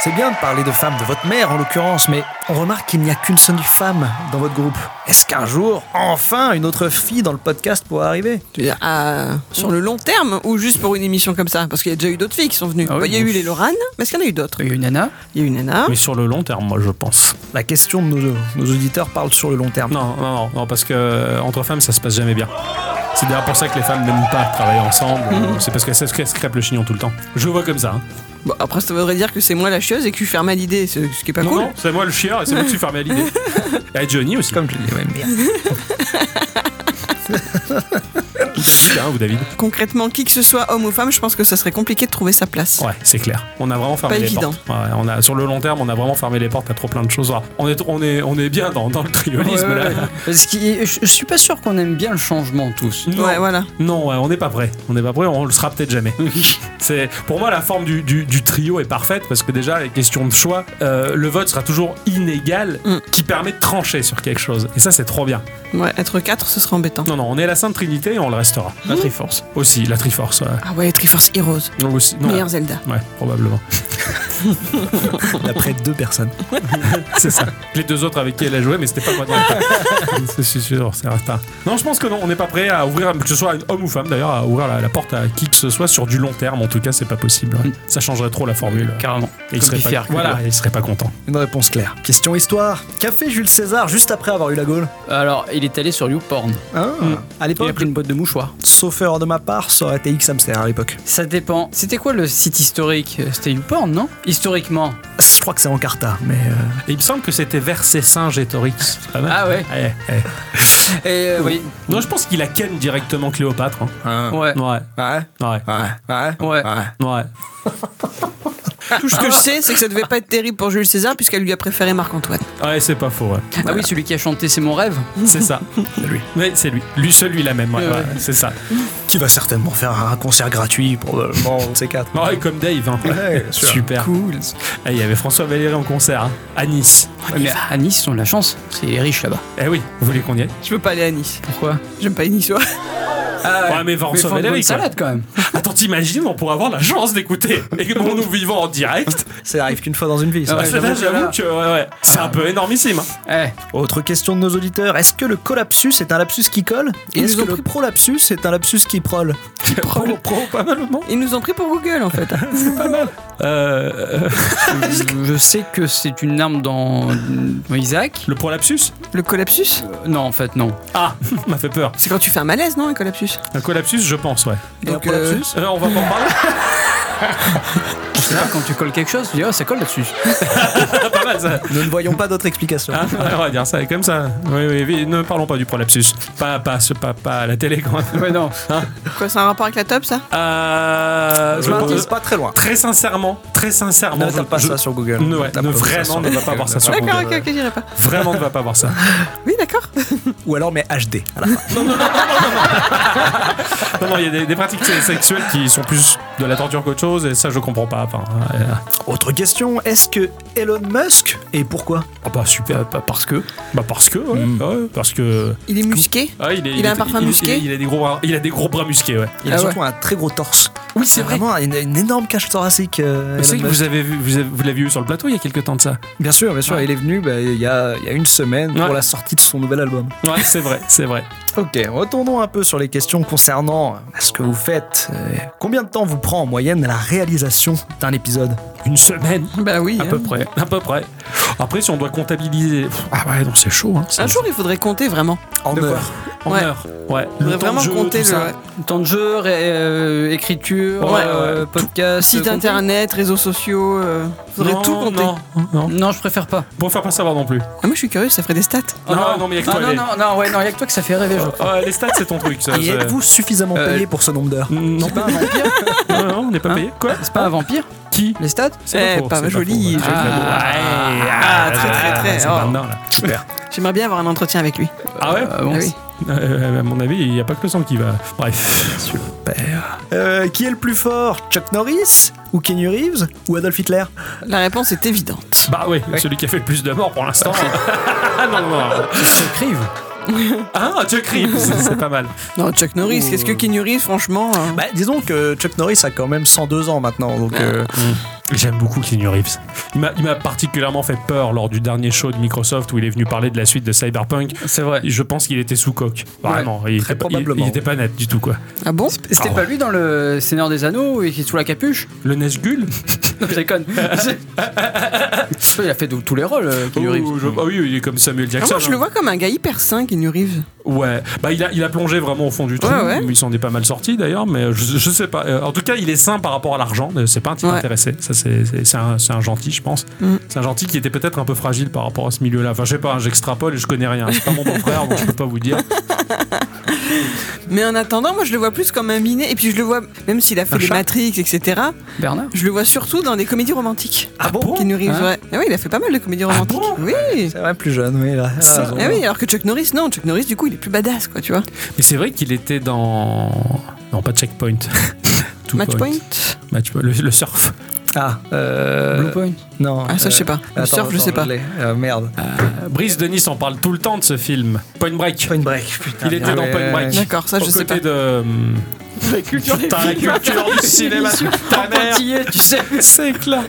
Speaker 2: C'est bien de parler de femmes, de votre mère en l'occurrence, mais on remarque qu'il n'y a qu'une seule femme dans votre groupe. Est-ce qu'un jour, enfin, une autre fille dans le podcast pourra arriver
Speaker 4: Tu veux dire, à- sur le long terme ou juste pour une émission comme ça Parce qu'il y a déjà eu d'autres filles qui sont venues. Bah, Il y a eu les Lorraine, mais est-ce qu'il y en a eu d'autres
Speaker 5: *laughs* Il y a eu Nana.
Speaker 4: Il y a eu Nana.
Speaker 3: Mais sur le long terme, moi, je pense.
Speaker 2: La question de nos, nos auditeurs parle sur le long terme.
Speaker 3: Non, non, non, non, parce que euh, entre femmes, ça se passe jamais bien. C'est d'ailleurs pour ça que les femmes n'aiment pas travailler ensemble. Euh,
Speaker 4: Mhm.
Speaker 3: C'est parce qu'elles se cr- se crêpent le chignon tout le temps. Je vois comme ça. hein.
Speaker 4: Bon, après, ça voudrait dire que c'est moi la chieuse et que tu fais mal l'idée, ce ce qui est pas
Speaker 3: non,
Speaker 4: cool.
Speaker 3: non, c'est moi le chieur et c'est moi qui suis fermé à *laughs* l'idée. Et Johnny aussi. Comme
Speaker 2: je l'ai dit, ouais, merde.
Speaker 3: Putain, vous, hein, David.
Speaker 4: Concrètement, qui que ce soit, homme ou femme, je pense que ça serait compliqué de trouver sa place.
Speaker 3: Ouais, c'est clair. On a vraiment fermé
Speaker 4: Pas
Speaker 3: les
Speaker 4: évident.
Speaker 3: portes. Ouais, on a, sur le long terme, on a vraiment fermé les portes à trop plein de choses. Alors, on, est, on, est, on est bien dans, dans le triolisme
Speaker 5: Ouais, ouais,
Speaker 3: là.
Speaker 5: ouais. Parce que je je suis pas sûr qu'on aime bien le changement tous.
Speaker 4: Ouais, voilà.
Speaker 3: Non, ouais, on n'est pas prêt. On n'est pas prêt, on le sera peut-être jamais. *laughs* c'est pour moi la forme du, du- du trio est parfaite parce que déjà les questions de choix, euh, le vote sera toujours inégal,
Speaker 4: Mm.
Speaker 3: qui permet de trancher sur quelque chose. Et ça c'est trop bien.
Speaker 4: Ouais, être 4, ce serait embêtant.
Speaker 3: Non, non, on est la Sainte Trinité et on le restera.
Speaker 4: La Mmh.
Speaker 3: Triforce. Aussi, la Triforce. ouais.
Speaker 4: Ah ouais, Triforce Heroes.
Speaker 3: Non, aussi, non.
Speaker 4: Meilleur Zelda.
Speaker 3: Ouais, probablement.
Speaker 2: D'après deux personnes.
Speaker 3: c'est ça. Les deux autres avec qui elle a joué, mais c'était pas moi. dans le *laughs* cas. c'est sûr, c'est certain. Non, je pense que non, on n'est pas prêt à ouvrir, que ce soit un homme ou femme d'ailleurs, à ouvrir la, la porte à qui que ce soit sur du long terme. En tout cas, c'est pas possible.
Speaker 5: Mm.
Speaker 3: ouais. Ça changerait trop la formule.
Speaker 5: Carrément.
Speaker 3: Et il
Speaker 5: Comme
Speaker 3: serait
Speaker 5: Picard,
Speaker 3: pas, voilà,
Speaker 5: quoi.
Speaker 3: il serait pas content.
Speaker 2: Une réponse claire. Question histoire. Qu'a fait Jules César juste après avoir eu la gaule
Speaker 5: Alors, il est allé sur YouPorn.
Speaker 2: Hein À
Speaker 5: Mm. Il a
Speaker 2: l'époque,
Speaker 5: pris une boîte de mouchoirs.
Speaker 2: sauf erreur de ma part, ça aurait été X-Hamster à l'époque.
Speaker 5: Ça dépend. C'était quoi le site historique Euh, C'était YouPorn, non Historiquement.
Speaker 2: Je crois que c'est en Encarta, mais. euh,
Speaker 3: Et il me semble que c'était vers ses singes et Torix. C'est pas mal. Eh,
Speaker 5: Ah ouais.
Speaker 3: Ouais, ouais.
Speaker 5: Et euh, oui.
Speaker 3: Non, je pense qu'il a ken directement Cléopâtre. hein. Ouais.
Speaker 5: Ouais.
Speaker 2: Ouais,
Speaker 3: Ouais.
Speaker 2: ouais, ouais,
Speaker 5: Ouais.
Speaker 2: ouais.
Speaker 3: Ouais.
Speaker 4: Tout ce que je sais, c'est que ça devait pas être terrible pour Jules César, puisqu'elle lui a préféré Marc-Antoine.
Speaker 3: Ouais, c'est pas faux. ouais.
Speaker 5: Ah oui, celui qui a chanté C'est mon rêve.
Speaker 3: C'est ça. *laughs* c'est lui. Oui, c'est lui. Lui, celui-là même. ouais,
Speaker 5: Ouais, ouais.
Speaker 3: ouais, c'est ça.
Speaker 2: Qui va certainement faire un concert gratuit pour le ces quatre.
Speaker 3: Ouais, comme Dave. hein.
Speaker 2: Ouais, bien sûr.
Speaker 3: Super.
Speaker 5: Cool.
Speaker 3: Ah, il y avait François Valéry en concert hein, à Nice.
Speaker 5: Ah, mais à Nice, ils ont de la chance. C'est les riches là-bas.
Speaker 3: Eh oui, vous voulez qu'on y aille
Speaker 4: Je peux pas aller à Nice.
Speaker 5: Pourquoi
Speaker 4: J'aime pas les Niçois.
Speaker 5: Ah
Speaker 3: Ouais, mais va en
Speaker 5: faut
Speaker 3: sauver
Speaker 5: une
Speaker 3: les
Speaker 5: bonne
Speaker 3: riches,
Speaker 5: salade quand même.
Speaker 3: Attends, t'imagines, on pourrait avoir la chance d'écouter et que bon, nous vivons en direct.
Speaker 2: Ça arrive qu'une fois dans une vie. ça.
Speaker 5: Ouais,
Speaker 3: Parce que là,
Speaker 5: j'avoue que
Speaker 3: j'avoue
Speaker 5: là-
Speaker 3: que ouais, ouais, c'est un peu énormissime. hein.
Speaker 5: Eh,
Speaker 2: Autre question de nos auditeurs est-ce que le collapsus est un lapsus qui colle Et
Speaker 4: Ils
Speaker 2: est-ce
Speaker 4: nous
Speaker 2: que
Speaker 4: ont
Speaker 2: le
Speaker 4: pris-
Speaker 2: prolapsus est un lapsus qui prole
Speaker 3: Pro, pro, pas mal, non
Speaker 4: Ils nous ont pris pour Google, en fait.
Speaker 3: Euh, euh,
Speaker 5: Eh, je- je sais que c'est une arme dans dans Isaac.
Speaker 3: Le prolapsus
Speaker 4: Le collapsus
Speaker 5: Non, en fait, non.
Speaker 3: Ah, *laughs* m'a fait peur.
Speaker 4: C'est quand tu fais un malaise, non, un collapsus
Speaker 3: Un collapsus, je pense, ouais.
Speaker 4: Donc,
Speaker 2: Et un
Speaker 4: euh,
Speaker 2: prolapsus
Speaker 3: Euh, on va pas en parler
Speaker 5: Je sais pas, quand tu colles quelque chose, tu dis, oh, ça colle là-dessus.
Speaker 3: Pas mal, ça.
Speaker 2: Nous ne voyons pas d'autre explication.
Speaker 3: Ah, ouais, on va dire ça comme ça. Oui, oui, oui, ne parlons pas du prolapsus. Pas, pas, ce- pas, pas à la télé, quand même.
Speaker 5: Ouais, non.
Speaker 4: Quoi, c'est un rapport avec la top, ça
Speaker 3: Euh,
Speaker 2: je
Speaker 3: je pense-
Speaker 2: m'intéresse pas très loin.
Speaker 3: Très sincèrement, très sincèrement,
Speaker 2: Ne
Speaker 3: je-
Speaker 2: tape pas
Speaker 3: je-
Speaker 2: ça sur Google.
Speaker 3: Ne, ouais,
Speaker 2: tape
Speaker 3: ne
Speaker 2: pas ça
Speaker 3: vraiment
Speaker 2: sur
Speaker 3: ne va Euh, pas
Speaker 2: Google.
Speaker 3: voir ça sur
Speaker 4: D'accord, ok,
Speaker 3: Google.
Speaker 4: ok, j'irai pas.
Speaker 3: Vraiment ne va pas voir ça.
Speaker 4: Oui, d'accord.
Speaker 2: Ou alors, mais HD. à la fin.
Speaker 3: Non, non, il y a des, des pratiques sexuelles qui sont plus de la torture qu'autre chose, et ça, je comprends pas. Enfin, euh,
Speaker 2: Autre question est-ce que Elon Musk Et pourquoi
Speaker 3: ah bah super.
Speaker 5: Pas parce que.
Speaker 3: Bah parce que, ouais, ouais, parce que.
Speaker 4: Il est musqué.
Speaker 3: Ah, il, est,
Speaker 4: Il a un parfum musqué
Speaker 3: Il, a des gros, bras- il a des gros bras musqués, ouais.
Speaker 2: Il a
Speaker 4: Ah
Speaker 2: surtout un très gros torse.
Speaker 5: Oui, c'est vrai.
Speaker 2: Vraiment une, une énorme cage thoracique. euh,
Speaker 3: C'est
Speaker 2: Elon
Speaker 3: que
Speaker 2: Musk.
Speaker 3: vous avez vu, vous avez- vous l'avez eu sur le plateau il y a quelques temps de ça.
Speaker 2: Bien sûr, bien sûr, il est venu bah, il y, a, il y a une semaine
Speaker 3: Ouais.
Speaker 2: pour la sortie de son nouvel album.
Speaker 3: Ouais, c'est vrai, c'est vrai.
Speaker 2: Ok, retournons un peu sur les questions concernant ce que vous faites. Euh, combien de temps vous prend en moyenne la réalisation d'un épisode
Speaker 3: Une semaine,
Speaker 4: Bah oui.
Speaker 3: à
Speaker 4: hein.
Speaker 3: peu près, à peu près. Après, si on doit comptabiliser, pff, ah ouais, non, c'est chaud, hein. c'est-
Speaker 4: Un jour, il faudrait compter vraiment.
Speaker 2: En
Speaker 3: De quoi
Speaker 2: heures
Speaker 3: en
Speaker 4: ouais.
Speaker 3: heure, ouais.
Speaker 4: Il
Speaker 3: Le temps
Speaker 4: faudrait
Speaker 3: de
Speaker 4: vraiment
Speaker 3: jeu,
Speaker 4: compter
Speaker 3: tout ça.
Speaker 4: le
Speaker 5: Temps de jeu, ré- euh, écriture,
Speaker 3: Ouais,
Speaker 5: euh, podcast.
Speaker 4: site
Speaker 5: euh,
Speaker 4: internet, réseaux sociaux. euh, faudrait
Speaker 3: Non,
Speaker 4: tout compter.
Speaker 3: Non, non.
Speaker 5: contenu. Non, je préfère pas.
Speaker 3: Bon, faire pas savoir non plus.
Speaker 4: Ah, moi, je suis curieux, ça ferait des stats.
Speaker 3: Non, non, mais y a que
Speaker 5: Ah,
Speaker 3: toi,
Speaker 5: non,
Speaker 3: les-
Speaker 5: non, non, ouais, non, y a que toi que ça fait rêver, je crois.
Speaker 3: Ah, les stats, c'est ton truc. Ça,
Speaker 2: Et
Speaker 3: c'est-
Speaker 2: êtes-vous suffisamment
Speaker 5: Euh,
Speaker 2: payé pour ce nombre d'heures
Speaker 3: Non, pas un vampire *laughs* Non, non, on n'est pas
Speaker 5: Hein
Speaker 3: payé. Quoi
Speaker 5: C'est pas un vampire
Speaker 3: Qui
Speaker 5: Les stats
Speaker 3: C'est
Speaker 4: Eh,
Speaker 3: faux,
Speaker 4: pas
Speaker 3: c'est
Speaker 4: joli.
Speaker 3: faux, ouais. Avec la bourre.
Speaker 5: Ah,
Speaker 3: Ouais,
Speaker 4: ah,
Speaker 3: ouais,
Speaker 4: très, très,
Speaker 3: ouais,
Speaker 4: très,
Speaker 3: c'est
Speaker 4: oh.
Speaker 3: pas dedans, là.
Speaker 2: Super.
Speaker 4: J'aimerais bien avoir un entretien avec lui.
Speaker 3: Ah ouais
Speaker 5: Ah bon,
Speaker 4: Ah oui.
Speaker 3: Euh, À mon avis, il n'y a pas que le sang qui va. Bref.
Speaker 2: Euh, qui est le plus fort Chuck Norris Ou Kenny Reeves Ou Adolf Hitler
Speaker 4: La réponse est évidente.
Speaker 3: Bah oui, celui qui a fait le plus de morts pour l'instant. *laughs* non, non, non.
Speaker 5: Chuck Reeves.
Speaker 3: Hein, Chuck Reeves, c'est pas mal.
Speaker 4: Non, Chuck Norris, qu'est-ce que Keanu Reeves, franchement euh,
Speaker 2: Bah, disons que Chuck Norris a quand même 102 ans maintenant, donc euh,
Speaker 3: J'aime beaucoup Keanu Reeves. Il m'a- il m'a particulièrement fait peur lors du dernier show de Microsoft où il est venu parler de la suite de Cyberpunk.
Speaker 5: C'est vrai.
Speaker 3: Je pense qu'il était sous coque. Vraiment. il, était pas, il-
Speaker 5: probablement.
Speaker 3: il était pas net du tout, quoi.
Speaker 4: Ah bon
Speaker 5: C'était pas lui dans le Seigneur des Anneaux et qui est sous la *laughs* capuche
Speaker 3: Le Nesgul
Speaker 5: Non, je déconne. il a fait tous les rôles, euh, Keanu
Speaker 3: Oh,
Speaker 5: Reeves.
Speaker 3: je- ah oui, il est comme Samuel
Speaker 4: Ah,
Speaker 3: Jackson.
Speaker 4: moi, je le
Speaker 3: hein.
Speaker 4: vois comme un gars hyper sain qui nous rive.
Speaker 3: Ouais, bah il a, il a plongé vraiment au fond du trou.
Speaker 4: Ouais, ouais.
Speaker 3: Il s'en est pas mal sorti d'ailleurs, mais je, je sais pas. Euh, En tout cas, il est sain par rapport à l'argent. Euh, C'est pas un type
Speaker 4: Ouais.
Speaker 3: intéressé. Ça, c'est c'est- c'est un, c'est un gentil, je pense.
Speaker 4: Mm.
Speaker 3: C'est un gentil qui était peut-être un peu fragile par rapport à ce milieu-là. Enfin, je sais pas, j'extrapole et je connais rien. C'est pas mon beau-frère, donc je peux pas vous dire.
Speaker 4: Mais en attendant, moi, je le vois plus comme un minet. Et puis, je le vois, même s'il a fait
Speaker 3: Un
Speaker 4: les
Speaker 3: chat
Speaker 4: Matrix, etc.,
Speaker 5: Bernard
Speaker 4: je le vois surtout dans des comédies romantiques.
Speaker 2: Ah
Speaker 3: Oh,
Speaker 2: bon
Speaker 4: Keanu Reeves,
Speaker 2: Hein
Speaker 4: ouais. Ah oui, il a fait pas mal de comédies romantiques. oui.
Speaker 2: C'est vrai, plus jeune, oui. Là. Ah,
Speaker 4: Ah,
Speaker 2: raison.
Speaker 4: oui, alors que Chuck Norris, non, Chuck Norris, du coup, il est plus badass, quoi, tu vois.
Speaker 3: Mais c'est vrai qu'il était dans. Non, pas
Speaker 5: *laughs*
Speaker 3: Checkpoint. Two
Speaker 4: Matchpoint
Speaker 3: Match- le, le surf.
Speaker 2: Ah, euh.
Speaker 5: Bluepoint
Speaker 2: Non. euh,
Speaker 4: Ah, ça, je sais pas. Le surf, je sais pas.
Speaker 2: l'ai. Euh, merde.
Speaker 3: Euh, Brice Denis en parle tout le temps de ce film. Point Break.
Speaker 2: Point Break, putain.
Speaker 3: Il était
Speaker 2: Ah,
Speaker 3: dans
Speaker 2: mais-
Speaker 3: Point Break.
Speaker 4: D'accord, ça, je
Speaker 3: Aux
Speaker 4: sais
Speaker 3: côtés
Speaker 4: pas.
Speaker 3: de.
Speaker 5: La culture
Speaker 3: *laughs* Putain, la culture
Speaker 5: *laughs*
Speaker 3: du cinéma, putain, merde.
Speaker 5: tu sais.
Speaker 3: C'est clair.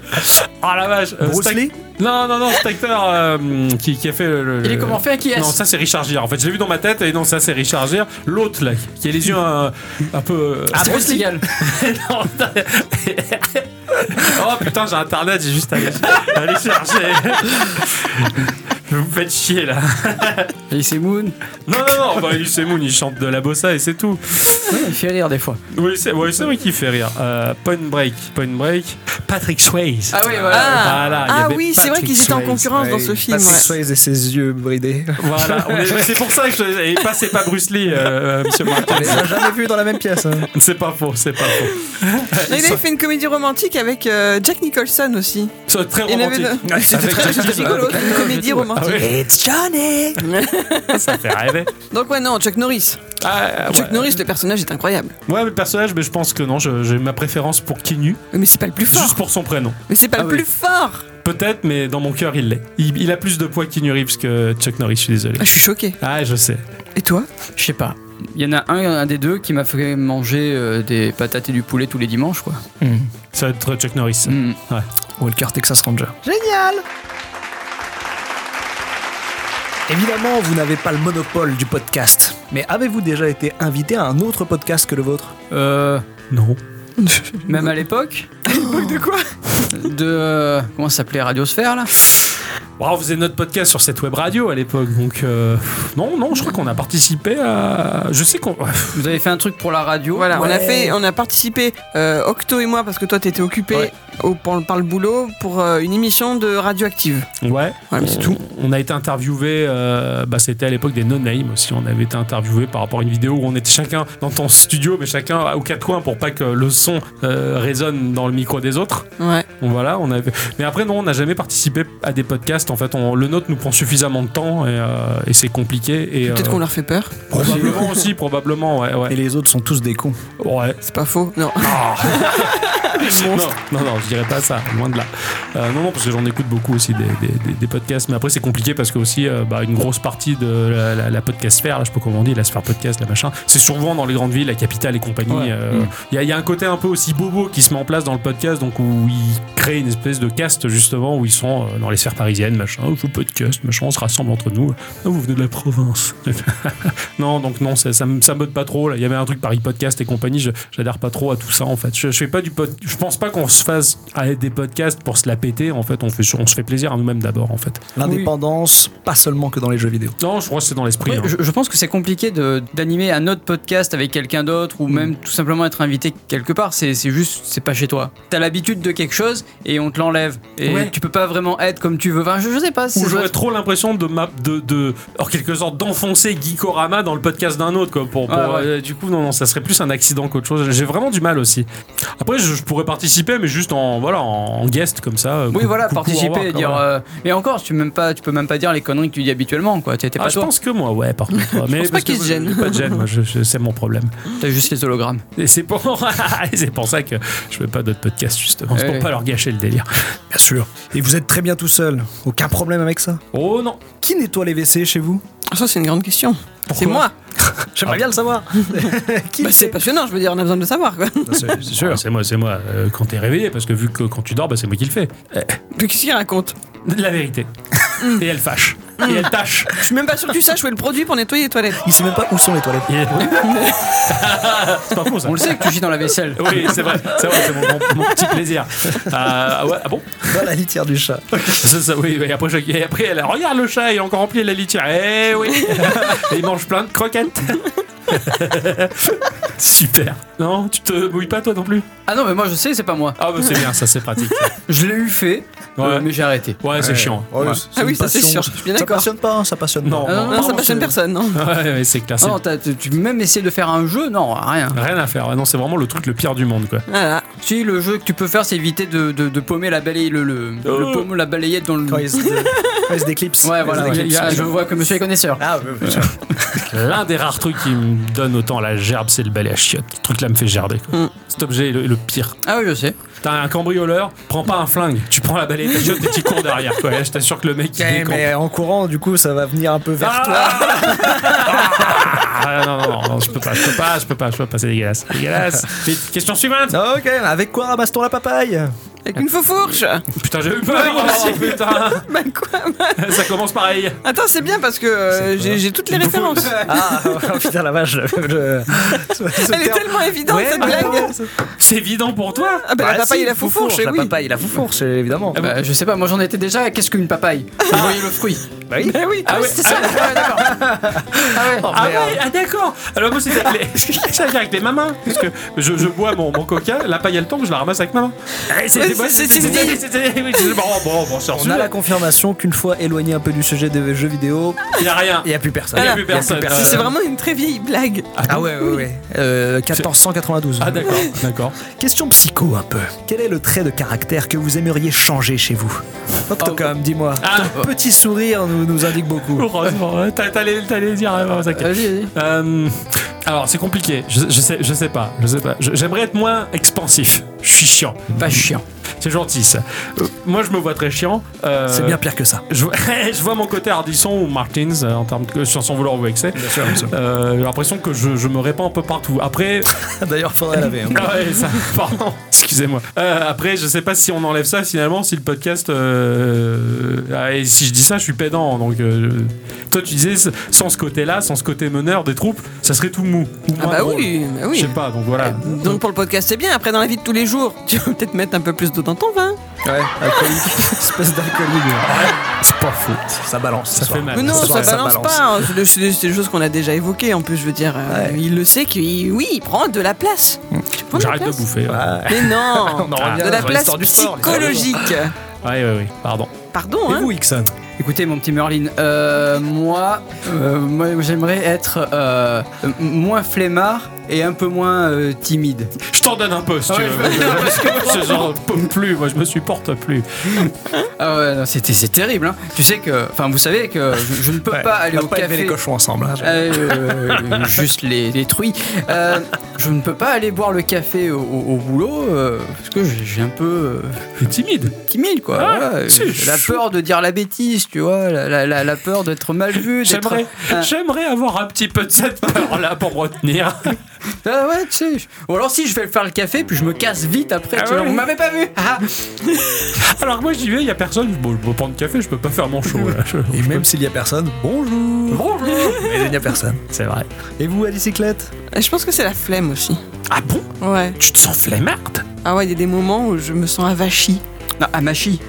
Speaker 3: Ah la vache. euh,
Speaker 2: Bruce
Speaker 3: cet ac-
Speaker 2: Lee
Speaker 3: Non, non, non, cet acteur euh, qui, qui a fait le. le-
Speaker 5: Il est comment fait qui est
Speaker 3: Non, ça c'est Richard Gere. En fait, je l'ai vu dans ma tête et non, ça c'est Richard Gere. L'autre là, qui a les yeux un, un peu. euh,
Speaker 5: Ah, Bruce Legal.
Speaker 3: Non, putain. oh putain, j'ai internet, j'ai juste à aller, à aller chercher. Vous me faites chier là.
Speaker 5: *laughs* Et c'est Moon.
Speaker 3: Non, non, non, bah, Usain Moon, il chante de la bossa et c'est tout.
Speaker 5: Il fait rire des fois.
Speaker 3: Oui, c'est ouais, c'est vrai qu'il fait rire. Euh, point Break, Point Break. Patrick Swayze.
Speaker 5: Ah oui, voilà.
Speaker 4: Ah,
Speaker 3: Voilà, il y
Speaker 4: Ah
Speaker 3: avait
Speaker 4: oui, c'est vrai
Speaker 3: Patrick
Speaker 4: qu'ils étaient en
Speaker 3: Swayze.
Speaker 4: concurrence dans ce film.
Speaker 2: Patrick
Speaker 4: ouais.
Speaker 2: Swayze et ses yeux bridés.
Speaker 3: Voilà, on est- c'est pour ça que je. Et pas, c'est pas Bruce Lee, euh, euh, monsieur
Speaker 2: On
Speaker 3: Martin.
Speaker 2: les a jamais vus dans la même pièce. hein.
Speaker 3: C'est pas faux, c'est pas faux.
Speaker 4: Non, il avait fait une comédie romantique avec euh, Jack Nicholson aussi.
Speaker 3: C'est très
Speaker 4: Il y en avait
Speaker 3: romantique.
Speaker 4: deux.
Speaker 3: Avec
Speaker 4: C'était très-
Speaker 3: Jackie
Speaker 4: c'était
Speaker 3: Chan.
Speaker 4: rigolo, c'est une comédie
Speaker 3: Ah
Speaker 4: romantique.
Speaker 3: oui,
Speaker 2: It's Johnny
Speaker 3: ça fait rêver.
Speaker 4: Donc ouais, non, Chuck Norris.
Speaker 3: Ah,
Speaker 4: Chuck
Speaker 3: ouais.
Speaker 4: Norris, le personnage est incroyable.
Speaker 3: ouais, mais le personnage, mais je pense que non, je- j'ai ma préférence pour Kinu,
Speaker 4: Mais c'est pas le plus fort.
Speaker 3: juste pour son prénom.
Speaker 4: Mais c'est pas
Speaker 5: Ah
Speaker 4: le
Speaker 5: oui.
Speaker 4: plus fort.
Speaker 3: Peut-être, mais dans mon cœur, il l'est. Il, il a plus de poids Kinu Reeves que Chuck Norris, je suis
Speaker 4: *laughs*
Speaker 3: désolé.
Speaker 4: Ah, je suis choqué.
Speaker 3: Ah, je sais.
Speaker 4: Et toi
Speaker 5: Je sais pas. Il y en a un, un des deux qui m'a fait manger euh, des patates et du poulet tous les dimanches, quoi.
Speaker 3: Ça va être Chuck Norris.
Speaker 5: Mm.
Speaker 2: Walker Texas Ranger. Génial Évidemment, vous n'avez pas le monopole du podcast, mais avez-vous déjà été invité à un autre podcast que le vôtre
Speaker 5: Euh,
Speaker 3: Non.
Speaker 5: même à l'époque. À l'époque de quoi De. euh, comment ça s'appelait Radiosphère, là
Speaker 3: Wow, on faisait notre podcast sur cette web radio à l'époque, donc euh, non, non, je crois qu'on a participé à. Je sais qu'on.
Speaker 5: Vous avez fait un truc pour la radio.
Speaker 4: Voilà, on a fait, on a participé euh, Octo et moi parce que toi t'étais occupé
Speaker 3: Ouais.
Speaker 4: au, par, par le boulot pour euh, une émission de radioactive.
Speaker 3: Ouais.
Speaker 4: Voilà, mais c'est
Speaker 3: On-
Speaker 4: tout.
Speaker 3: On a été interviewé, euh, bah, c'était à l'époque des no-name aussi. On avait été interviewé par rapport à une vidéo où on était chacun dans ton studio, mais chacun aux quatre coins pour pas que le son euh, résonne dans le micro des autres.
Speaker 4: Ouais.
Speaker 3: Donc voilà, on avait. Mais après, non, on n'a jamais participé à des podcasts. En fait, on- le nôtre nous prend suffisamment de temps et, euh, et c'est compliqué. Et,
Speaker 4: Peut-être
Speaker 3: euh,
Speaker 4: qu'on leur fait peur. *laughs*
Speaker 3: Probablement aussi, probablement, ouais,
Speaker 2: Et
Speaker 3: ouais.
Speaker 2: les autres sont tous des cons.
Speaker 3: Ouais.
Speaker 4: C'est pas faux. Non.
Speaker 3: Oh. non, non, non, je dirais pas ça, loin de là. Euh, non, non, parce que j'en écoute beaucoup aussi des, des- des- des podcasts, mais après c'est compliqué parce que aussi euh, bah, une grosse partie de la, la, la podcast sphère, là, je sais pas comment on dit, la sphère podcast, la machin, c'est souvent dans les grandes villes, la capitale et compagnie.
Speaker 5: Ouais.
Speaker 3: euh, Il y, a, il y a un côté un peu aussi bobo qui se met en place dans le podcast, donc où ils créent une espèce de caste justement où ils sont euh, dans les sphères parisiennes, machin, je podcast, machin, on se rassemble entre nous. Ah, vous venez de la *laughs* province. Non, donc non, ça, ça, me- ça me botte pas trop. là. Il y avait un truc Paris Podcast et compagnie, je- j'adhère pas trop à tout ça en fait. Je, je fais pas du pod- je pense pas qu'on se fasse à des podcasts pour se la péter en fait. On, fait, on se fait plaisir à nous-mêmes d'abord en fait.
Speaker 2: L'indépendance, pas seulement que dans les jeux vidéo.
Speaker 3: Non, je crois que c'est dans l'esprit.
Speaker 5: Ouais,
Speaker 3: hein.
Speaker 5: je, je pense que c'est compliqué de- d'animer un autre podcast avec quelqu'un d'autre ou
Speaker 3: Mm.
Speaker 5: même tout simplement être invité quelque part. C'est c'est juste, c'est pas chez toi. T'as l'habitude de quelque chose et on te l'enlève. Et
Speaker 3: Ouais.
Speaker 5: tu peux pas vraiment être comme tu veux. Enfin, je, je sais pas. c'est
Speaker 3: Ou j'aurais
Speaker 5: votre-
Speaker 3: trop l'impression de, ma- de, de, en quelque sorte, d'enfoncer Geekorama dans le podcast d'un autre, quoi. Pour, pour-
Speaker 5: Ah ouais.
Speaker 3: euh, du coup, non, non, ça serait plus un accident qu'autre chose. J'ai vraiment du mal aussi. Après, je, je pourrais participer, mais juste en, voilà, en guest comme ça. euh,
Speaker 5: Oui, voilà, participer et dire.
Speaker 3: dire
Speaker 5: euh, et encore, tu, peux même pas, tu peux même pas dire les conneries que tu dis habituellement, quoi. T'es t'es
Speaker 3: Ah,
Speaker 5: pas
Speaker 3: je
Speaker 5: toi.
Speaker 3: pense que moi, ouais, par contre. ouais. Mais
Speaker 4: pense pas
Speaker 3: parce que
Speaker 4: qu'il se
Speaker 3: moi,
Speaker 4: gêne.
Speaker 3: j'ai Pas de gêne, moi, je- je- c'est mon problème.
Speaker 5: T'as juste les hologrammes.
Speaker 3: Et c'est pour, *laughs* et c'est pour ça que je fais pas d'autres podcasts, justement. C'est
Speaker 5: Ouais,
Speaker 3: pour
Speaker 5: ouais.
Speaker 3: pas leur gâcher le délire.
Speaker 2: Bien sûr. Et vous êtes très bien tout seul. Aucun problème avec ça.
Speaker 3: Oh non
Speaker 2: Qui nettoie les WC chez vous Ah.
Speaker 4: Ah, Ça c'est une grande question. C'est moi.
Speaker 3: Ah,
Speaker 2: J'aimerais bien le *laughs* savoir.
Speaker 4: Bah, c'est passionnant, je veux dire, on a besoin de le savoir. Quoi. *laughs*
Speaker 3: C'est sûr. C'est moi, c'est moi. Euh, quand t'es réveillé, parce que vu que quand tu dors, bah, c'est moi qui le fais. Euh,
Speaker 4: Mais qu'est-ce qu'il raconte
Speaker 3: La vérité. Et elle fâche. Et elle tâche.
Speaker 4: Je suis même pas sûr que tu saches où est le produit pour nettoyer les toilettes.
Speaker 2: Il sait même pas où sont les toilettes.
Speaker 3: *laughs* c'est pas faux, ça.
Speaker 5: On le sait que tu gies dans la vaisselle.
Speaker 3: Oui, c'est vrai, c'est vrai, c'est mon, mon- mon petit plaisir. Euh, ah ouais, ah bon
Speaker 2: Dans la litière du chat.
Speaker 3: Ça, ça, oui, et après, je- et après, elle regarde le chat, il est encore rempli de la litière. Eh oui Et il mange plein de croquettes. Super. Non, tu te mouilles pas toi non plus
Speaker 5: Ah non, mais moi je sais, c'est pas moi.
Speaker 3: Ah bah c'est bien, ça c'est pratique.
Speaker 5: Je l'ai eu fait,
Speaker 3: Ouais.
Speaker 5: euh, mais j'ai arrêté.
Speaker 3: Ouais, c'est chiant.
Speaker 2: Oh,
Speaker 3: Ouais.
Speaker 2: c'est
Speaker 4: Ah
Speaker 2: une
Speaker 4: oui, ça c'est
Speaker 2: passion.
Speaker 4: sûr, je suis bien
Speaker 2: Ça
Speaker 4: d'accord.
Speaker 2: passionne pas, hein, ça passionne
Speaker 3: Non,
Speaker 5: Ah non,
Speaker 4: Non, ça passionne personne, non
Speaker 3: Ouais, ouais, c'est clair.
Speaker 5: Ah
Speaker 3: c'est-
Speaker 5: non, t'as- tu tu même essayé de faire un jeu Non, rien.
Speaker 3: Rien à faire. Ouais, non, c'est vraiment le truc le pire du monde quoi.
Speaker 4: Voilà.
Speaker 5: Si le jeu que tu peux faire, c'est éviter de, de- de paumer la balaye, le, le,
Speaker 3: Oh.
Speaker 5: le paume, la balayette dans le.
Speaker 2: Quand ils se, quand ils se déclipsent.
Speaker 5: Ouais,
Speaker 2: Ils
Speaker 5: voilà.
Speaker 2: se
Speaker 5: ouais.
Speaker 2: déclipsent.
Speaker 5: Ah, je vois que monsieur est connaisseur.
Speaker 2: Ah, ouais, ouais.
Speaker 3: L'un des rares trucs qui me donne autant la gerbe, c'est le balai à chiottes. Ce truc là me fait gerber quoi.
Speaker 4: Mm.
Speaker 3: Cet objet est le- le pire.
Speaker 5: Ah oui, je sais.
Speaker 3: T'as un cambrioleur, prends pas un flingue, tu prends la balayette, tu jettes des petits cours derrière. Quoi. Je t'assure que le mec il
Speaker 2: Ouais,
Speaker 3: décampe.
Speaker 2: mais en courant, du coup, ça va venir un peu vers
Speaker 3: Ah
Speaker 2: toi.
Speaker 3: Ah, non, non, non, non, je peux pas, je peux pas, je peux pas, je peux pas, c'est dégueulasse. Dégueulasse. Vite, question suivante.
Speaker 2: Ah, Ok, avec quoi ramasse-t-on la papaye
Speaker 4: Avec une faux fourche
Speaker 3: Putain, j'ai eu peur. Oh, putain,
Speaker 4: Bah quoi
Speaker 3: ça commence pareil.
Speaker 4: Attends, c'est bien parce que euh, j'ai j'ai toutes les références.
Speaker 2: *laughs* Ah, putain, la vache. le- ce- ce
Speaker 4: Elle est
Speaker 2: terme.
Speaker 4: tellement évidente
Speaker 2: Ouais,
Speaker 4: cette
Speaker 2: bah,
Speaker 4: blague.
Speaker 3: C'est évident pour toi.
Speaker 4: Ah bah, la papaye
Speaker 2: si,
Speaker 4: et la foufourche,
Speaker 2: La
Speaker 4: oui.
Speaker 2: papaye, la foufourche, évidemment.
Speaker 5: Ah bah, je sais pas, moi j'en étais déjà. Qu'est-ce qu'une papaye
Speaker 2: *laughs*
Speaker 5: Vous voyez le fruit.
Speaker 2: Bah oui.
Speaker 4: Eh oui,
Speaker 5: Ah ouais, c'est ça. Ah ouais, d'accord. Ah ouais.
Speaker 3: Ah ouais, ah d'accord. Alors moi c'était avec les, *laughs* j'allais dire avec les mamans parce que je, je bois mon, mon coca, la paille elle tombe, je la ramasse avec Eh, maman.
Speaker 4: Ouais, c'est- c'est une idée.
Speaker 3: Bon bon bon, c'est
Speaker 2: euh, On a la confirmation qu'une fois éloigné un peu du sujet des jeux vidéo,
Speaker 3: Il y a rien.
Speaker 2: il n'y a plus personne.
Speaker 3: Il y a
Speaker 2: Il
Speaker 3: plus
Speaker 2: y a
Speaker 3: personne.
Speaker 2: personne.
Speaker 4: C'est vraiment une très vieille blague.
Speaker 2: Ah ouais, ouais, ouais. Euh, 1492.
Speaker 3: Ah d'accord, d'accord.
Speaker 2: Question psycho un peu. Quel est le trait de caractère que vous aimeriez changer chez vous Octocom, dis-moi.
Speaker 3: Ah.
Speaker 2: Ton petit sourire nous, nous indique
Speaker 3: Euh,
Speaker 2: beaucoup.
Speaker 3: Heureusement, ouais, t'as- t'allais t'allais dire. ouais, ouais, t'inquiète.
Speaker 5: Vas-y, vas-y.
Speaker 3: Euh, alors c'est compliqué. Je, je sais, je sais pas, je sais pas. Je- J'aimerais être moins expansif. Je suis chiant.
Speaker 5: Pas chiant.
Speaker 3: C'est gentil ça. Euh, moi je me vois très chiant. Euh,
Speaker 2: C'est bien pire que ça.
Speaker 3: *laughs* Je, vois- je vois mon côté Ardisson ou Martins euh, en termes de chanson vouloir ou excès. Euh, J'ai l'impression que je, je me répands un peu partout. Après,
Speaker 2: *laughs* D'ailleurs, faudrait laver. hein.
Speaker 3: Ah ouais, ça, *laughs* pardon, excusez-moi. Euh, après, je sais pas si on enlève ça finalement, si le podcast. euh, ah, et si je dis ça, je suis pédant. Donc, euh, toi, tu disais s- sans ce côté-là, sans ce côté meneur des troupes, ça serait tout mou. Ou
Speaker 4: Ah
Speaker 3: moins
Speaker 4: bah
Speaker 3: drôle.
Speaker 4: oui, bah
Speaker 3: Je
Speaker 4: oui. Euh,
Speaker 3: sais pas, donc voilà.
Speaker 4: Donc pour le podcast c'est bien, après dans la vie de tous les jours, *laughs* tu vas peut-être mettre un peu plus d'eau dans ton vin.
Speaker 2: Ouais, alcoolique. Espèce d'alcoolique. C'est pas fou. Ça balance. ce
Speaker 3: Ça
Speaker 2: soir.
Speaker 3: fait mal.
Speaker 4: Mais non,
Speaker 2: ce
Speaker 4: ça,
Speaker 2: soir, Ah, ça
Speaker 4: balance,
Speaker 2: balance.
Speaker 4: pas, hein. c'est des- c'est des c'est des choses qu'on a déjà évoquées en plus, je veux dire. euh,
Speaker 2: Ouais.
Speaker 4: Il le sait qu'il oui, il prend de la place. Tu prends de la
Speaker 3: J'arrête de
Speaker 4: place.
Speaker 3: bouffer. Ouais,
Speaker 2: Ah,
Speaker 4: Mais non
Speaker 2: on en revient
Speaker 4: De la
Speaker 2: sur
Speaker 4: place
Speaker 2: l'histoire du sport,
Speaker 4: psychologique.
Speaker 3: ouais, ouais, ouais, pardon.
Speaker 4: Pardon,
Speaker 2: Et
Speaker 4: hein
Speaker 2: vous, Ixon
Speaker 5: Écoutez, mon petit Merlin, euh, moi, euh, moi j'aimerais être euh, m- moins flemmard et un peu moins euh, timide.
Speaker 3: Je t'en donne un peu si
Speaker 5: Ah
Speaker 3: tu
Speaker 5: ouais,
Speaker 3: veux.
Speaker 5: je veux bien,
Speaker 3: *laughs*
Speaker 5: parce
Speaker 3: Ce genre, paume plus, moi, je me supporte plus.
Speaker 5: Ah ouais, non, c'était c'est terrible. hein. Tu sais que, enfin, vous savez que je, je ne peux
Speaker 2: Ouais,
Speaker 5: pas aller
Speaker 2: on va
Speaker 5: au
Speaker 2: pas élever
Speaker 5: café.
Speaker 2: les cochons ensemble. hein. *laughs*
Speaker 5: Euh, juste les, les truies. Euh, je ne peux pas aller boire le café au, au- au boulot euh, parce que j'ai j'ai un peu euh,
Speaker 3: Je suis timide.
Speaker 5: timide quoi.
Speaker 3: Ah,
Speaker 5: Voilà.
Speaker 3: c'est
Speaker 5: la
Speaker 3: chou.
Speaker 5: peur de dire la bêtise, tu vois, la, la- la- la peur d'être mal vu. d'être-
Speaker 3: J'aimerais,
Speaker 5: Ah.
Speaker 3: j'aimerais avoir un petit peu de cette peur-là pour me retenir.
Speaker 5: Ah ouais, tu sais. Ou alors si je vais faire le café, puis je me casse vite après.
Speaker 3: Ah
Speaker 5: tu vois,
Speaker 3: ouais.
Speaker 5: Vous m'avez pas vu Ah.
Speaker 3: Alors moi j'y vais, y a personne. Bon, je peux prendre café, je peux pas faire mon show. *laughs* là. Je-
Speaker 2: Et même s'il y a personne, bonjour.
Speaker 3: Bonjour.
Speaker 2: *laughs* Mais il n'y a personne.
Speaker 3: C'est vrai.
Speaker 2: Et vous, à bicyclette
Speaker 4: Je pense que c'est la flemme aussi.
Speaker 3: Ah bon
Speaker 4: Ouais.
Speaker 3: Tu te sens flemmarde
Speaker 4: Ah ouais, il y a des moments où je me sens avachie.
Speaker 5: Non, ah, à ma chie.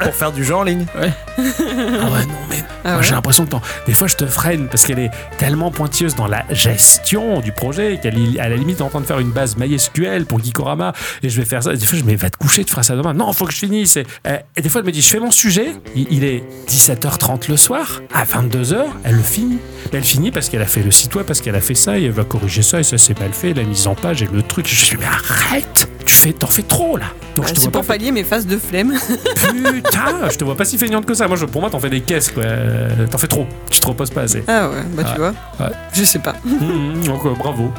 Speaker 2: Pour faire du jeu en ligne.
Speaker 3: Ah ouais non mais
Speaker 4: Ah
Speaker 3: moi,
Speaker 4: ouais.
Speaker 3: j'ai l'impression que t'en- des fois je te freine parce qu'elle est tellement pointilleuse dans la gestion du projet qu'elle est à la limite en train de faire une base MySQL pour Geekorama et je vais faire ça. Des fois je me dis, va te coucher, tu feras ça demain. Non faut que je finisse. Et, euh, et des fois elle me dit je fais mon sujet, il, il est 17h30 le soir, à 22h elle le finit. Et elle finit parce qu'elle a fait le site web, parce qu'elle a fait ça et elle va corriger ça et ça c'est mal fait, la mise en page et le truc. Je dis mais arrête, tu fais t'en fais trop là. Donc je te
Speaker 4: C'est
Speaker 3: vois pas
Speaker 4: pour pallier mes phases de flemme. *laughs*
Speaker 3: Putain, je te vois pas si feignante que ça. Moi, je, pour moi, t'en fais des caisses, quoi. Euh, T'en fais trop. Tu te reposes pas assez.
Speaker 4: Ah ouais, bah tu vois.
Speaker 3: Ouais. Mmh,
Speaker 4: Je sais pas. *laughs*
Speaker 3: *laughs* Hum, hum, donc, euh, bravo.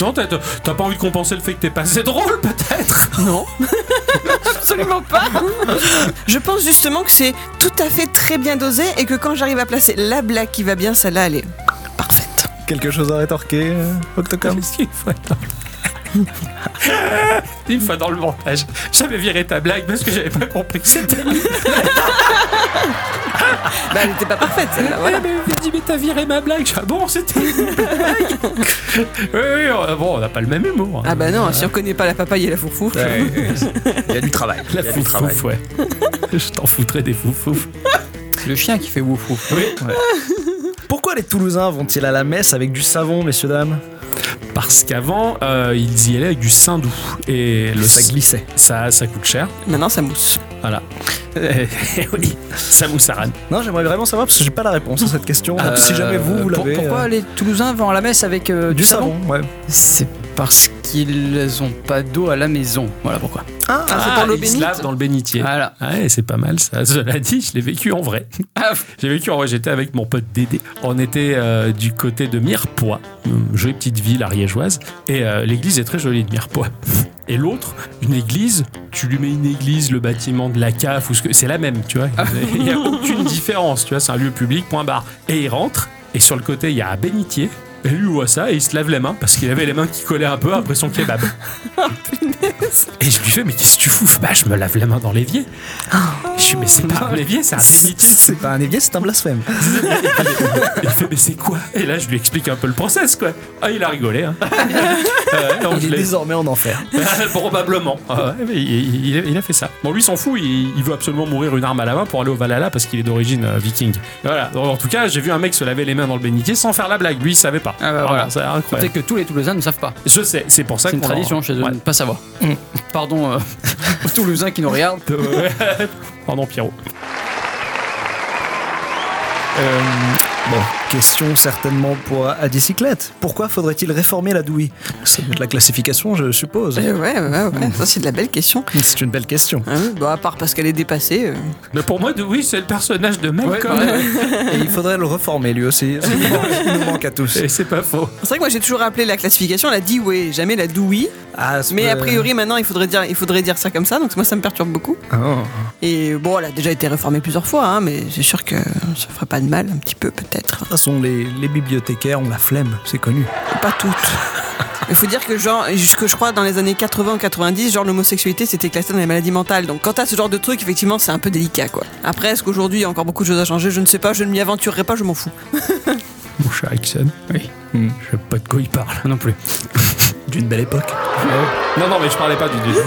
Speaker 3: Non, t'as- t'as t'as pas envie de compenser le fait que t'es pas assez drôle, peut-être *laughs*
Speaker 4: Non. Absolument pas. Je pense justement que c'est tout à fait très bien dosé et que quand j'arrive à placer la blague qui va bien, celle-là, elle est parfaite.
Speaker 2: Quelque chose à rétorquer, euh, Octocom
Speaker 3: *laughs* Une fois dans le montage, j'avais viré ta blague parce que j'avais pas compris que c'était. *laughs*
Speaker 4: bah, elle était pas parfaite celle-là, voilà.
Speaker 3: Mais vous dites, mais t'as viré ma blague. Je dis, Ah bon, c'était une *laughs* blague Oui, oui, on- bon, on n'a pas le même humour. hein.
Speaker 4: Ah bah non, si on connaît pas la papaye et la fourfou.
Speaker 3: Il y a du travail. La
Speaker 4: il y a du
Speaker 3: foufouf,
Speaker 4: travail.
Speaker 3: *laughs* ouais. Je t'en foutrais des foufouf.
Speaker 5: Le chien qui fait wouf wouf.
Speaker 3: Oui.
Speaker 2: Pourquoi les Toulousains vont-ils à la messe avec du savon, messieurs dames
Speaker 3: Parce qu'avant, euh, ils y allaient avec du saindoux. Et le
Speaker 2: Ça glissait.
Speaker 3: Ça, ça coûte cher.
Speaker 4: Maintenant, ça mousse.
Speaker 3: Voilà. *laughs* Eh oui, ça mousse à râne.
Speaker 2: Non, j'aimerais vraiment savoir parce que j'ai pas la réponse à cette question. Donc, Ah, si jamais vous, vous
Speaker 5: Euh, pour-
Speaker 2: l'avez.
Speaker 5: Pourquoi
Speaker 2: euh,
Speaker 5: les Toulousains vont à la messe avec euh,
Speaker 2: du savon, ouais.
Speaker 5: C'est parce qu'ils ont pas d'eau à la maison. Voilà pourquoi.
Speaker 4: Ah,
Speaker 5: c'est pour l'eau
Speaker 3: ils se
Speaker 5: bénite. Ah.
Speaker 3: lavent dans le bénitier.
Speaker 5: Voilà. Ah,
Speaker 3: Ouais, c'est pas mal ça. Cela dit, je l'ai vécu en vrai. J'ai vécu en vrai. J'étais avec mon pote Dédé. On était euh, du côté de Mirepoix, une jolie petite ville ariégeoise. Et euh, l'église est très jolie de Mirepoix. Et l'autre, une église, tu lui mets une église, le bâtiment de la CAF ou ce que. C'est la même, *laughs* tu vois. Il n'y a aucune différence, tu vois. C'est un lieu public, point barre. Et il rentre, et sur le côté, il y a un bénitier. Et lui il voit ça et il se lave les mains parce qu'il avait les mains qui collaient un peu après son *laughs* kebab. Oh, Et je lui fais, mais qu'est-ce que tu fous Bah, je me lave la main dans l'évier. Je suis, Oh. mais c'est pas un évier, c'est un bénitier.
Speaker 2: C'est pas un évier, c'est un blasphème.
Speaker 3: Il fait, mais c'est quoi Et là, je lui explique un peu le process, quoi. Ah, il a rigolé. Hein. *laughs* Ouais, donc,
Speaker 2: Il est
Speaker 3: je l'ai-
Speaker 2: désormais en enfer.
Speaker 3: *laughs* Probablement. Ah ouais, mais il, il- il a fait ça. Bon, lui s'en fout, il, il veut absolument mourir une arme à la main pour aller au Valhalla parce qu'il est d'origine euh, viking. Voilà. En tout cas, j'ai vu un mec se laver les mains dans le bénitier sans faire la blague. Lui, il savait pas.
Speaker 5: Ah bah
Speaker 3: Vraiment,
Speaker 5: voilà.
Speaker 3: C'est incroyable.
Speaker 5: Peut-être que tous les Toulousains ne savent pas.
Speaker 3: Je sais, c'est pour ça
Speaker 5: C'est
Speaker 3: qu'on
Speaker 5: une tradition chez eux de ne pas savoir. Pardon euh, aux Toulousains qui nous regardent.
Speaker 3: Ouais. Pardon, Pierrot. Euh,
Speaker 2: Bon, question certainement pour Adicyclette. Pourquoi faudrait-il réformer la douille Ça doit être la classification, je suppose.
Speaker 4: Eh ouais, ouais, ouais, ça c'est de la belle question.
Speaker 2: C'est une belle question.
Speaker 4: Ah oui, bah, à part parce qu'elle est dépassée. euh.
Speaker 3: Mais pour moi, oui, c'est le personnage de même
Speaker 5: Ouais,
Speaker 3: comme.
Speaker 5: ouais, ouais.
Speaker 2: Et il faudrait le reformer lui aussi. Il nous manque- il nous manque à tous.
Speaker 3: Et c'est pas faux.
Speaker 4: C'est vrai que moi j'ai toujours appelé la classification la Dewey, jamais la Dewey.
Speaker 2: Ah, c'est-
Speaker 4: Mais a priori maintenant il faudrait dire, il faudrait dire ça comme ça, donc moi ça me perturbe beaucoup.
Speaker 2: Ah.
Speaker 4: Et bon, elle a déjà été réformée plusieurs fois, hein, mais c'est sûr que ça ferait pas de mal un petit peu peut-être.
Speaker 2: De toute façon, les, les bibliothécaires ont la flemme, c'est connu.
Speaker 4: Pas *laughs* toutes. Il faut dire que genre, jusque je crois dans les années 80 ou 90, genre l'homosexualité c'était classé dans les maladies mentales. Donc quant à ce genre de truc, effectivement c'est un peu délicat quoi. Après, est-ce qu'aujourd'hui il y a encore beaucoup de choses à changer Je ne sais pas, je ne m'y aventurerai pas, je m'en *laughs* fous.
Speaker 3: Mon cher Ixon.
Speaker 5: Oui.
Speaker 4: Hmm.
Speaker 3: Je sais pas de quoi il parle.
Speaker 5: Non plus.
Speaker 2: *laughs* D'une belle époque.
Speaker 3: Non, non, mais je parlais pas du. du-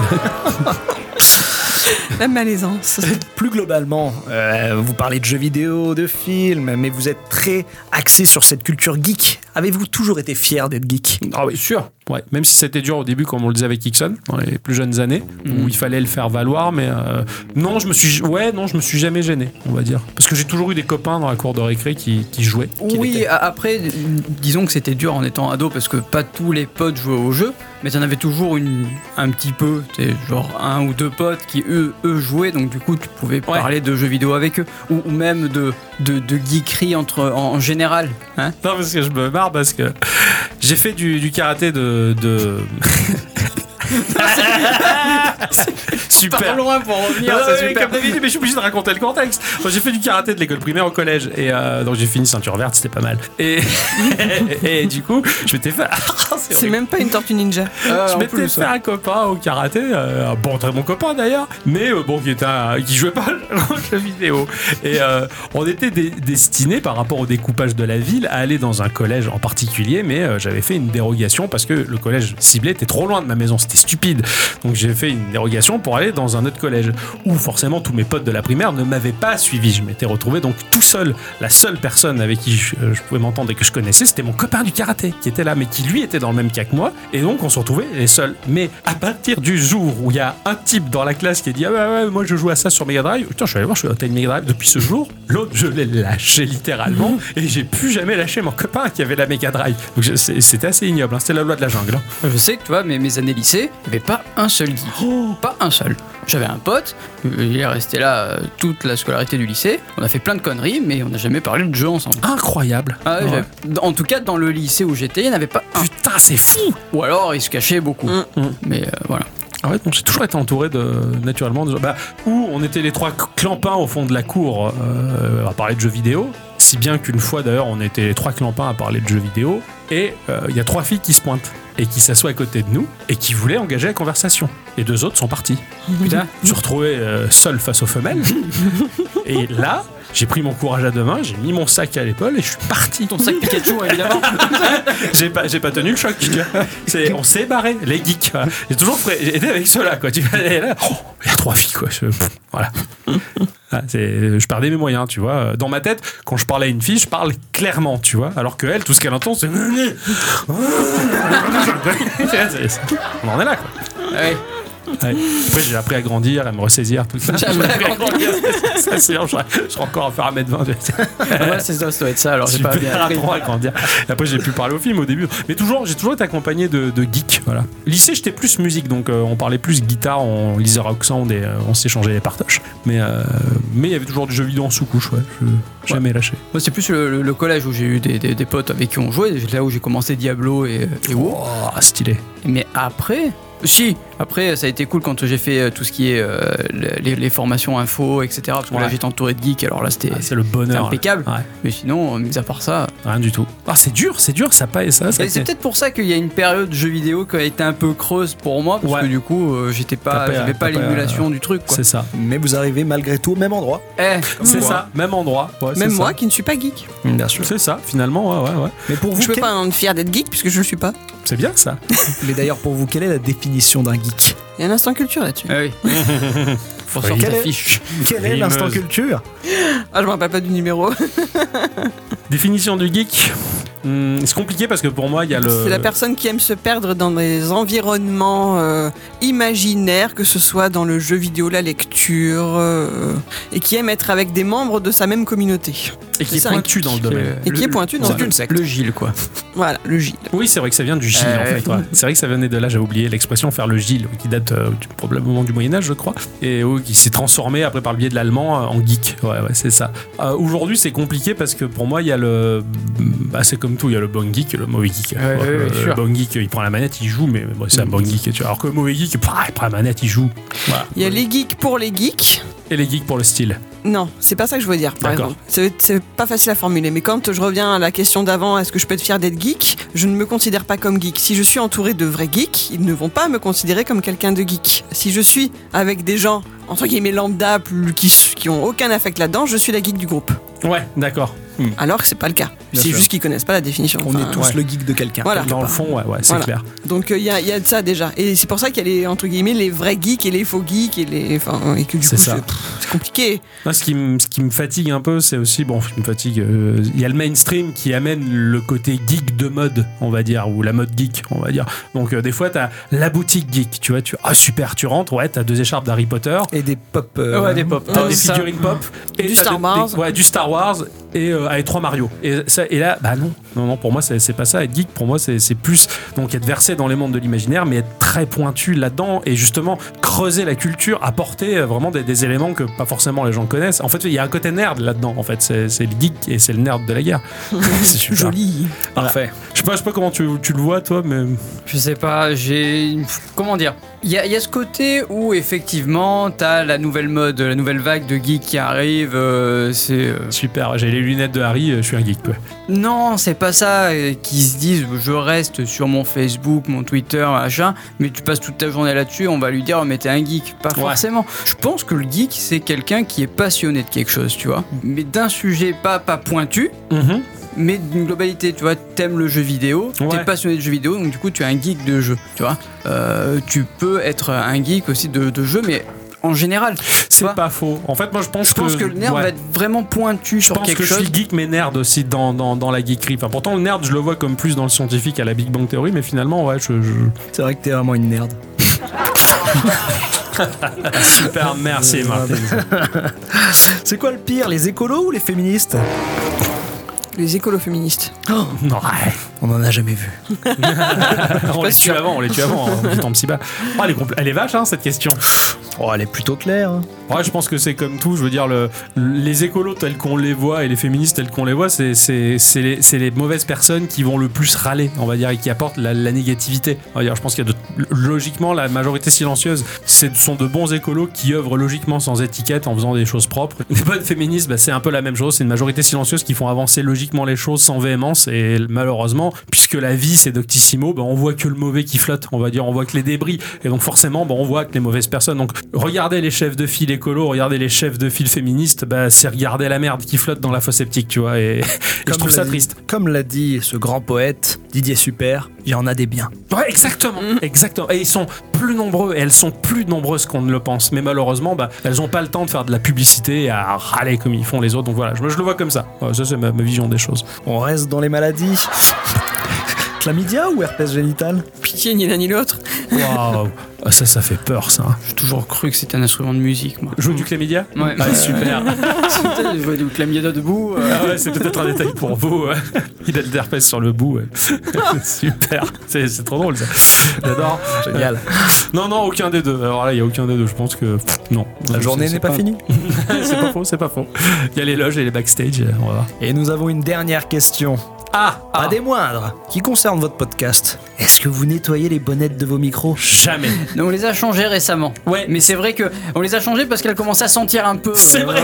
Speaker 4: La malaisance.
Speaker 2: Plus globalement, euh, vous parlez de jeux vidéo, de films, mais vous êtes très axé sur cette culture geek. Avez-vous toujours été fier d'être geek
Speaker 3: Ah oui, sûr. Ouais. Même si c'était dur au début, comme on le disait avec Ixon, dans les plus jeunes années, où il fallait le faire valoir, mais euh, non, je me suis, ouais, non, je me suis jamais gêné, on va dire, parce que j'ai toujours eu des copains dans la cour de récré qui, qui jouaient. qui
Speaker 5: Oui,
Speaker 3: l'étaient.
Speaker 5: a- après, d- disons que c'était dur en étant ado parce que pas tous les potes jouaient au jeu, mais t'en avais toujours une, un petit peu, t'es genre un ou deux potes qui eux, eux jouaient, donc du coup tu pouvais parler de jeux vidéo avec eux, ou, ou même de, de, de geekerie entre, en, en général. hein.
Speaker 3: Non, parce que je me marre parce que j'ai fait du, du karaté de. de... *laughs* Super.
Speaker 5: loin pour revenir,
Speaker 3: Non,
Speaker 5: c'est
Speaker 3: ouais,
Speaker 5: super.
Speaker 3: Ah comme d'habitude, mais je suis obligé de raconter le contexte. Moi, j'ai fait du karaté de l'école primaire au collège et euh, donc j'ai fini ceinture verte, c'était pas mal. Et, *laughs* et du coup, je m'étais fait, *laughs* Ah, c'est
Speaker 4: C'est
Speaker 3: horrible.
Speaker 4: même pas une tortue ninja.
Speaker 5: Euh,
Speaker 3: je
Speaker 5: en
Speaker 3: m'étais
Speaker 5: plus,
Speaker 3: fait
Speaker 5: ouais.
Speaker 3: un copain au karaté, euh, un bon très bon copain d'ailleurs, mais euh, bon qui était un- qui jouait pas *laughs* au jeu vidéo. Et euh, on était dé- destinés par rapport au découpage de la ville à aller dans un collège en particulier, mais euh, j'avais fait une dérogation parce que le collège ciblé était trop loin de ma maison, c'était stupide. Donc j'ai fait une dérogation pour aller dans un autre collège où forcément tous mes potes de la primaire ne m'avaient pas suivi. Je m'étais retrouvé donc tout seul. La seule personne avec qui je, euh, je pouvais m'entendre et que je connaissais, c'était mon copain du karaté qui était là, mais qui lui était dans le même cas que moi. Et donc on se retrouvait les seuls. Mais à partir du jour où il y a un type dans la classe qui a dit Ah ouais, ouais, moi je joue à ça sur Mega Drive, putain, je suis allé voir, je suis au Mega Drive. Depuis ce jour, l'autre, je l'ai lâché
Speaker 5: *laughs*
Speaker 3: littéralement et j'ai plus jamais lâché mon copain qui avait la Mega Drive. Donc je- c'est- c'était assez ignoble, hein. c'était la loi de la jungle. hein.
Speaker 5: Je sais que tu vois, mes, mes années lycée, il n'y avait pas un seul geek. pas un seul. J'avais un pote, euh, il est resté là euh, toute la scolarité du lycée. On a fait plein de conneries, mais on n'a jamais parlé de jeu ensemble.
Speaker 3: Incroyable.
Speaker 5: Ah ouais,
Speaker 3: Ouais.
Speaker 5: j'avais- En tout cas, dans le lycée où j'étais, il n'y en avait pas un.
Speaker 3: Putain, c'est fou
Speaker 5: Ou alors, il se cachait beaucoup. Mais euh, voilà.
Speaker 3: En fait, Ah donc, j'ai toujours été entouré de naturellement de gens- bah, où on était les trois clampins au fond de la cour euh, à parler de jeux vidéo. Si bien qu'une fois d'ailleurs, on était les trois clampins à parler de jeux vidéo et euh, il y a trois filles qui se pointent et qui s'assoient à côté de nous et qui voulaient engager la conversation. Les deux autres sont partis. Putain, je me suis retrouvé euh, seul face aux femelles. Et là, j'ai pris mon courage à deux mains, j'ai mis mon sac à l'épaule et je suis parti.
Speaker 5: Ton sac Pikachu, évidemment.
Speaker 3: j'ai pas, j'ai pas tenu le choc. tu vois. C'est- on s'est barré, les geeks. voilà. J'ai toujours fait- j'ai été avec ceux-là, quoi. Tu vois, et là, oh, il y a trois filles, quoi. Je, pff, voilà. Ah, c'est- je perdais mes moyens, tu vois. Euh, Dans ma tête, quand je parlais à une fille, je parle clairement, tu vois. Alors que elle, tout ce qu'elle entend, c'est. *laughs* C'est- c'est- on en est là, quoi.
Speaker 5: *laughs* Ouais.
Speaker 3: Après, j'ai appris à grandir, à me ressaisir, tout ça.
Speaker 5: J'ai appris à grandir.
Speaker 3: *laughs* Ça, c'est bien, je je serai encore à faire 1m20. tu vois.
Speaker 5: Ah Ouais, c'est ça, ça doit être ça. Alors, j'ai
Speaker 3: Super
Speaker 5: pas bien appris.
Speaker 3: apprends à grandir. Et après, j'ai pu parler au film au début. Mais toujours, j'ai toujours été accompagné de, de geeks. Voilà. Lycée, j'étais plus musique, donc euh, on parlait plus guitare, on lisait rock sound et euh, on s'échangeait les partages. Mais euh, mais il y avait toujours du jeu vidéo en sous-couche, ouais. Je, jamais lâché.
Speaker 5: Moi, c'est plus le, le- le collège où j'ai eu des, des- des potes avec qui on jouait, là où j'ai commencé Diablo et, et WoW.
Speaker 3: Oh, stylé.
Speaker 5: Mais après, si, après, ça a été cool quand j'ai fait euh, tout ce qui est euh, les, les formations info, etc. Parce que là,
Speaker 3: Ouais.
Speaker 5: j'étais entouré de geeks, alors là, c'était
Speaker 3: Ah, C'est le
Speaker 5: c'était
Speaker 3: bonheur.
Speaker 5: impeccable.
Speaker 3: Ouais.
Speaker 5: Mais sinon, euh, mis à part ça.
Speaker 3: Rien du tout. Ah, c'est dur, c'est dur, ça pas et ça. ça
Speaker 5: Et c'est
Speaker 3: fait-
Speaker 5: peut-être pour ça qu'il y a une période jeu vidéo qui a été un peu creuse pour moi, parce
Speaker 3: Ouais.
Speaker 5: que du coup, euh, j'étais
Speaker 3: T'as
Speaker 5: pas,
Speaker 3: pas-
Speaker 5: j'avais
Speaker 3: t'as pas-
Speaker 5: pas l'émulation du truc, quoi.
Speaker 3: C'est ça.
Speaker 2: Mais vous arrivez malgré tout au même endroit.
Speaker 5: Eh,
Speaker 3: C'est
Speaker 5: quoi.
Speaker 3: ça, même endroit. Ouais,
Speaker 4: Même
Speaker 3: c'est
Speaker 4: moi
Speaker 3: ça.
Speaker 4: qui ne suis pas geek.
Speaker 2: Bien sûr.
Speaker 3: C'est ça, finalement, ouais, ouais, ouais.
Speaker 2: Mais pour vous,
Speaker 4: Je peux
Speaker 2: quel-
Speaker 4: pas en être fier d'être geek puisque je le suis pas.
Speaker 3: C'est bien ça.
Speaker 2: mais d'ailleurs pour vous, quelle est la définition d'un geek
Speaker 4: Il y a un instant culture là-dessus.
Speaker 5: Ah oui, faut sortir
Speaker 2: Quel
Speaker 5: ta
Speaker 2: est-
Speaker 5: fiche.
Speaker 2: Quel est
Speaker 3: Rimeuse.
Speaker 2: l'instant culture
Speaker 4: Ah, je me rappelle pas du numéro.
Speaker 3: Définition du geek. Hum, c'est compliqué parce que pour moi, il y a le.
Speaker 4: *laughs* C'est la personne qui aime se perdre dans des environnements euh, imaginaires, que ce soit dans le jeu vidéo, la lecture, euh, et qui aime être avec des membres de sa même communauté.
Speaker 3: Et qui
Speaker 4: C'est
Speaker 3: est
Speaker 4: ça,
Speaker 3: pointu dans le domaine.
Speaker 4: Et qui est pointu dans une secte.
Speaker 5: Le Gilles, quoi.
Speaker 4: Voilà, le Gilles.
Speaker 3: Oui, c'est vrai que ça vient du Gilles,
Speaker 5: Euh,
Speaker 3: en fait. ouais. C'est vrai que ça venait de là, j'ai oublié l'expression faire le Gilles, qui date euh, du- probablement du Moyen-Âge, je crois, et euh, qui s'est transformé après par le biais de l'allemand euh, en geek. Ouais, ouais, c'est ça. Euh, Aujourd'hui, c'est compliqué parce que pour moi, il y a le. Bah, c'est comme tout, il y a le bon geek et le mauvais geek.
Speaker 5: Ouais, ouais,
Speaker 3: le,
Speaker 5: ouais, sûr.
Speaker 3: bon geek, il prend la manette, il joue, mais bon, c'est un bon geek. Tu vois. Alors que le mauvais geek, pah, il prend la manette, il joue. Voilà.
Speaker 4: Il y a les geeks pour les geeks.
Speaker 3: Et les geeks pour le style.
Speaker 4: Non, c'est pas ça que je veux dire. Par
Speaker 3: D'accord.
Speaker 4: exemple, c'est c'est pas facile à formuler. Mais quand je reviens à la question d'avant, est-ce que je peux être fier d'être geek Je ne me considère pas comme geek. Si je suis entouré de vrais geeks, ils ne vont pas me considérer comme quelqu'un de geek. Si je suis avec des gens entre guillemets lambda plus- qui, s- qui ont aucun affect là-dedans, je suis la geek du groupe.
Speaker 3: Ouais, d'accord.
Speaker 4: Alors que c'est pas le cas.
Speaker 2: Bien
Speaker 4: C'est
Speaker 2: sûr.
Speaker 4: juste qu'ils connaissent pas la définition.
Speaker 2: On
Speaker 4: Enfin,
Speaker 2: est tous
Speaker 3: ouais.
Speaker 2: le geek de quelqu'un.
Speaker 4: Ah, Voilà.
Speaker 3: Dans le fond, ouais, ouais c'est
Speaker 4: Voilà.
Speaker 3: clair.
Speaker 4: Donc euh, il y, a, y a de ça déjà. Et c'est pour ça qu'il y a les entre guillemets les vrais geeks et les faux geeks et les enfin et que du
Speaker 3: C'est
Speaker 4: coup
Speaker 3: ça.
Speaker 4: c'est- pff, c'est compliqué.
Speaker 3: Moi, ce qui me ce qui me fatigue un peu, c'est aussi bon, ce qui me fatigue. euh, Il y a le mainstream qui amène le côté geek de mode, on va dire, ou la mode geek, on va dire. Donc euh, des fois, t'as la boutique geek, tu vois, tu ah super, tu rentres, ouais, t'as deux écharpes d'Harry Potter,
Speaker 2: Et des pop. euh,
Speaker 3: ouais, des pop, t'as
Speaker 4: Ouais,
Speaker 3: des
Speaker 4: ça.
Speaker 3: figurines pop, et
Speaker 4: Du
Speaker 3: t'as
Speaker 4: Star
Speaker 3: des-
Speaker 4: Wars.
Speaker 3: des- ouais, du Star Wars et euh, avec trois Mario. Et ça, et là, bah non, non, non, pour moi, c'est c'est pas ça. Être geek, pour moi, c'est c'est plus donc être versé dans les mondes de l'imaginaire, mais être très pointu là-dedans et justement creuser la culture, apporter euh, vraiment des, des éléments que pas forcément les gens connaissent. En fait, il y a un côté nerd là-dedans. En fait, c'est c'est le geek et c'est le nerd de la guerre. c'est super.
Speaker 4: Joli.
Speaker 3: Parfait. Je sais pas, je sais pas comment tu, tu le vois toi, mais
Speaker 5: Je sais pas, j'ai. Comment dire Il y, a- il y a ce côté où effectivement, t'as la nouvelle mode, la nouvelle vague de geeks qui arrive. euh, c'est. euh,
Speaker 3: super. J'ai les lunettes de Harry, euh, je suis un geek. quoi.
Speaker 5: Non, c'est pas ça. et Qui se disent, je reste sur mon Facebook, mon Twitter, machin, mais tu passes toute ta journée là-dessus, on va lui dire, oh, mais t'es un geek. Pas forcément. Je pense que le geek, c'est quelqu'un qui est passionné de quelque chose, tu vois. Mais d'un sujet pas, pas pointu,
Speaker 3: Mhm.
Speaker 5: mais d'une globalité, tu vois, t'aimes le jeu vidéo,
Speaker 3: Ouais.
Speaker 5: t'es passionné de jeux vidéo, donc du coup tu es un geek de jeu, tu vois. Euh, tu peux être un geek aussi de, de jeu, mais en général,
Speaker 3: C'est
Speaker 5: Toi
Speaker 3: pas faux. En fait, moi, je pense
Speaker 5: je pense que le nerd
Speaker 3: ouais.
Speaker 5: va être vraiment pointu
Speaker 3: Je
Speaker 5: sur
Speaker 3: pense
Speaker 5: quelque
Speaker 3: que je
Speaker 5: chose.
Speaker 3: suis geek mais nerd aussi dans, dans, dans la geekerie. Enfin, pourtant le nerd je le vois comme plus dans le scientifique à la Big Bang Theory mais finalement ouais je... je-
Speaker 2: C'est vrai que t'es vraiment une nerd.
Speaker 5: *laughs*
Speaker 3: Super
Speaker 2: Euh,
Speaker 3: merci Martin.
Speaker 2: *laughs* C'est quoi le pire, les écolos ou les féministes
Speaker 4: Les écolos féministes.
Speaker 2: non, on en a jamais vu.
Speaker 3: *laughs* on les tue
Speaker 4: sûre.
Speaker 3: avant, on les tue avant, hein. on tombe si bas. Oh, elle, est compl- elle est vache, hein, cette question.
Speaker 2: Oh, elle est plutôt claire. hein.
Speaker 3: Ouais, je pense que c'est comme tout. Je veux dire, le- les écolos tels qu'on les voit et les féministes tels qu'on les voit, c'est c'est- c'est les, c'est les mauvaises personnes qui vont le plus râler, on va dire, et qui apportent la, la négativité. On va dire, je pense qu'il y a de- logiquement la majorité silencieuse, ce sont de bons écolos qui œuvrent logiquement sans étiquette en faisant des choses propres. *laughs* Les bonnes féministes, bah, c'est un peu la même chose. C'est une majorité silencieuse qui font avancer logiquement les choses sans véhémence et malheureusement, puisque la vie c'est Doctissimo, bah, on voit que le mauvais qui flotte. On va dire, on voit que les débris et donc forcément, bah, on voit que les mauvaises personnes. Donc regardez les chefs de file écolo, regardez les chefs de file féministes, bah, c'est regarder la merde qui flotte dans la fosse septique, tu vois. Et, et je trouve ça
Speaker 2: l'a dit-
Speaker 3: triste.
Speaker 2: Comme l'a dit ce grand poète, Didier Super, il y en a des biens.
Speaker 3: Ouais, exactement, exactement. Et ils sont plus nombreux, et elles sont plus nombreuses qu'on ne le pense. Mais malheureusement, bah, elles n'ont pas le temps de faire de la publicité et à râler comme ils font les autres. Donc voilà, je, me- je le vois comme ça. Ouais, ça, c'est ma, ma vision des choses.
Speaker 2: On reste dans les *laughs* maladies. Chlamydia ou herpès génital
Speaker 4: Pitié, ni l'un ni l'autre.
Speaker 3: Waouh, Ah, ça, ça fait peur, ça.
Speaker 5: J'ai toujours cru que c'était un instrument de musique, moi.
Speaker 3: Jouer du chlamydia
Speaker 5: Ouais,
Speaker 3: Ah, super.
Speaker 5: Putain, je vois du chlamydia debout. euh,
Speaker 3: Ah ouais, c'est peut-être un détail pour vous. ouais. Il a de l'herpès sur le bout. ouais. *laughs* Super. C'est c'est trop drôle ça. J'adore.
Speaker 2: Génial.
Speaker 3: Non, non, aucun des deux. Alors là, il n'y a aucun des deux. Je pense que. pff, non.
Speaker 2: La journée
Speaker 3: C'est-
Speaker 2: n'est pas,
Speaker 3: c'est
Speaker 2: finie.
Speaker 3: c'est pas faux, c'est pas faux. Il y a les loges et les backstage. euh, On va voir.
Speaker 2: Et nous avons une dernière question.
Speaker 3: Ah,
Speaker 2: Pas des moindres, qui concerne votre podcast. Est-ce que vous nettoyez les bonnettes de vos micros
Speaker 3: Jamais.
Speaker 5: Non, on les a changés récemment.
Speaker 3: Ouais.
Speaker 5: Mais c'est vrai que on les a changés parce qu'elles commençaient à sentir un peu.
Speaker 3: C'est
Speaker 5: euh,
Speaker 3: vrai.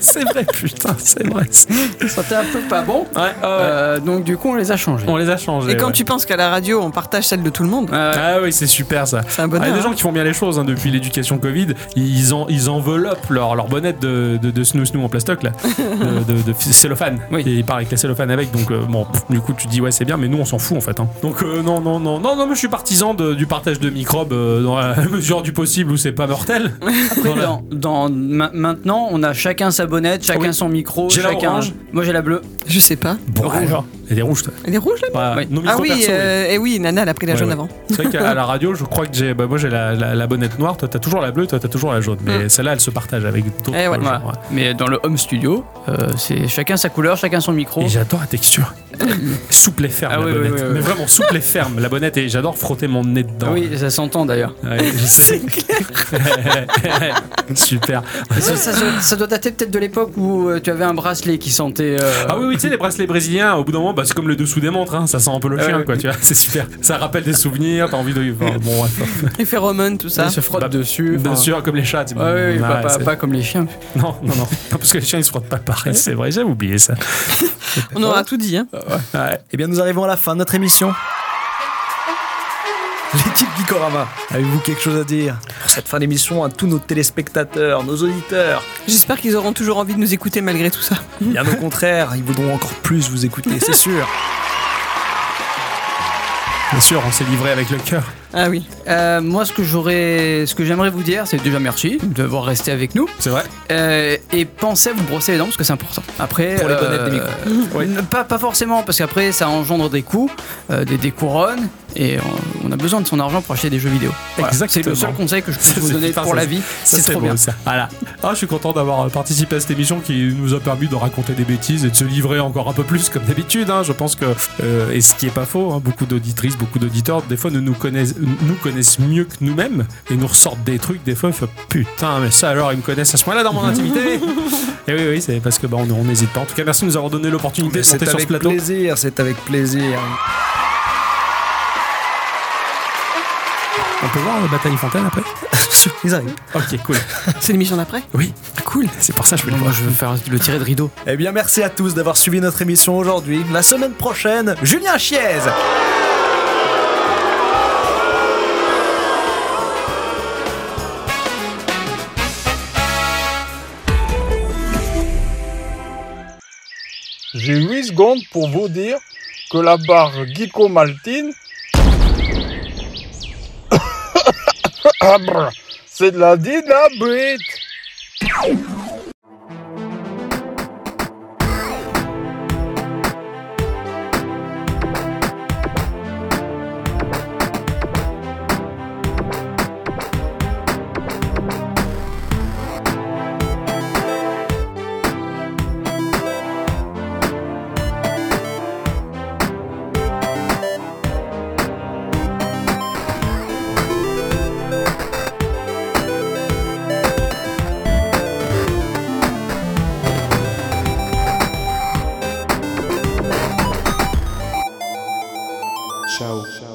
Speaker 3: c'est vrai, putain, c'est vrai.
Speaker 5: Ça *laughs* sentait un peu pas bon.
Speaker 3: Ouais, euh,
Speaker 5: Euh, donc du coup, on les a changés.
Speaker 3: on les a changés.
Speaker 4: Et quand
Speaker 3: ouais.
Speaker 4: tu penses qu'à la radio, on partage celle de tout le monde,
Speaker 5: Euh,
Speaker 3: Ah oui, c'est super ça.
Speaker 4: c'est un
Speaker 3: Ah, Il y a
Speaker 4: bonheur.
Speaker 3: des gens qui font bien les choses hein, depuis l'éducation Covid. Ils, en- ils enveloppent leur, leur bonnette de, de, de snoo snoo en plastoc, là, de, de- de cellophane.
Speaker 5: Oui.
Speaker 3: Et ils partent avec la cellophane avec. Donc, euh, bon, pff, du coup, tu te dis, ouais, c'est bien, mais nous, on s'en fout en fait. hein. Donc, euh, non, non, non, non, non, mais je suis partisan de- du partage de microbes euh, dans la *laughs* mesure du possible où c'est pas
Speaker 4: *laughs*
Speaker 3: mortel.
Speaker 5: Après,
Speaker 3: Dans la-
Speaker 5: dans, dans- ma- maintenant, on a chacun sa bonnette, chacun
Speaker 3: Oui.
Speaker 5: son micro,
Speaker 3: J'ai la
Speaker 5: chacun.
Speaker 3: orange.
Speaker 5: Moi, j'ai la bleue.
Speaker 4: Je sais pas.
Speaker 3: Bon, rouge. Il y a des rouges, toi.
Speaker 4: Elle est rouge là
Speaker 3: Pas-
Speaker 5: Oui.
Speaker 3: nos
Speaker 4: Ah
Speaker 3: micros
Speaker 4: oui,
Speaker 3: perso, oui.
Speaker 4: euh, eh oui, Nana, elle a pris la
Speaker 3: Ouais,
Speaker 4: jaune
Speaker 3: ouais.
Speaker 4: avant.
Speaker 3: C'est vrai qu'à la radio, je crois que j'ai. Bah, moi, j'ai la, la- la bonnette noire, toi, t'as toujours la bleue, toi, t'as toujours la jaune. Mais celle-là, elle se partage avec d'autres.
Speaker 4: Mm. Eh ouais.
Speaker 3: gens,
Speaker 5: Voilà. Mais dans le home studio, euh, c'est chacun sa couleur, chacun son micro.
Speaker 3: Et j'adore la
Speaker 5: *laughs*
Speaker 3: texture. souple et ferme
Speaker 5: Oh. Ah
Speaker 3: la
Speaker 5: oui, oui,
Speaker 3: bonnette.
Speaker 5: oui, oui.
Speaker 3: Mais vraiment souple et ferme la bonnette et j'adore frotter mon nez dedans.
Speaker 5: Oui, ça s'entend d'ailleurs.
Speaker 3: Ouais, je sais. *laughs* Super.
Speaker 5: Ça, ça- ça- ça doit dater peut-être de l'époque où euh, tu avais un bracelet qui sentait. euh,
Speaker 3: Ah oui, oui, tu sais, les bracelets brésiliens, au bout d'un moment, bah, c'est comme le dessous des montres, hein, ça sent un peu le
Speaker 5: Ah
Speaker 3: chien,
Speaker 5: oui.
Speaker 3: quoi, tu vois, c'est super. Ça rappelle des souvenirs, t'as envie de. enfin, bon, ouais,
Speaker 4: Les phéromones, tout ça.
Speaker 5: Ça se frotte
Speaker 3: Bah,
Speaker 5: dessus.
Speaker 3: bien
Speaker 5: enfin, Ah
Speaker 3: sûr, comme les chats, tu
Speaker 5: Ouais, ouais, ouais, pas,
Speaker 3: Ouais,
Speaker 5: pas-
Speaker 3: c'est-
Speaker 5: pas comme les chiens.
Speaker 3: Non, non, non, non, parce que les chiens, ils se frottent pas pareil, c'est vrai, j'avais oublié ça.
Speaker 4: On aura tout dit. Hein.
Speaker 3: Ouais.
Speaker 2: Eh bien, nous arrivons à la fin de notre émission. L'équipe Gikorama, avez-vous quelque chose à dire pour cette fin d'émission à tous nos téléspectateurs, nos auditeurs
Speaker 4: J'espère qu'ils auront toujours envie de nous écouter malgré tout ça.
Speaker 2: Bien au contraire, ils voudront encore plus vous écouter, c'est sûr.
Speaker 3: Bien sûr, on s'est livré avec le cœur.
Speaker 4: Ah oui.
Speaker 5: Euh, moi, ce que j'aurais, ce que j'aimerais vous dire, c'est déjà merci d'avoir resté avec nous.
Speaker 3: C'est vrai
Speaker 5: Euh, et pensez à vous brosser les dents parce que c'est important. Après,
Speaker 2: Pour les bonnettes des micros.
Speaker 5: *laughs* ouais, ne- pas, pas forcément parce qu'après ça engendre des coûts, euh, des, des couronnes et on, on a besoin de son argent pour acheter des jeux vidéo.
Speaker 3: Exactement.
Speaker 5: C'est le seul conseil que je
Speaker 3: Ça,
Speaker 5: peux vous
Speaker 3: c'est-
Speaker 5: donner
Speaker 3: putain,
Speaker 5: pour
Speaker 3: ça,
Speaker 5: la vie.
Speaker 3: Ça,
Speaker 5: C'est trop
Speaker 3: beau,
Speaker 5: bien.
Speaker 3: ça. Voilà. Ah, je suis content d'avoir participé à cette émission qui nous a permis de raconter des bêtises et de se livrer encore un peu plus comme d'habitude. hein. Je pense que, euh, et ce qui est pas faux, hein, beaucoup d'auditrices, beaucoup d'auditeurs, des fois, ne nous connaissent, nous connaissent mieux que nous-mêmes et nous ressortent des trucs. Des fois, ils font, putain, mais ça alors, ils me connaissent à ce point-là dans mon intimité. et oui, oui, c'est parce que bah, on on n'hésite pas. En tout cas, merci de nous avoir donné l'opportunité de monter
Speaker 2: C'est
Speaker 3: sur ce
Speaker 2: avec
Speaker 3: plateau.
Speaker 2: plaisir, c'est avec plaisir.
Speaker 3: On peut voir la bataille fontaine après
Speaker 2: *laughs* Ils arrivent.
Speaker 3: Ok, cool.
Speaker 4: *laughs* C'est l'émission d'après
Speaker 3: Oui, cool. C'est pour ça que je vais le voir.
Speaker 5: je veux faire le tirer de rideau.
Speaker 2: Eh bien, merci à tous d'avoir suivi notre émission aujourd'hui. La semaine prochaine, Julien Chiez
Speaker 12: J'ai 8 secondes pour vous dire que la barre Guico Maltine. Ah, brr, C'est de la dynamite!
Speaker 13: Ciao.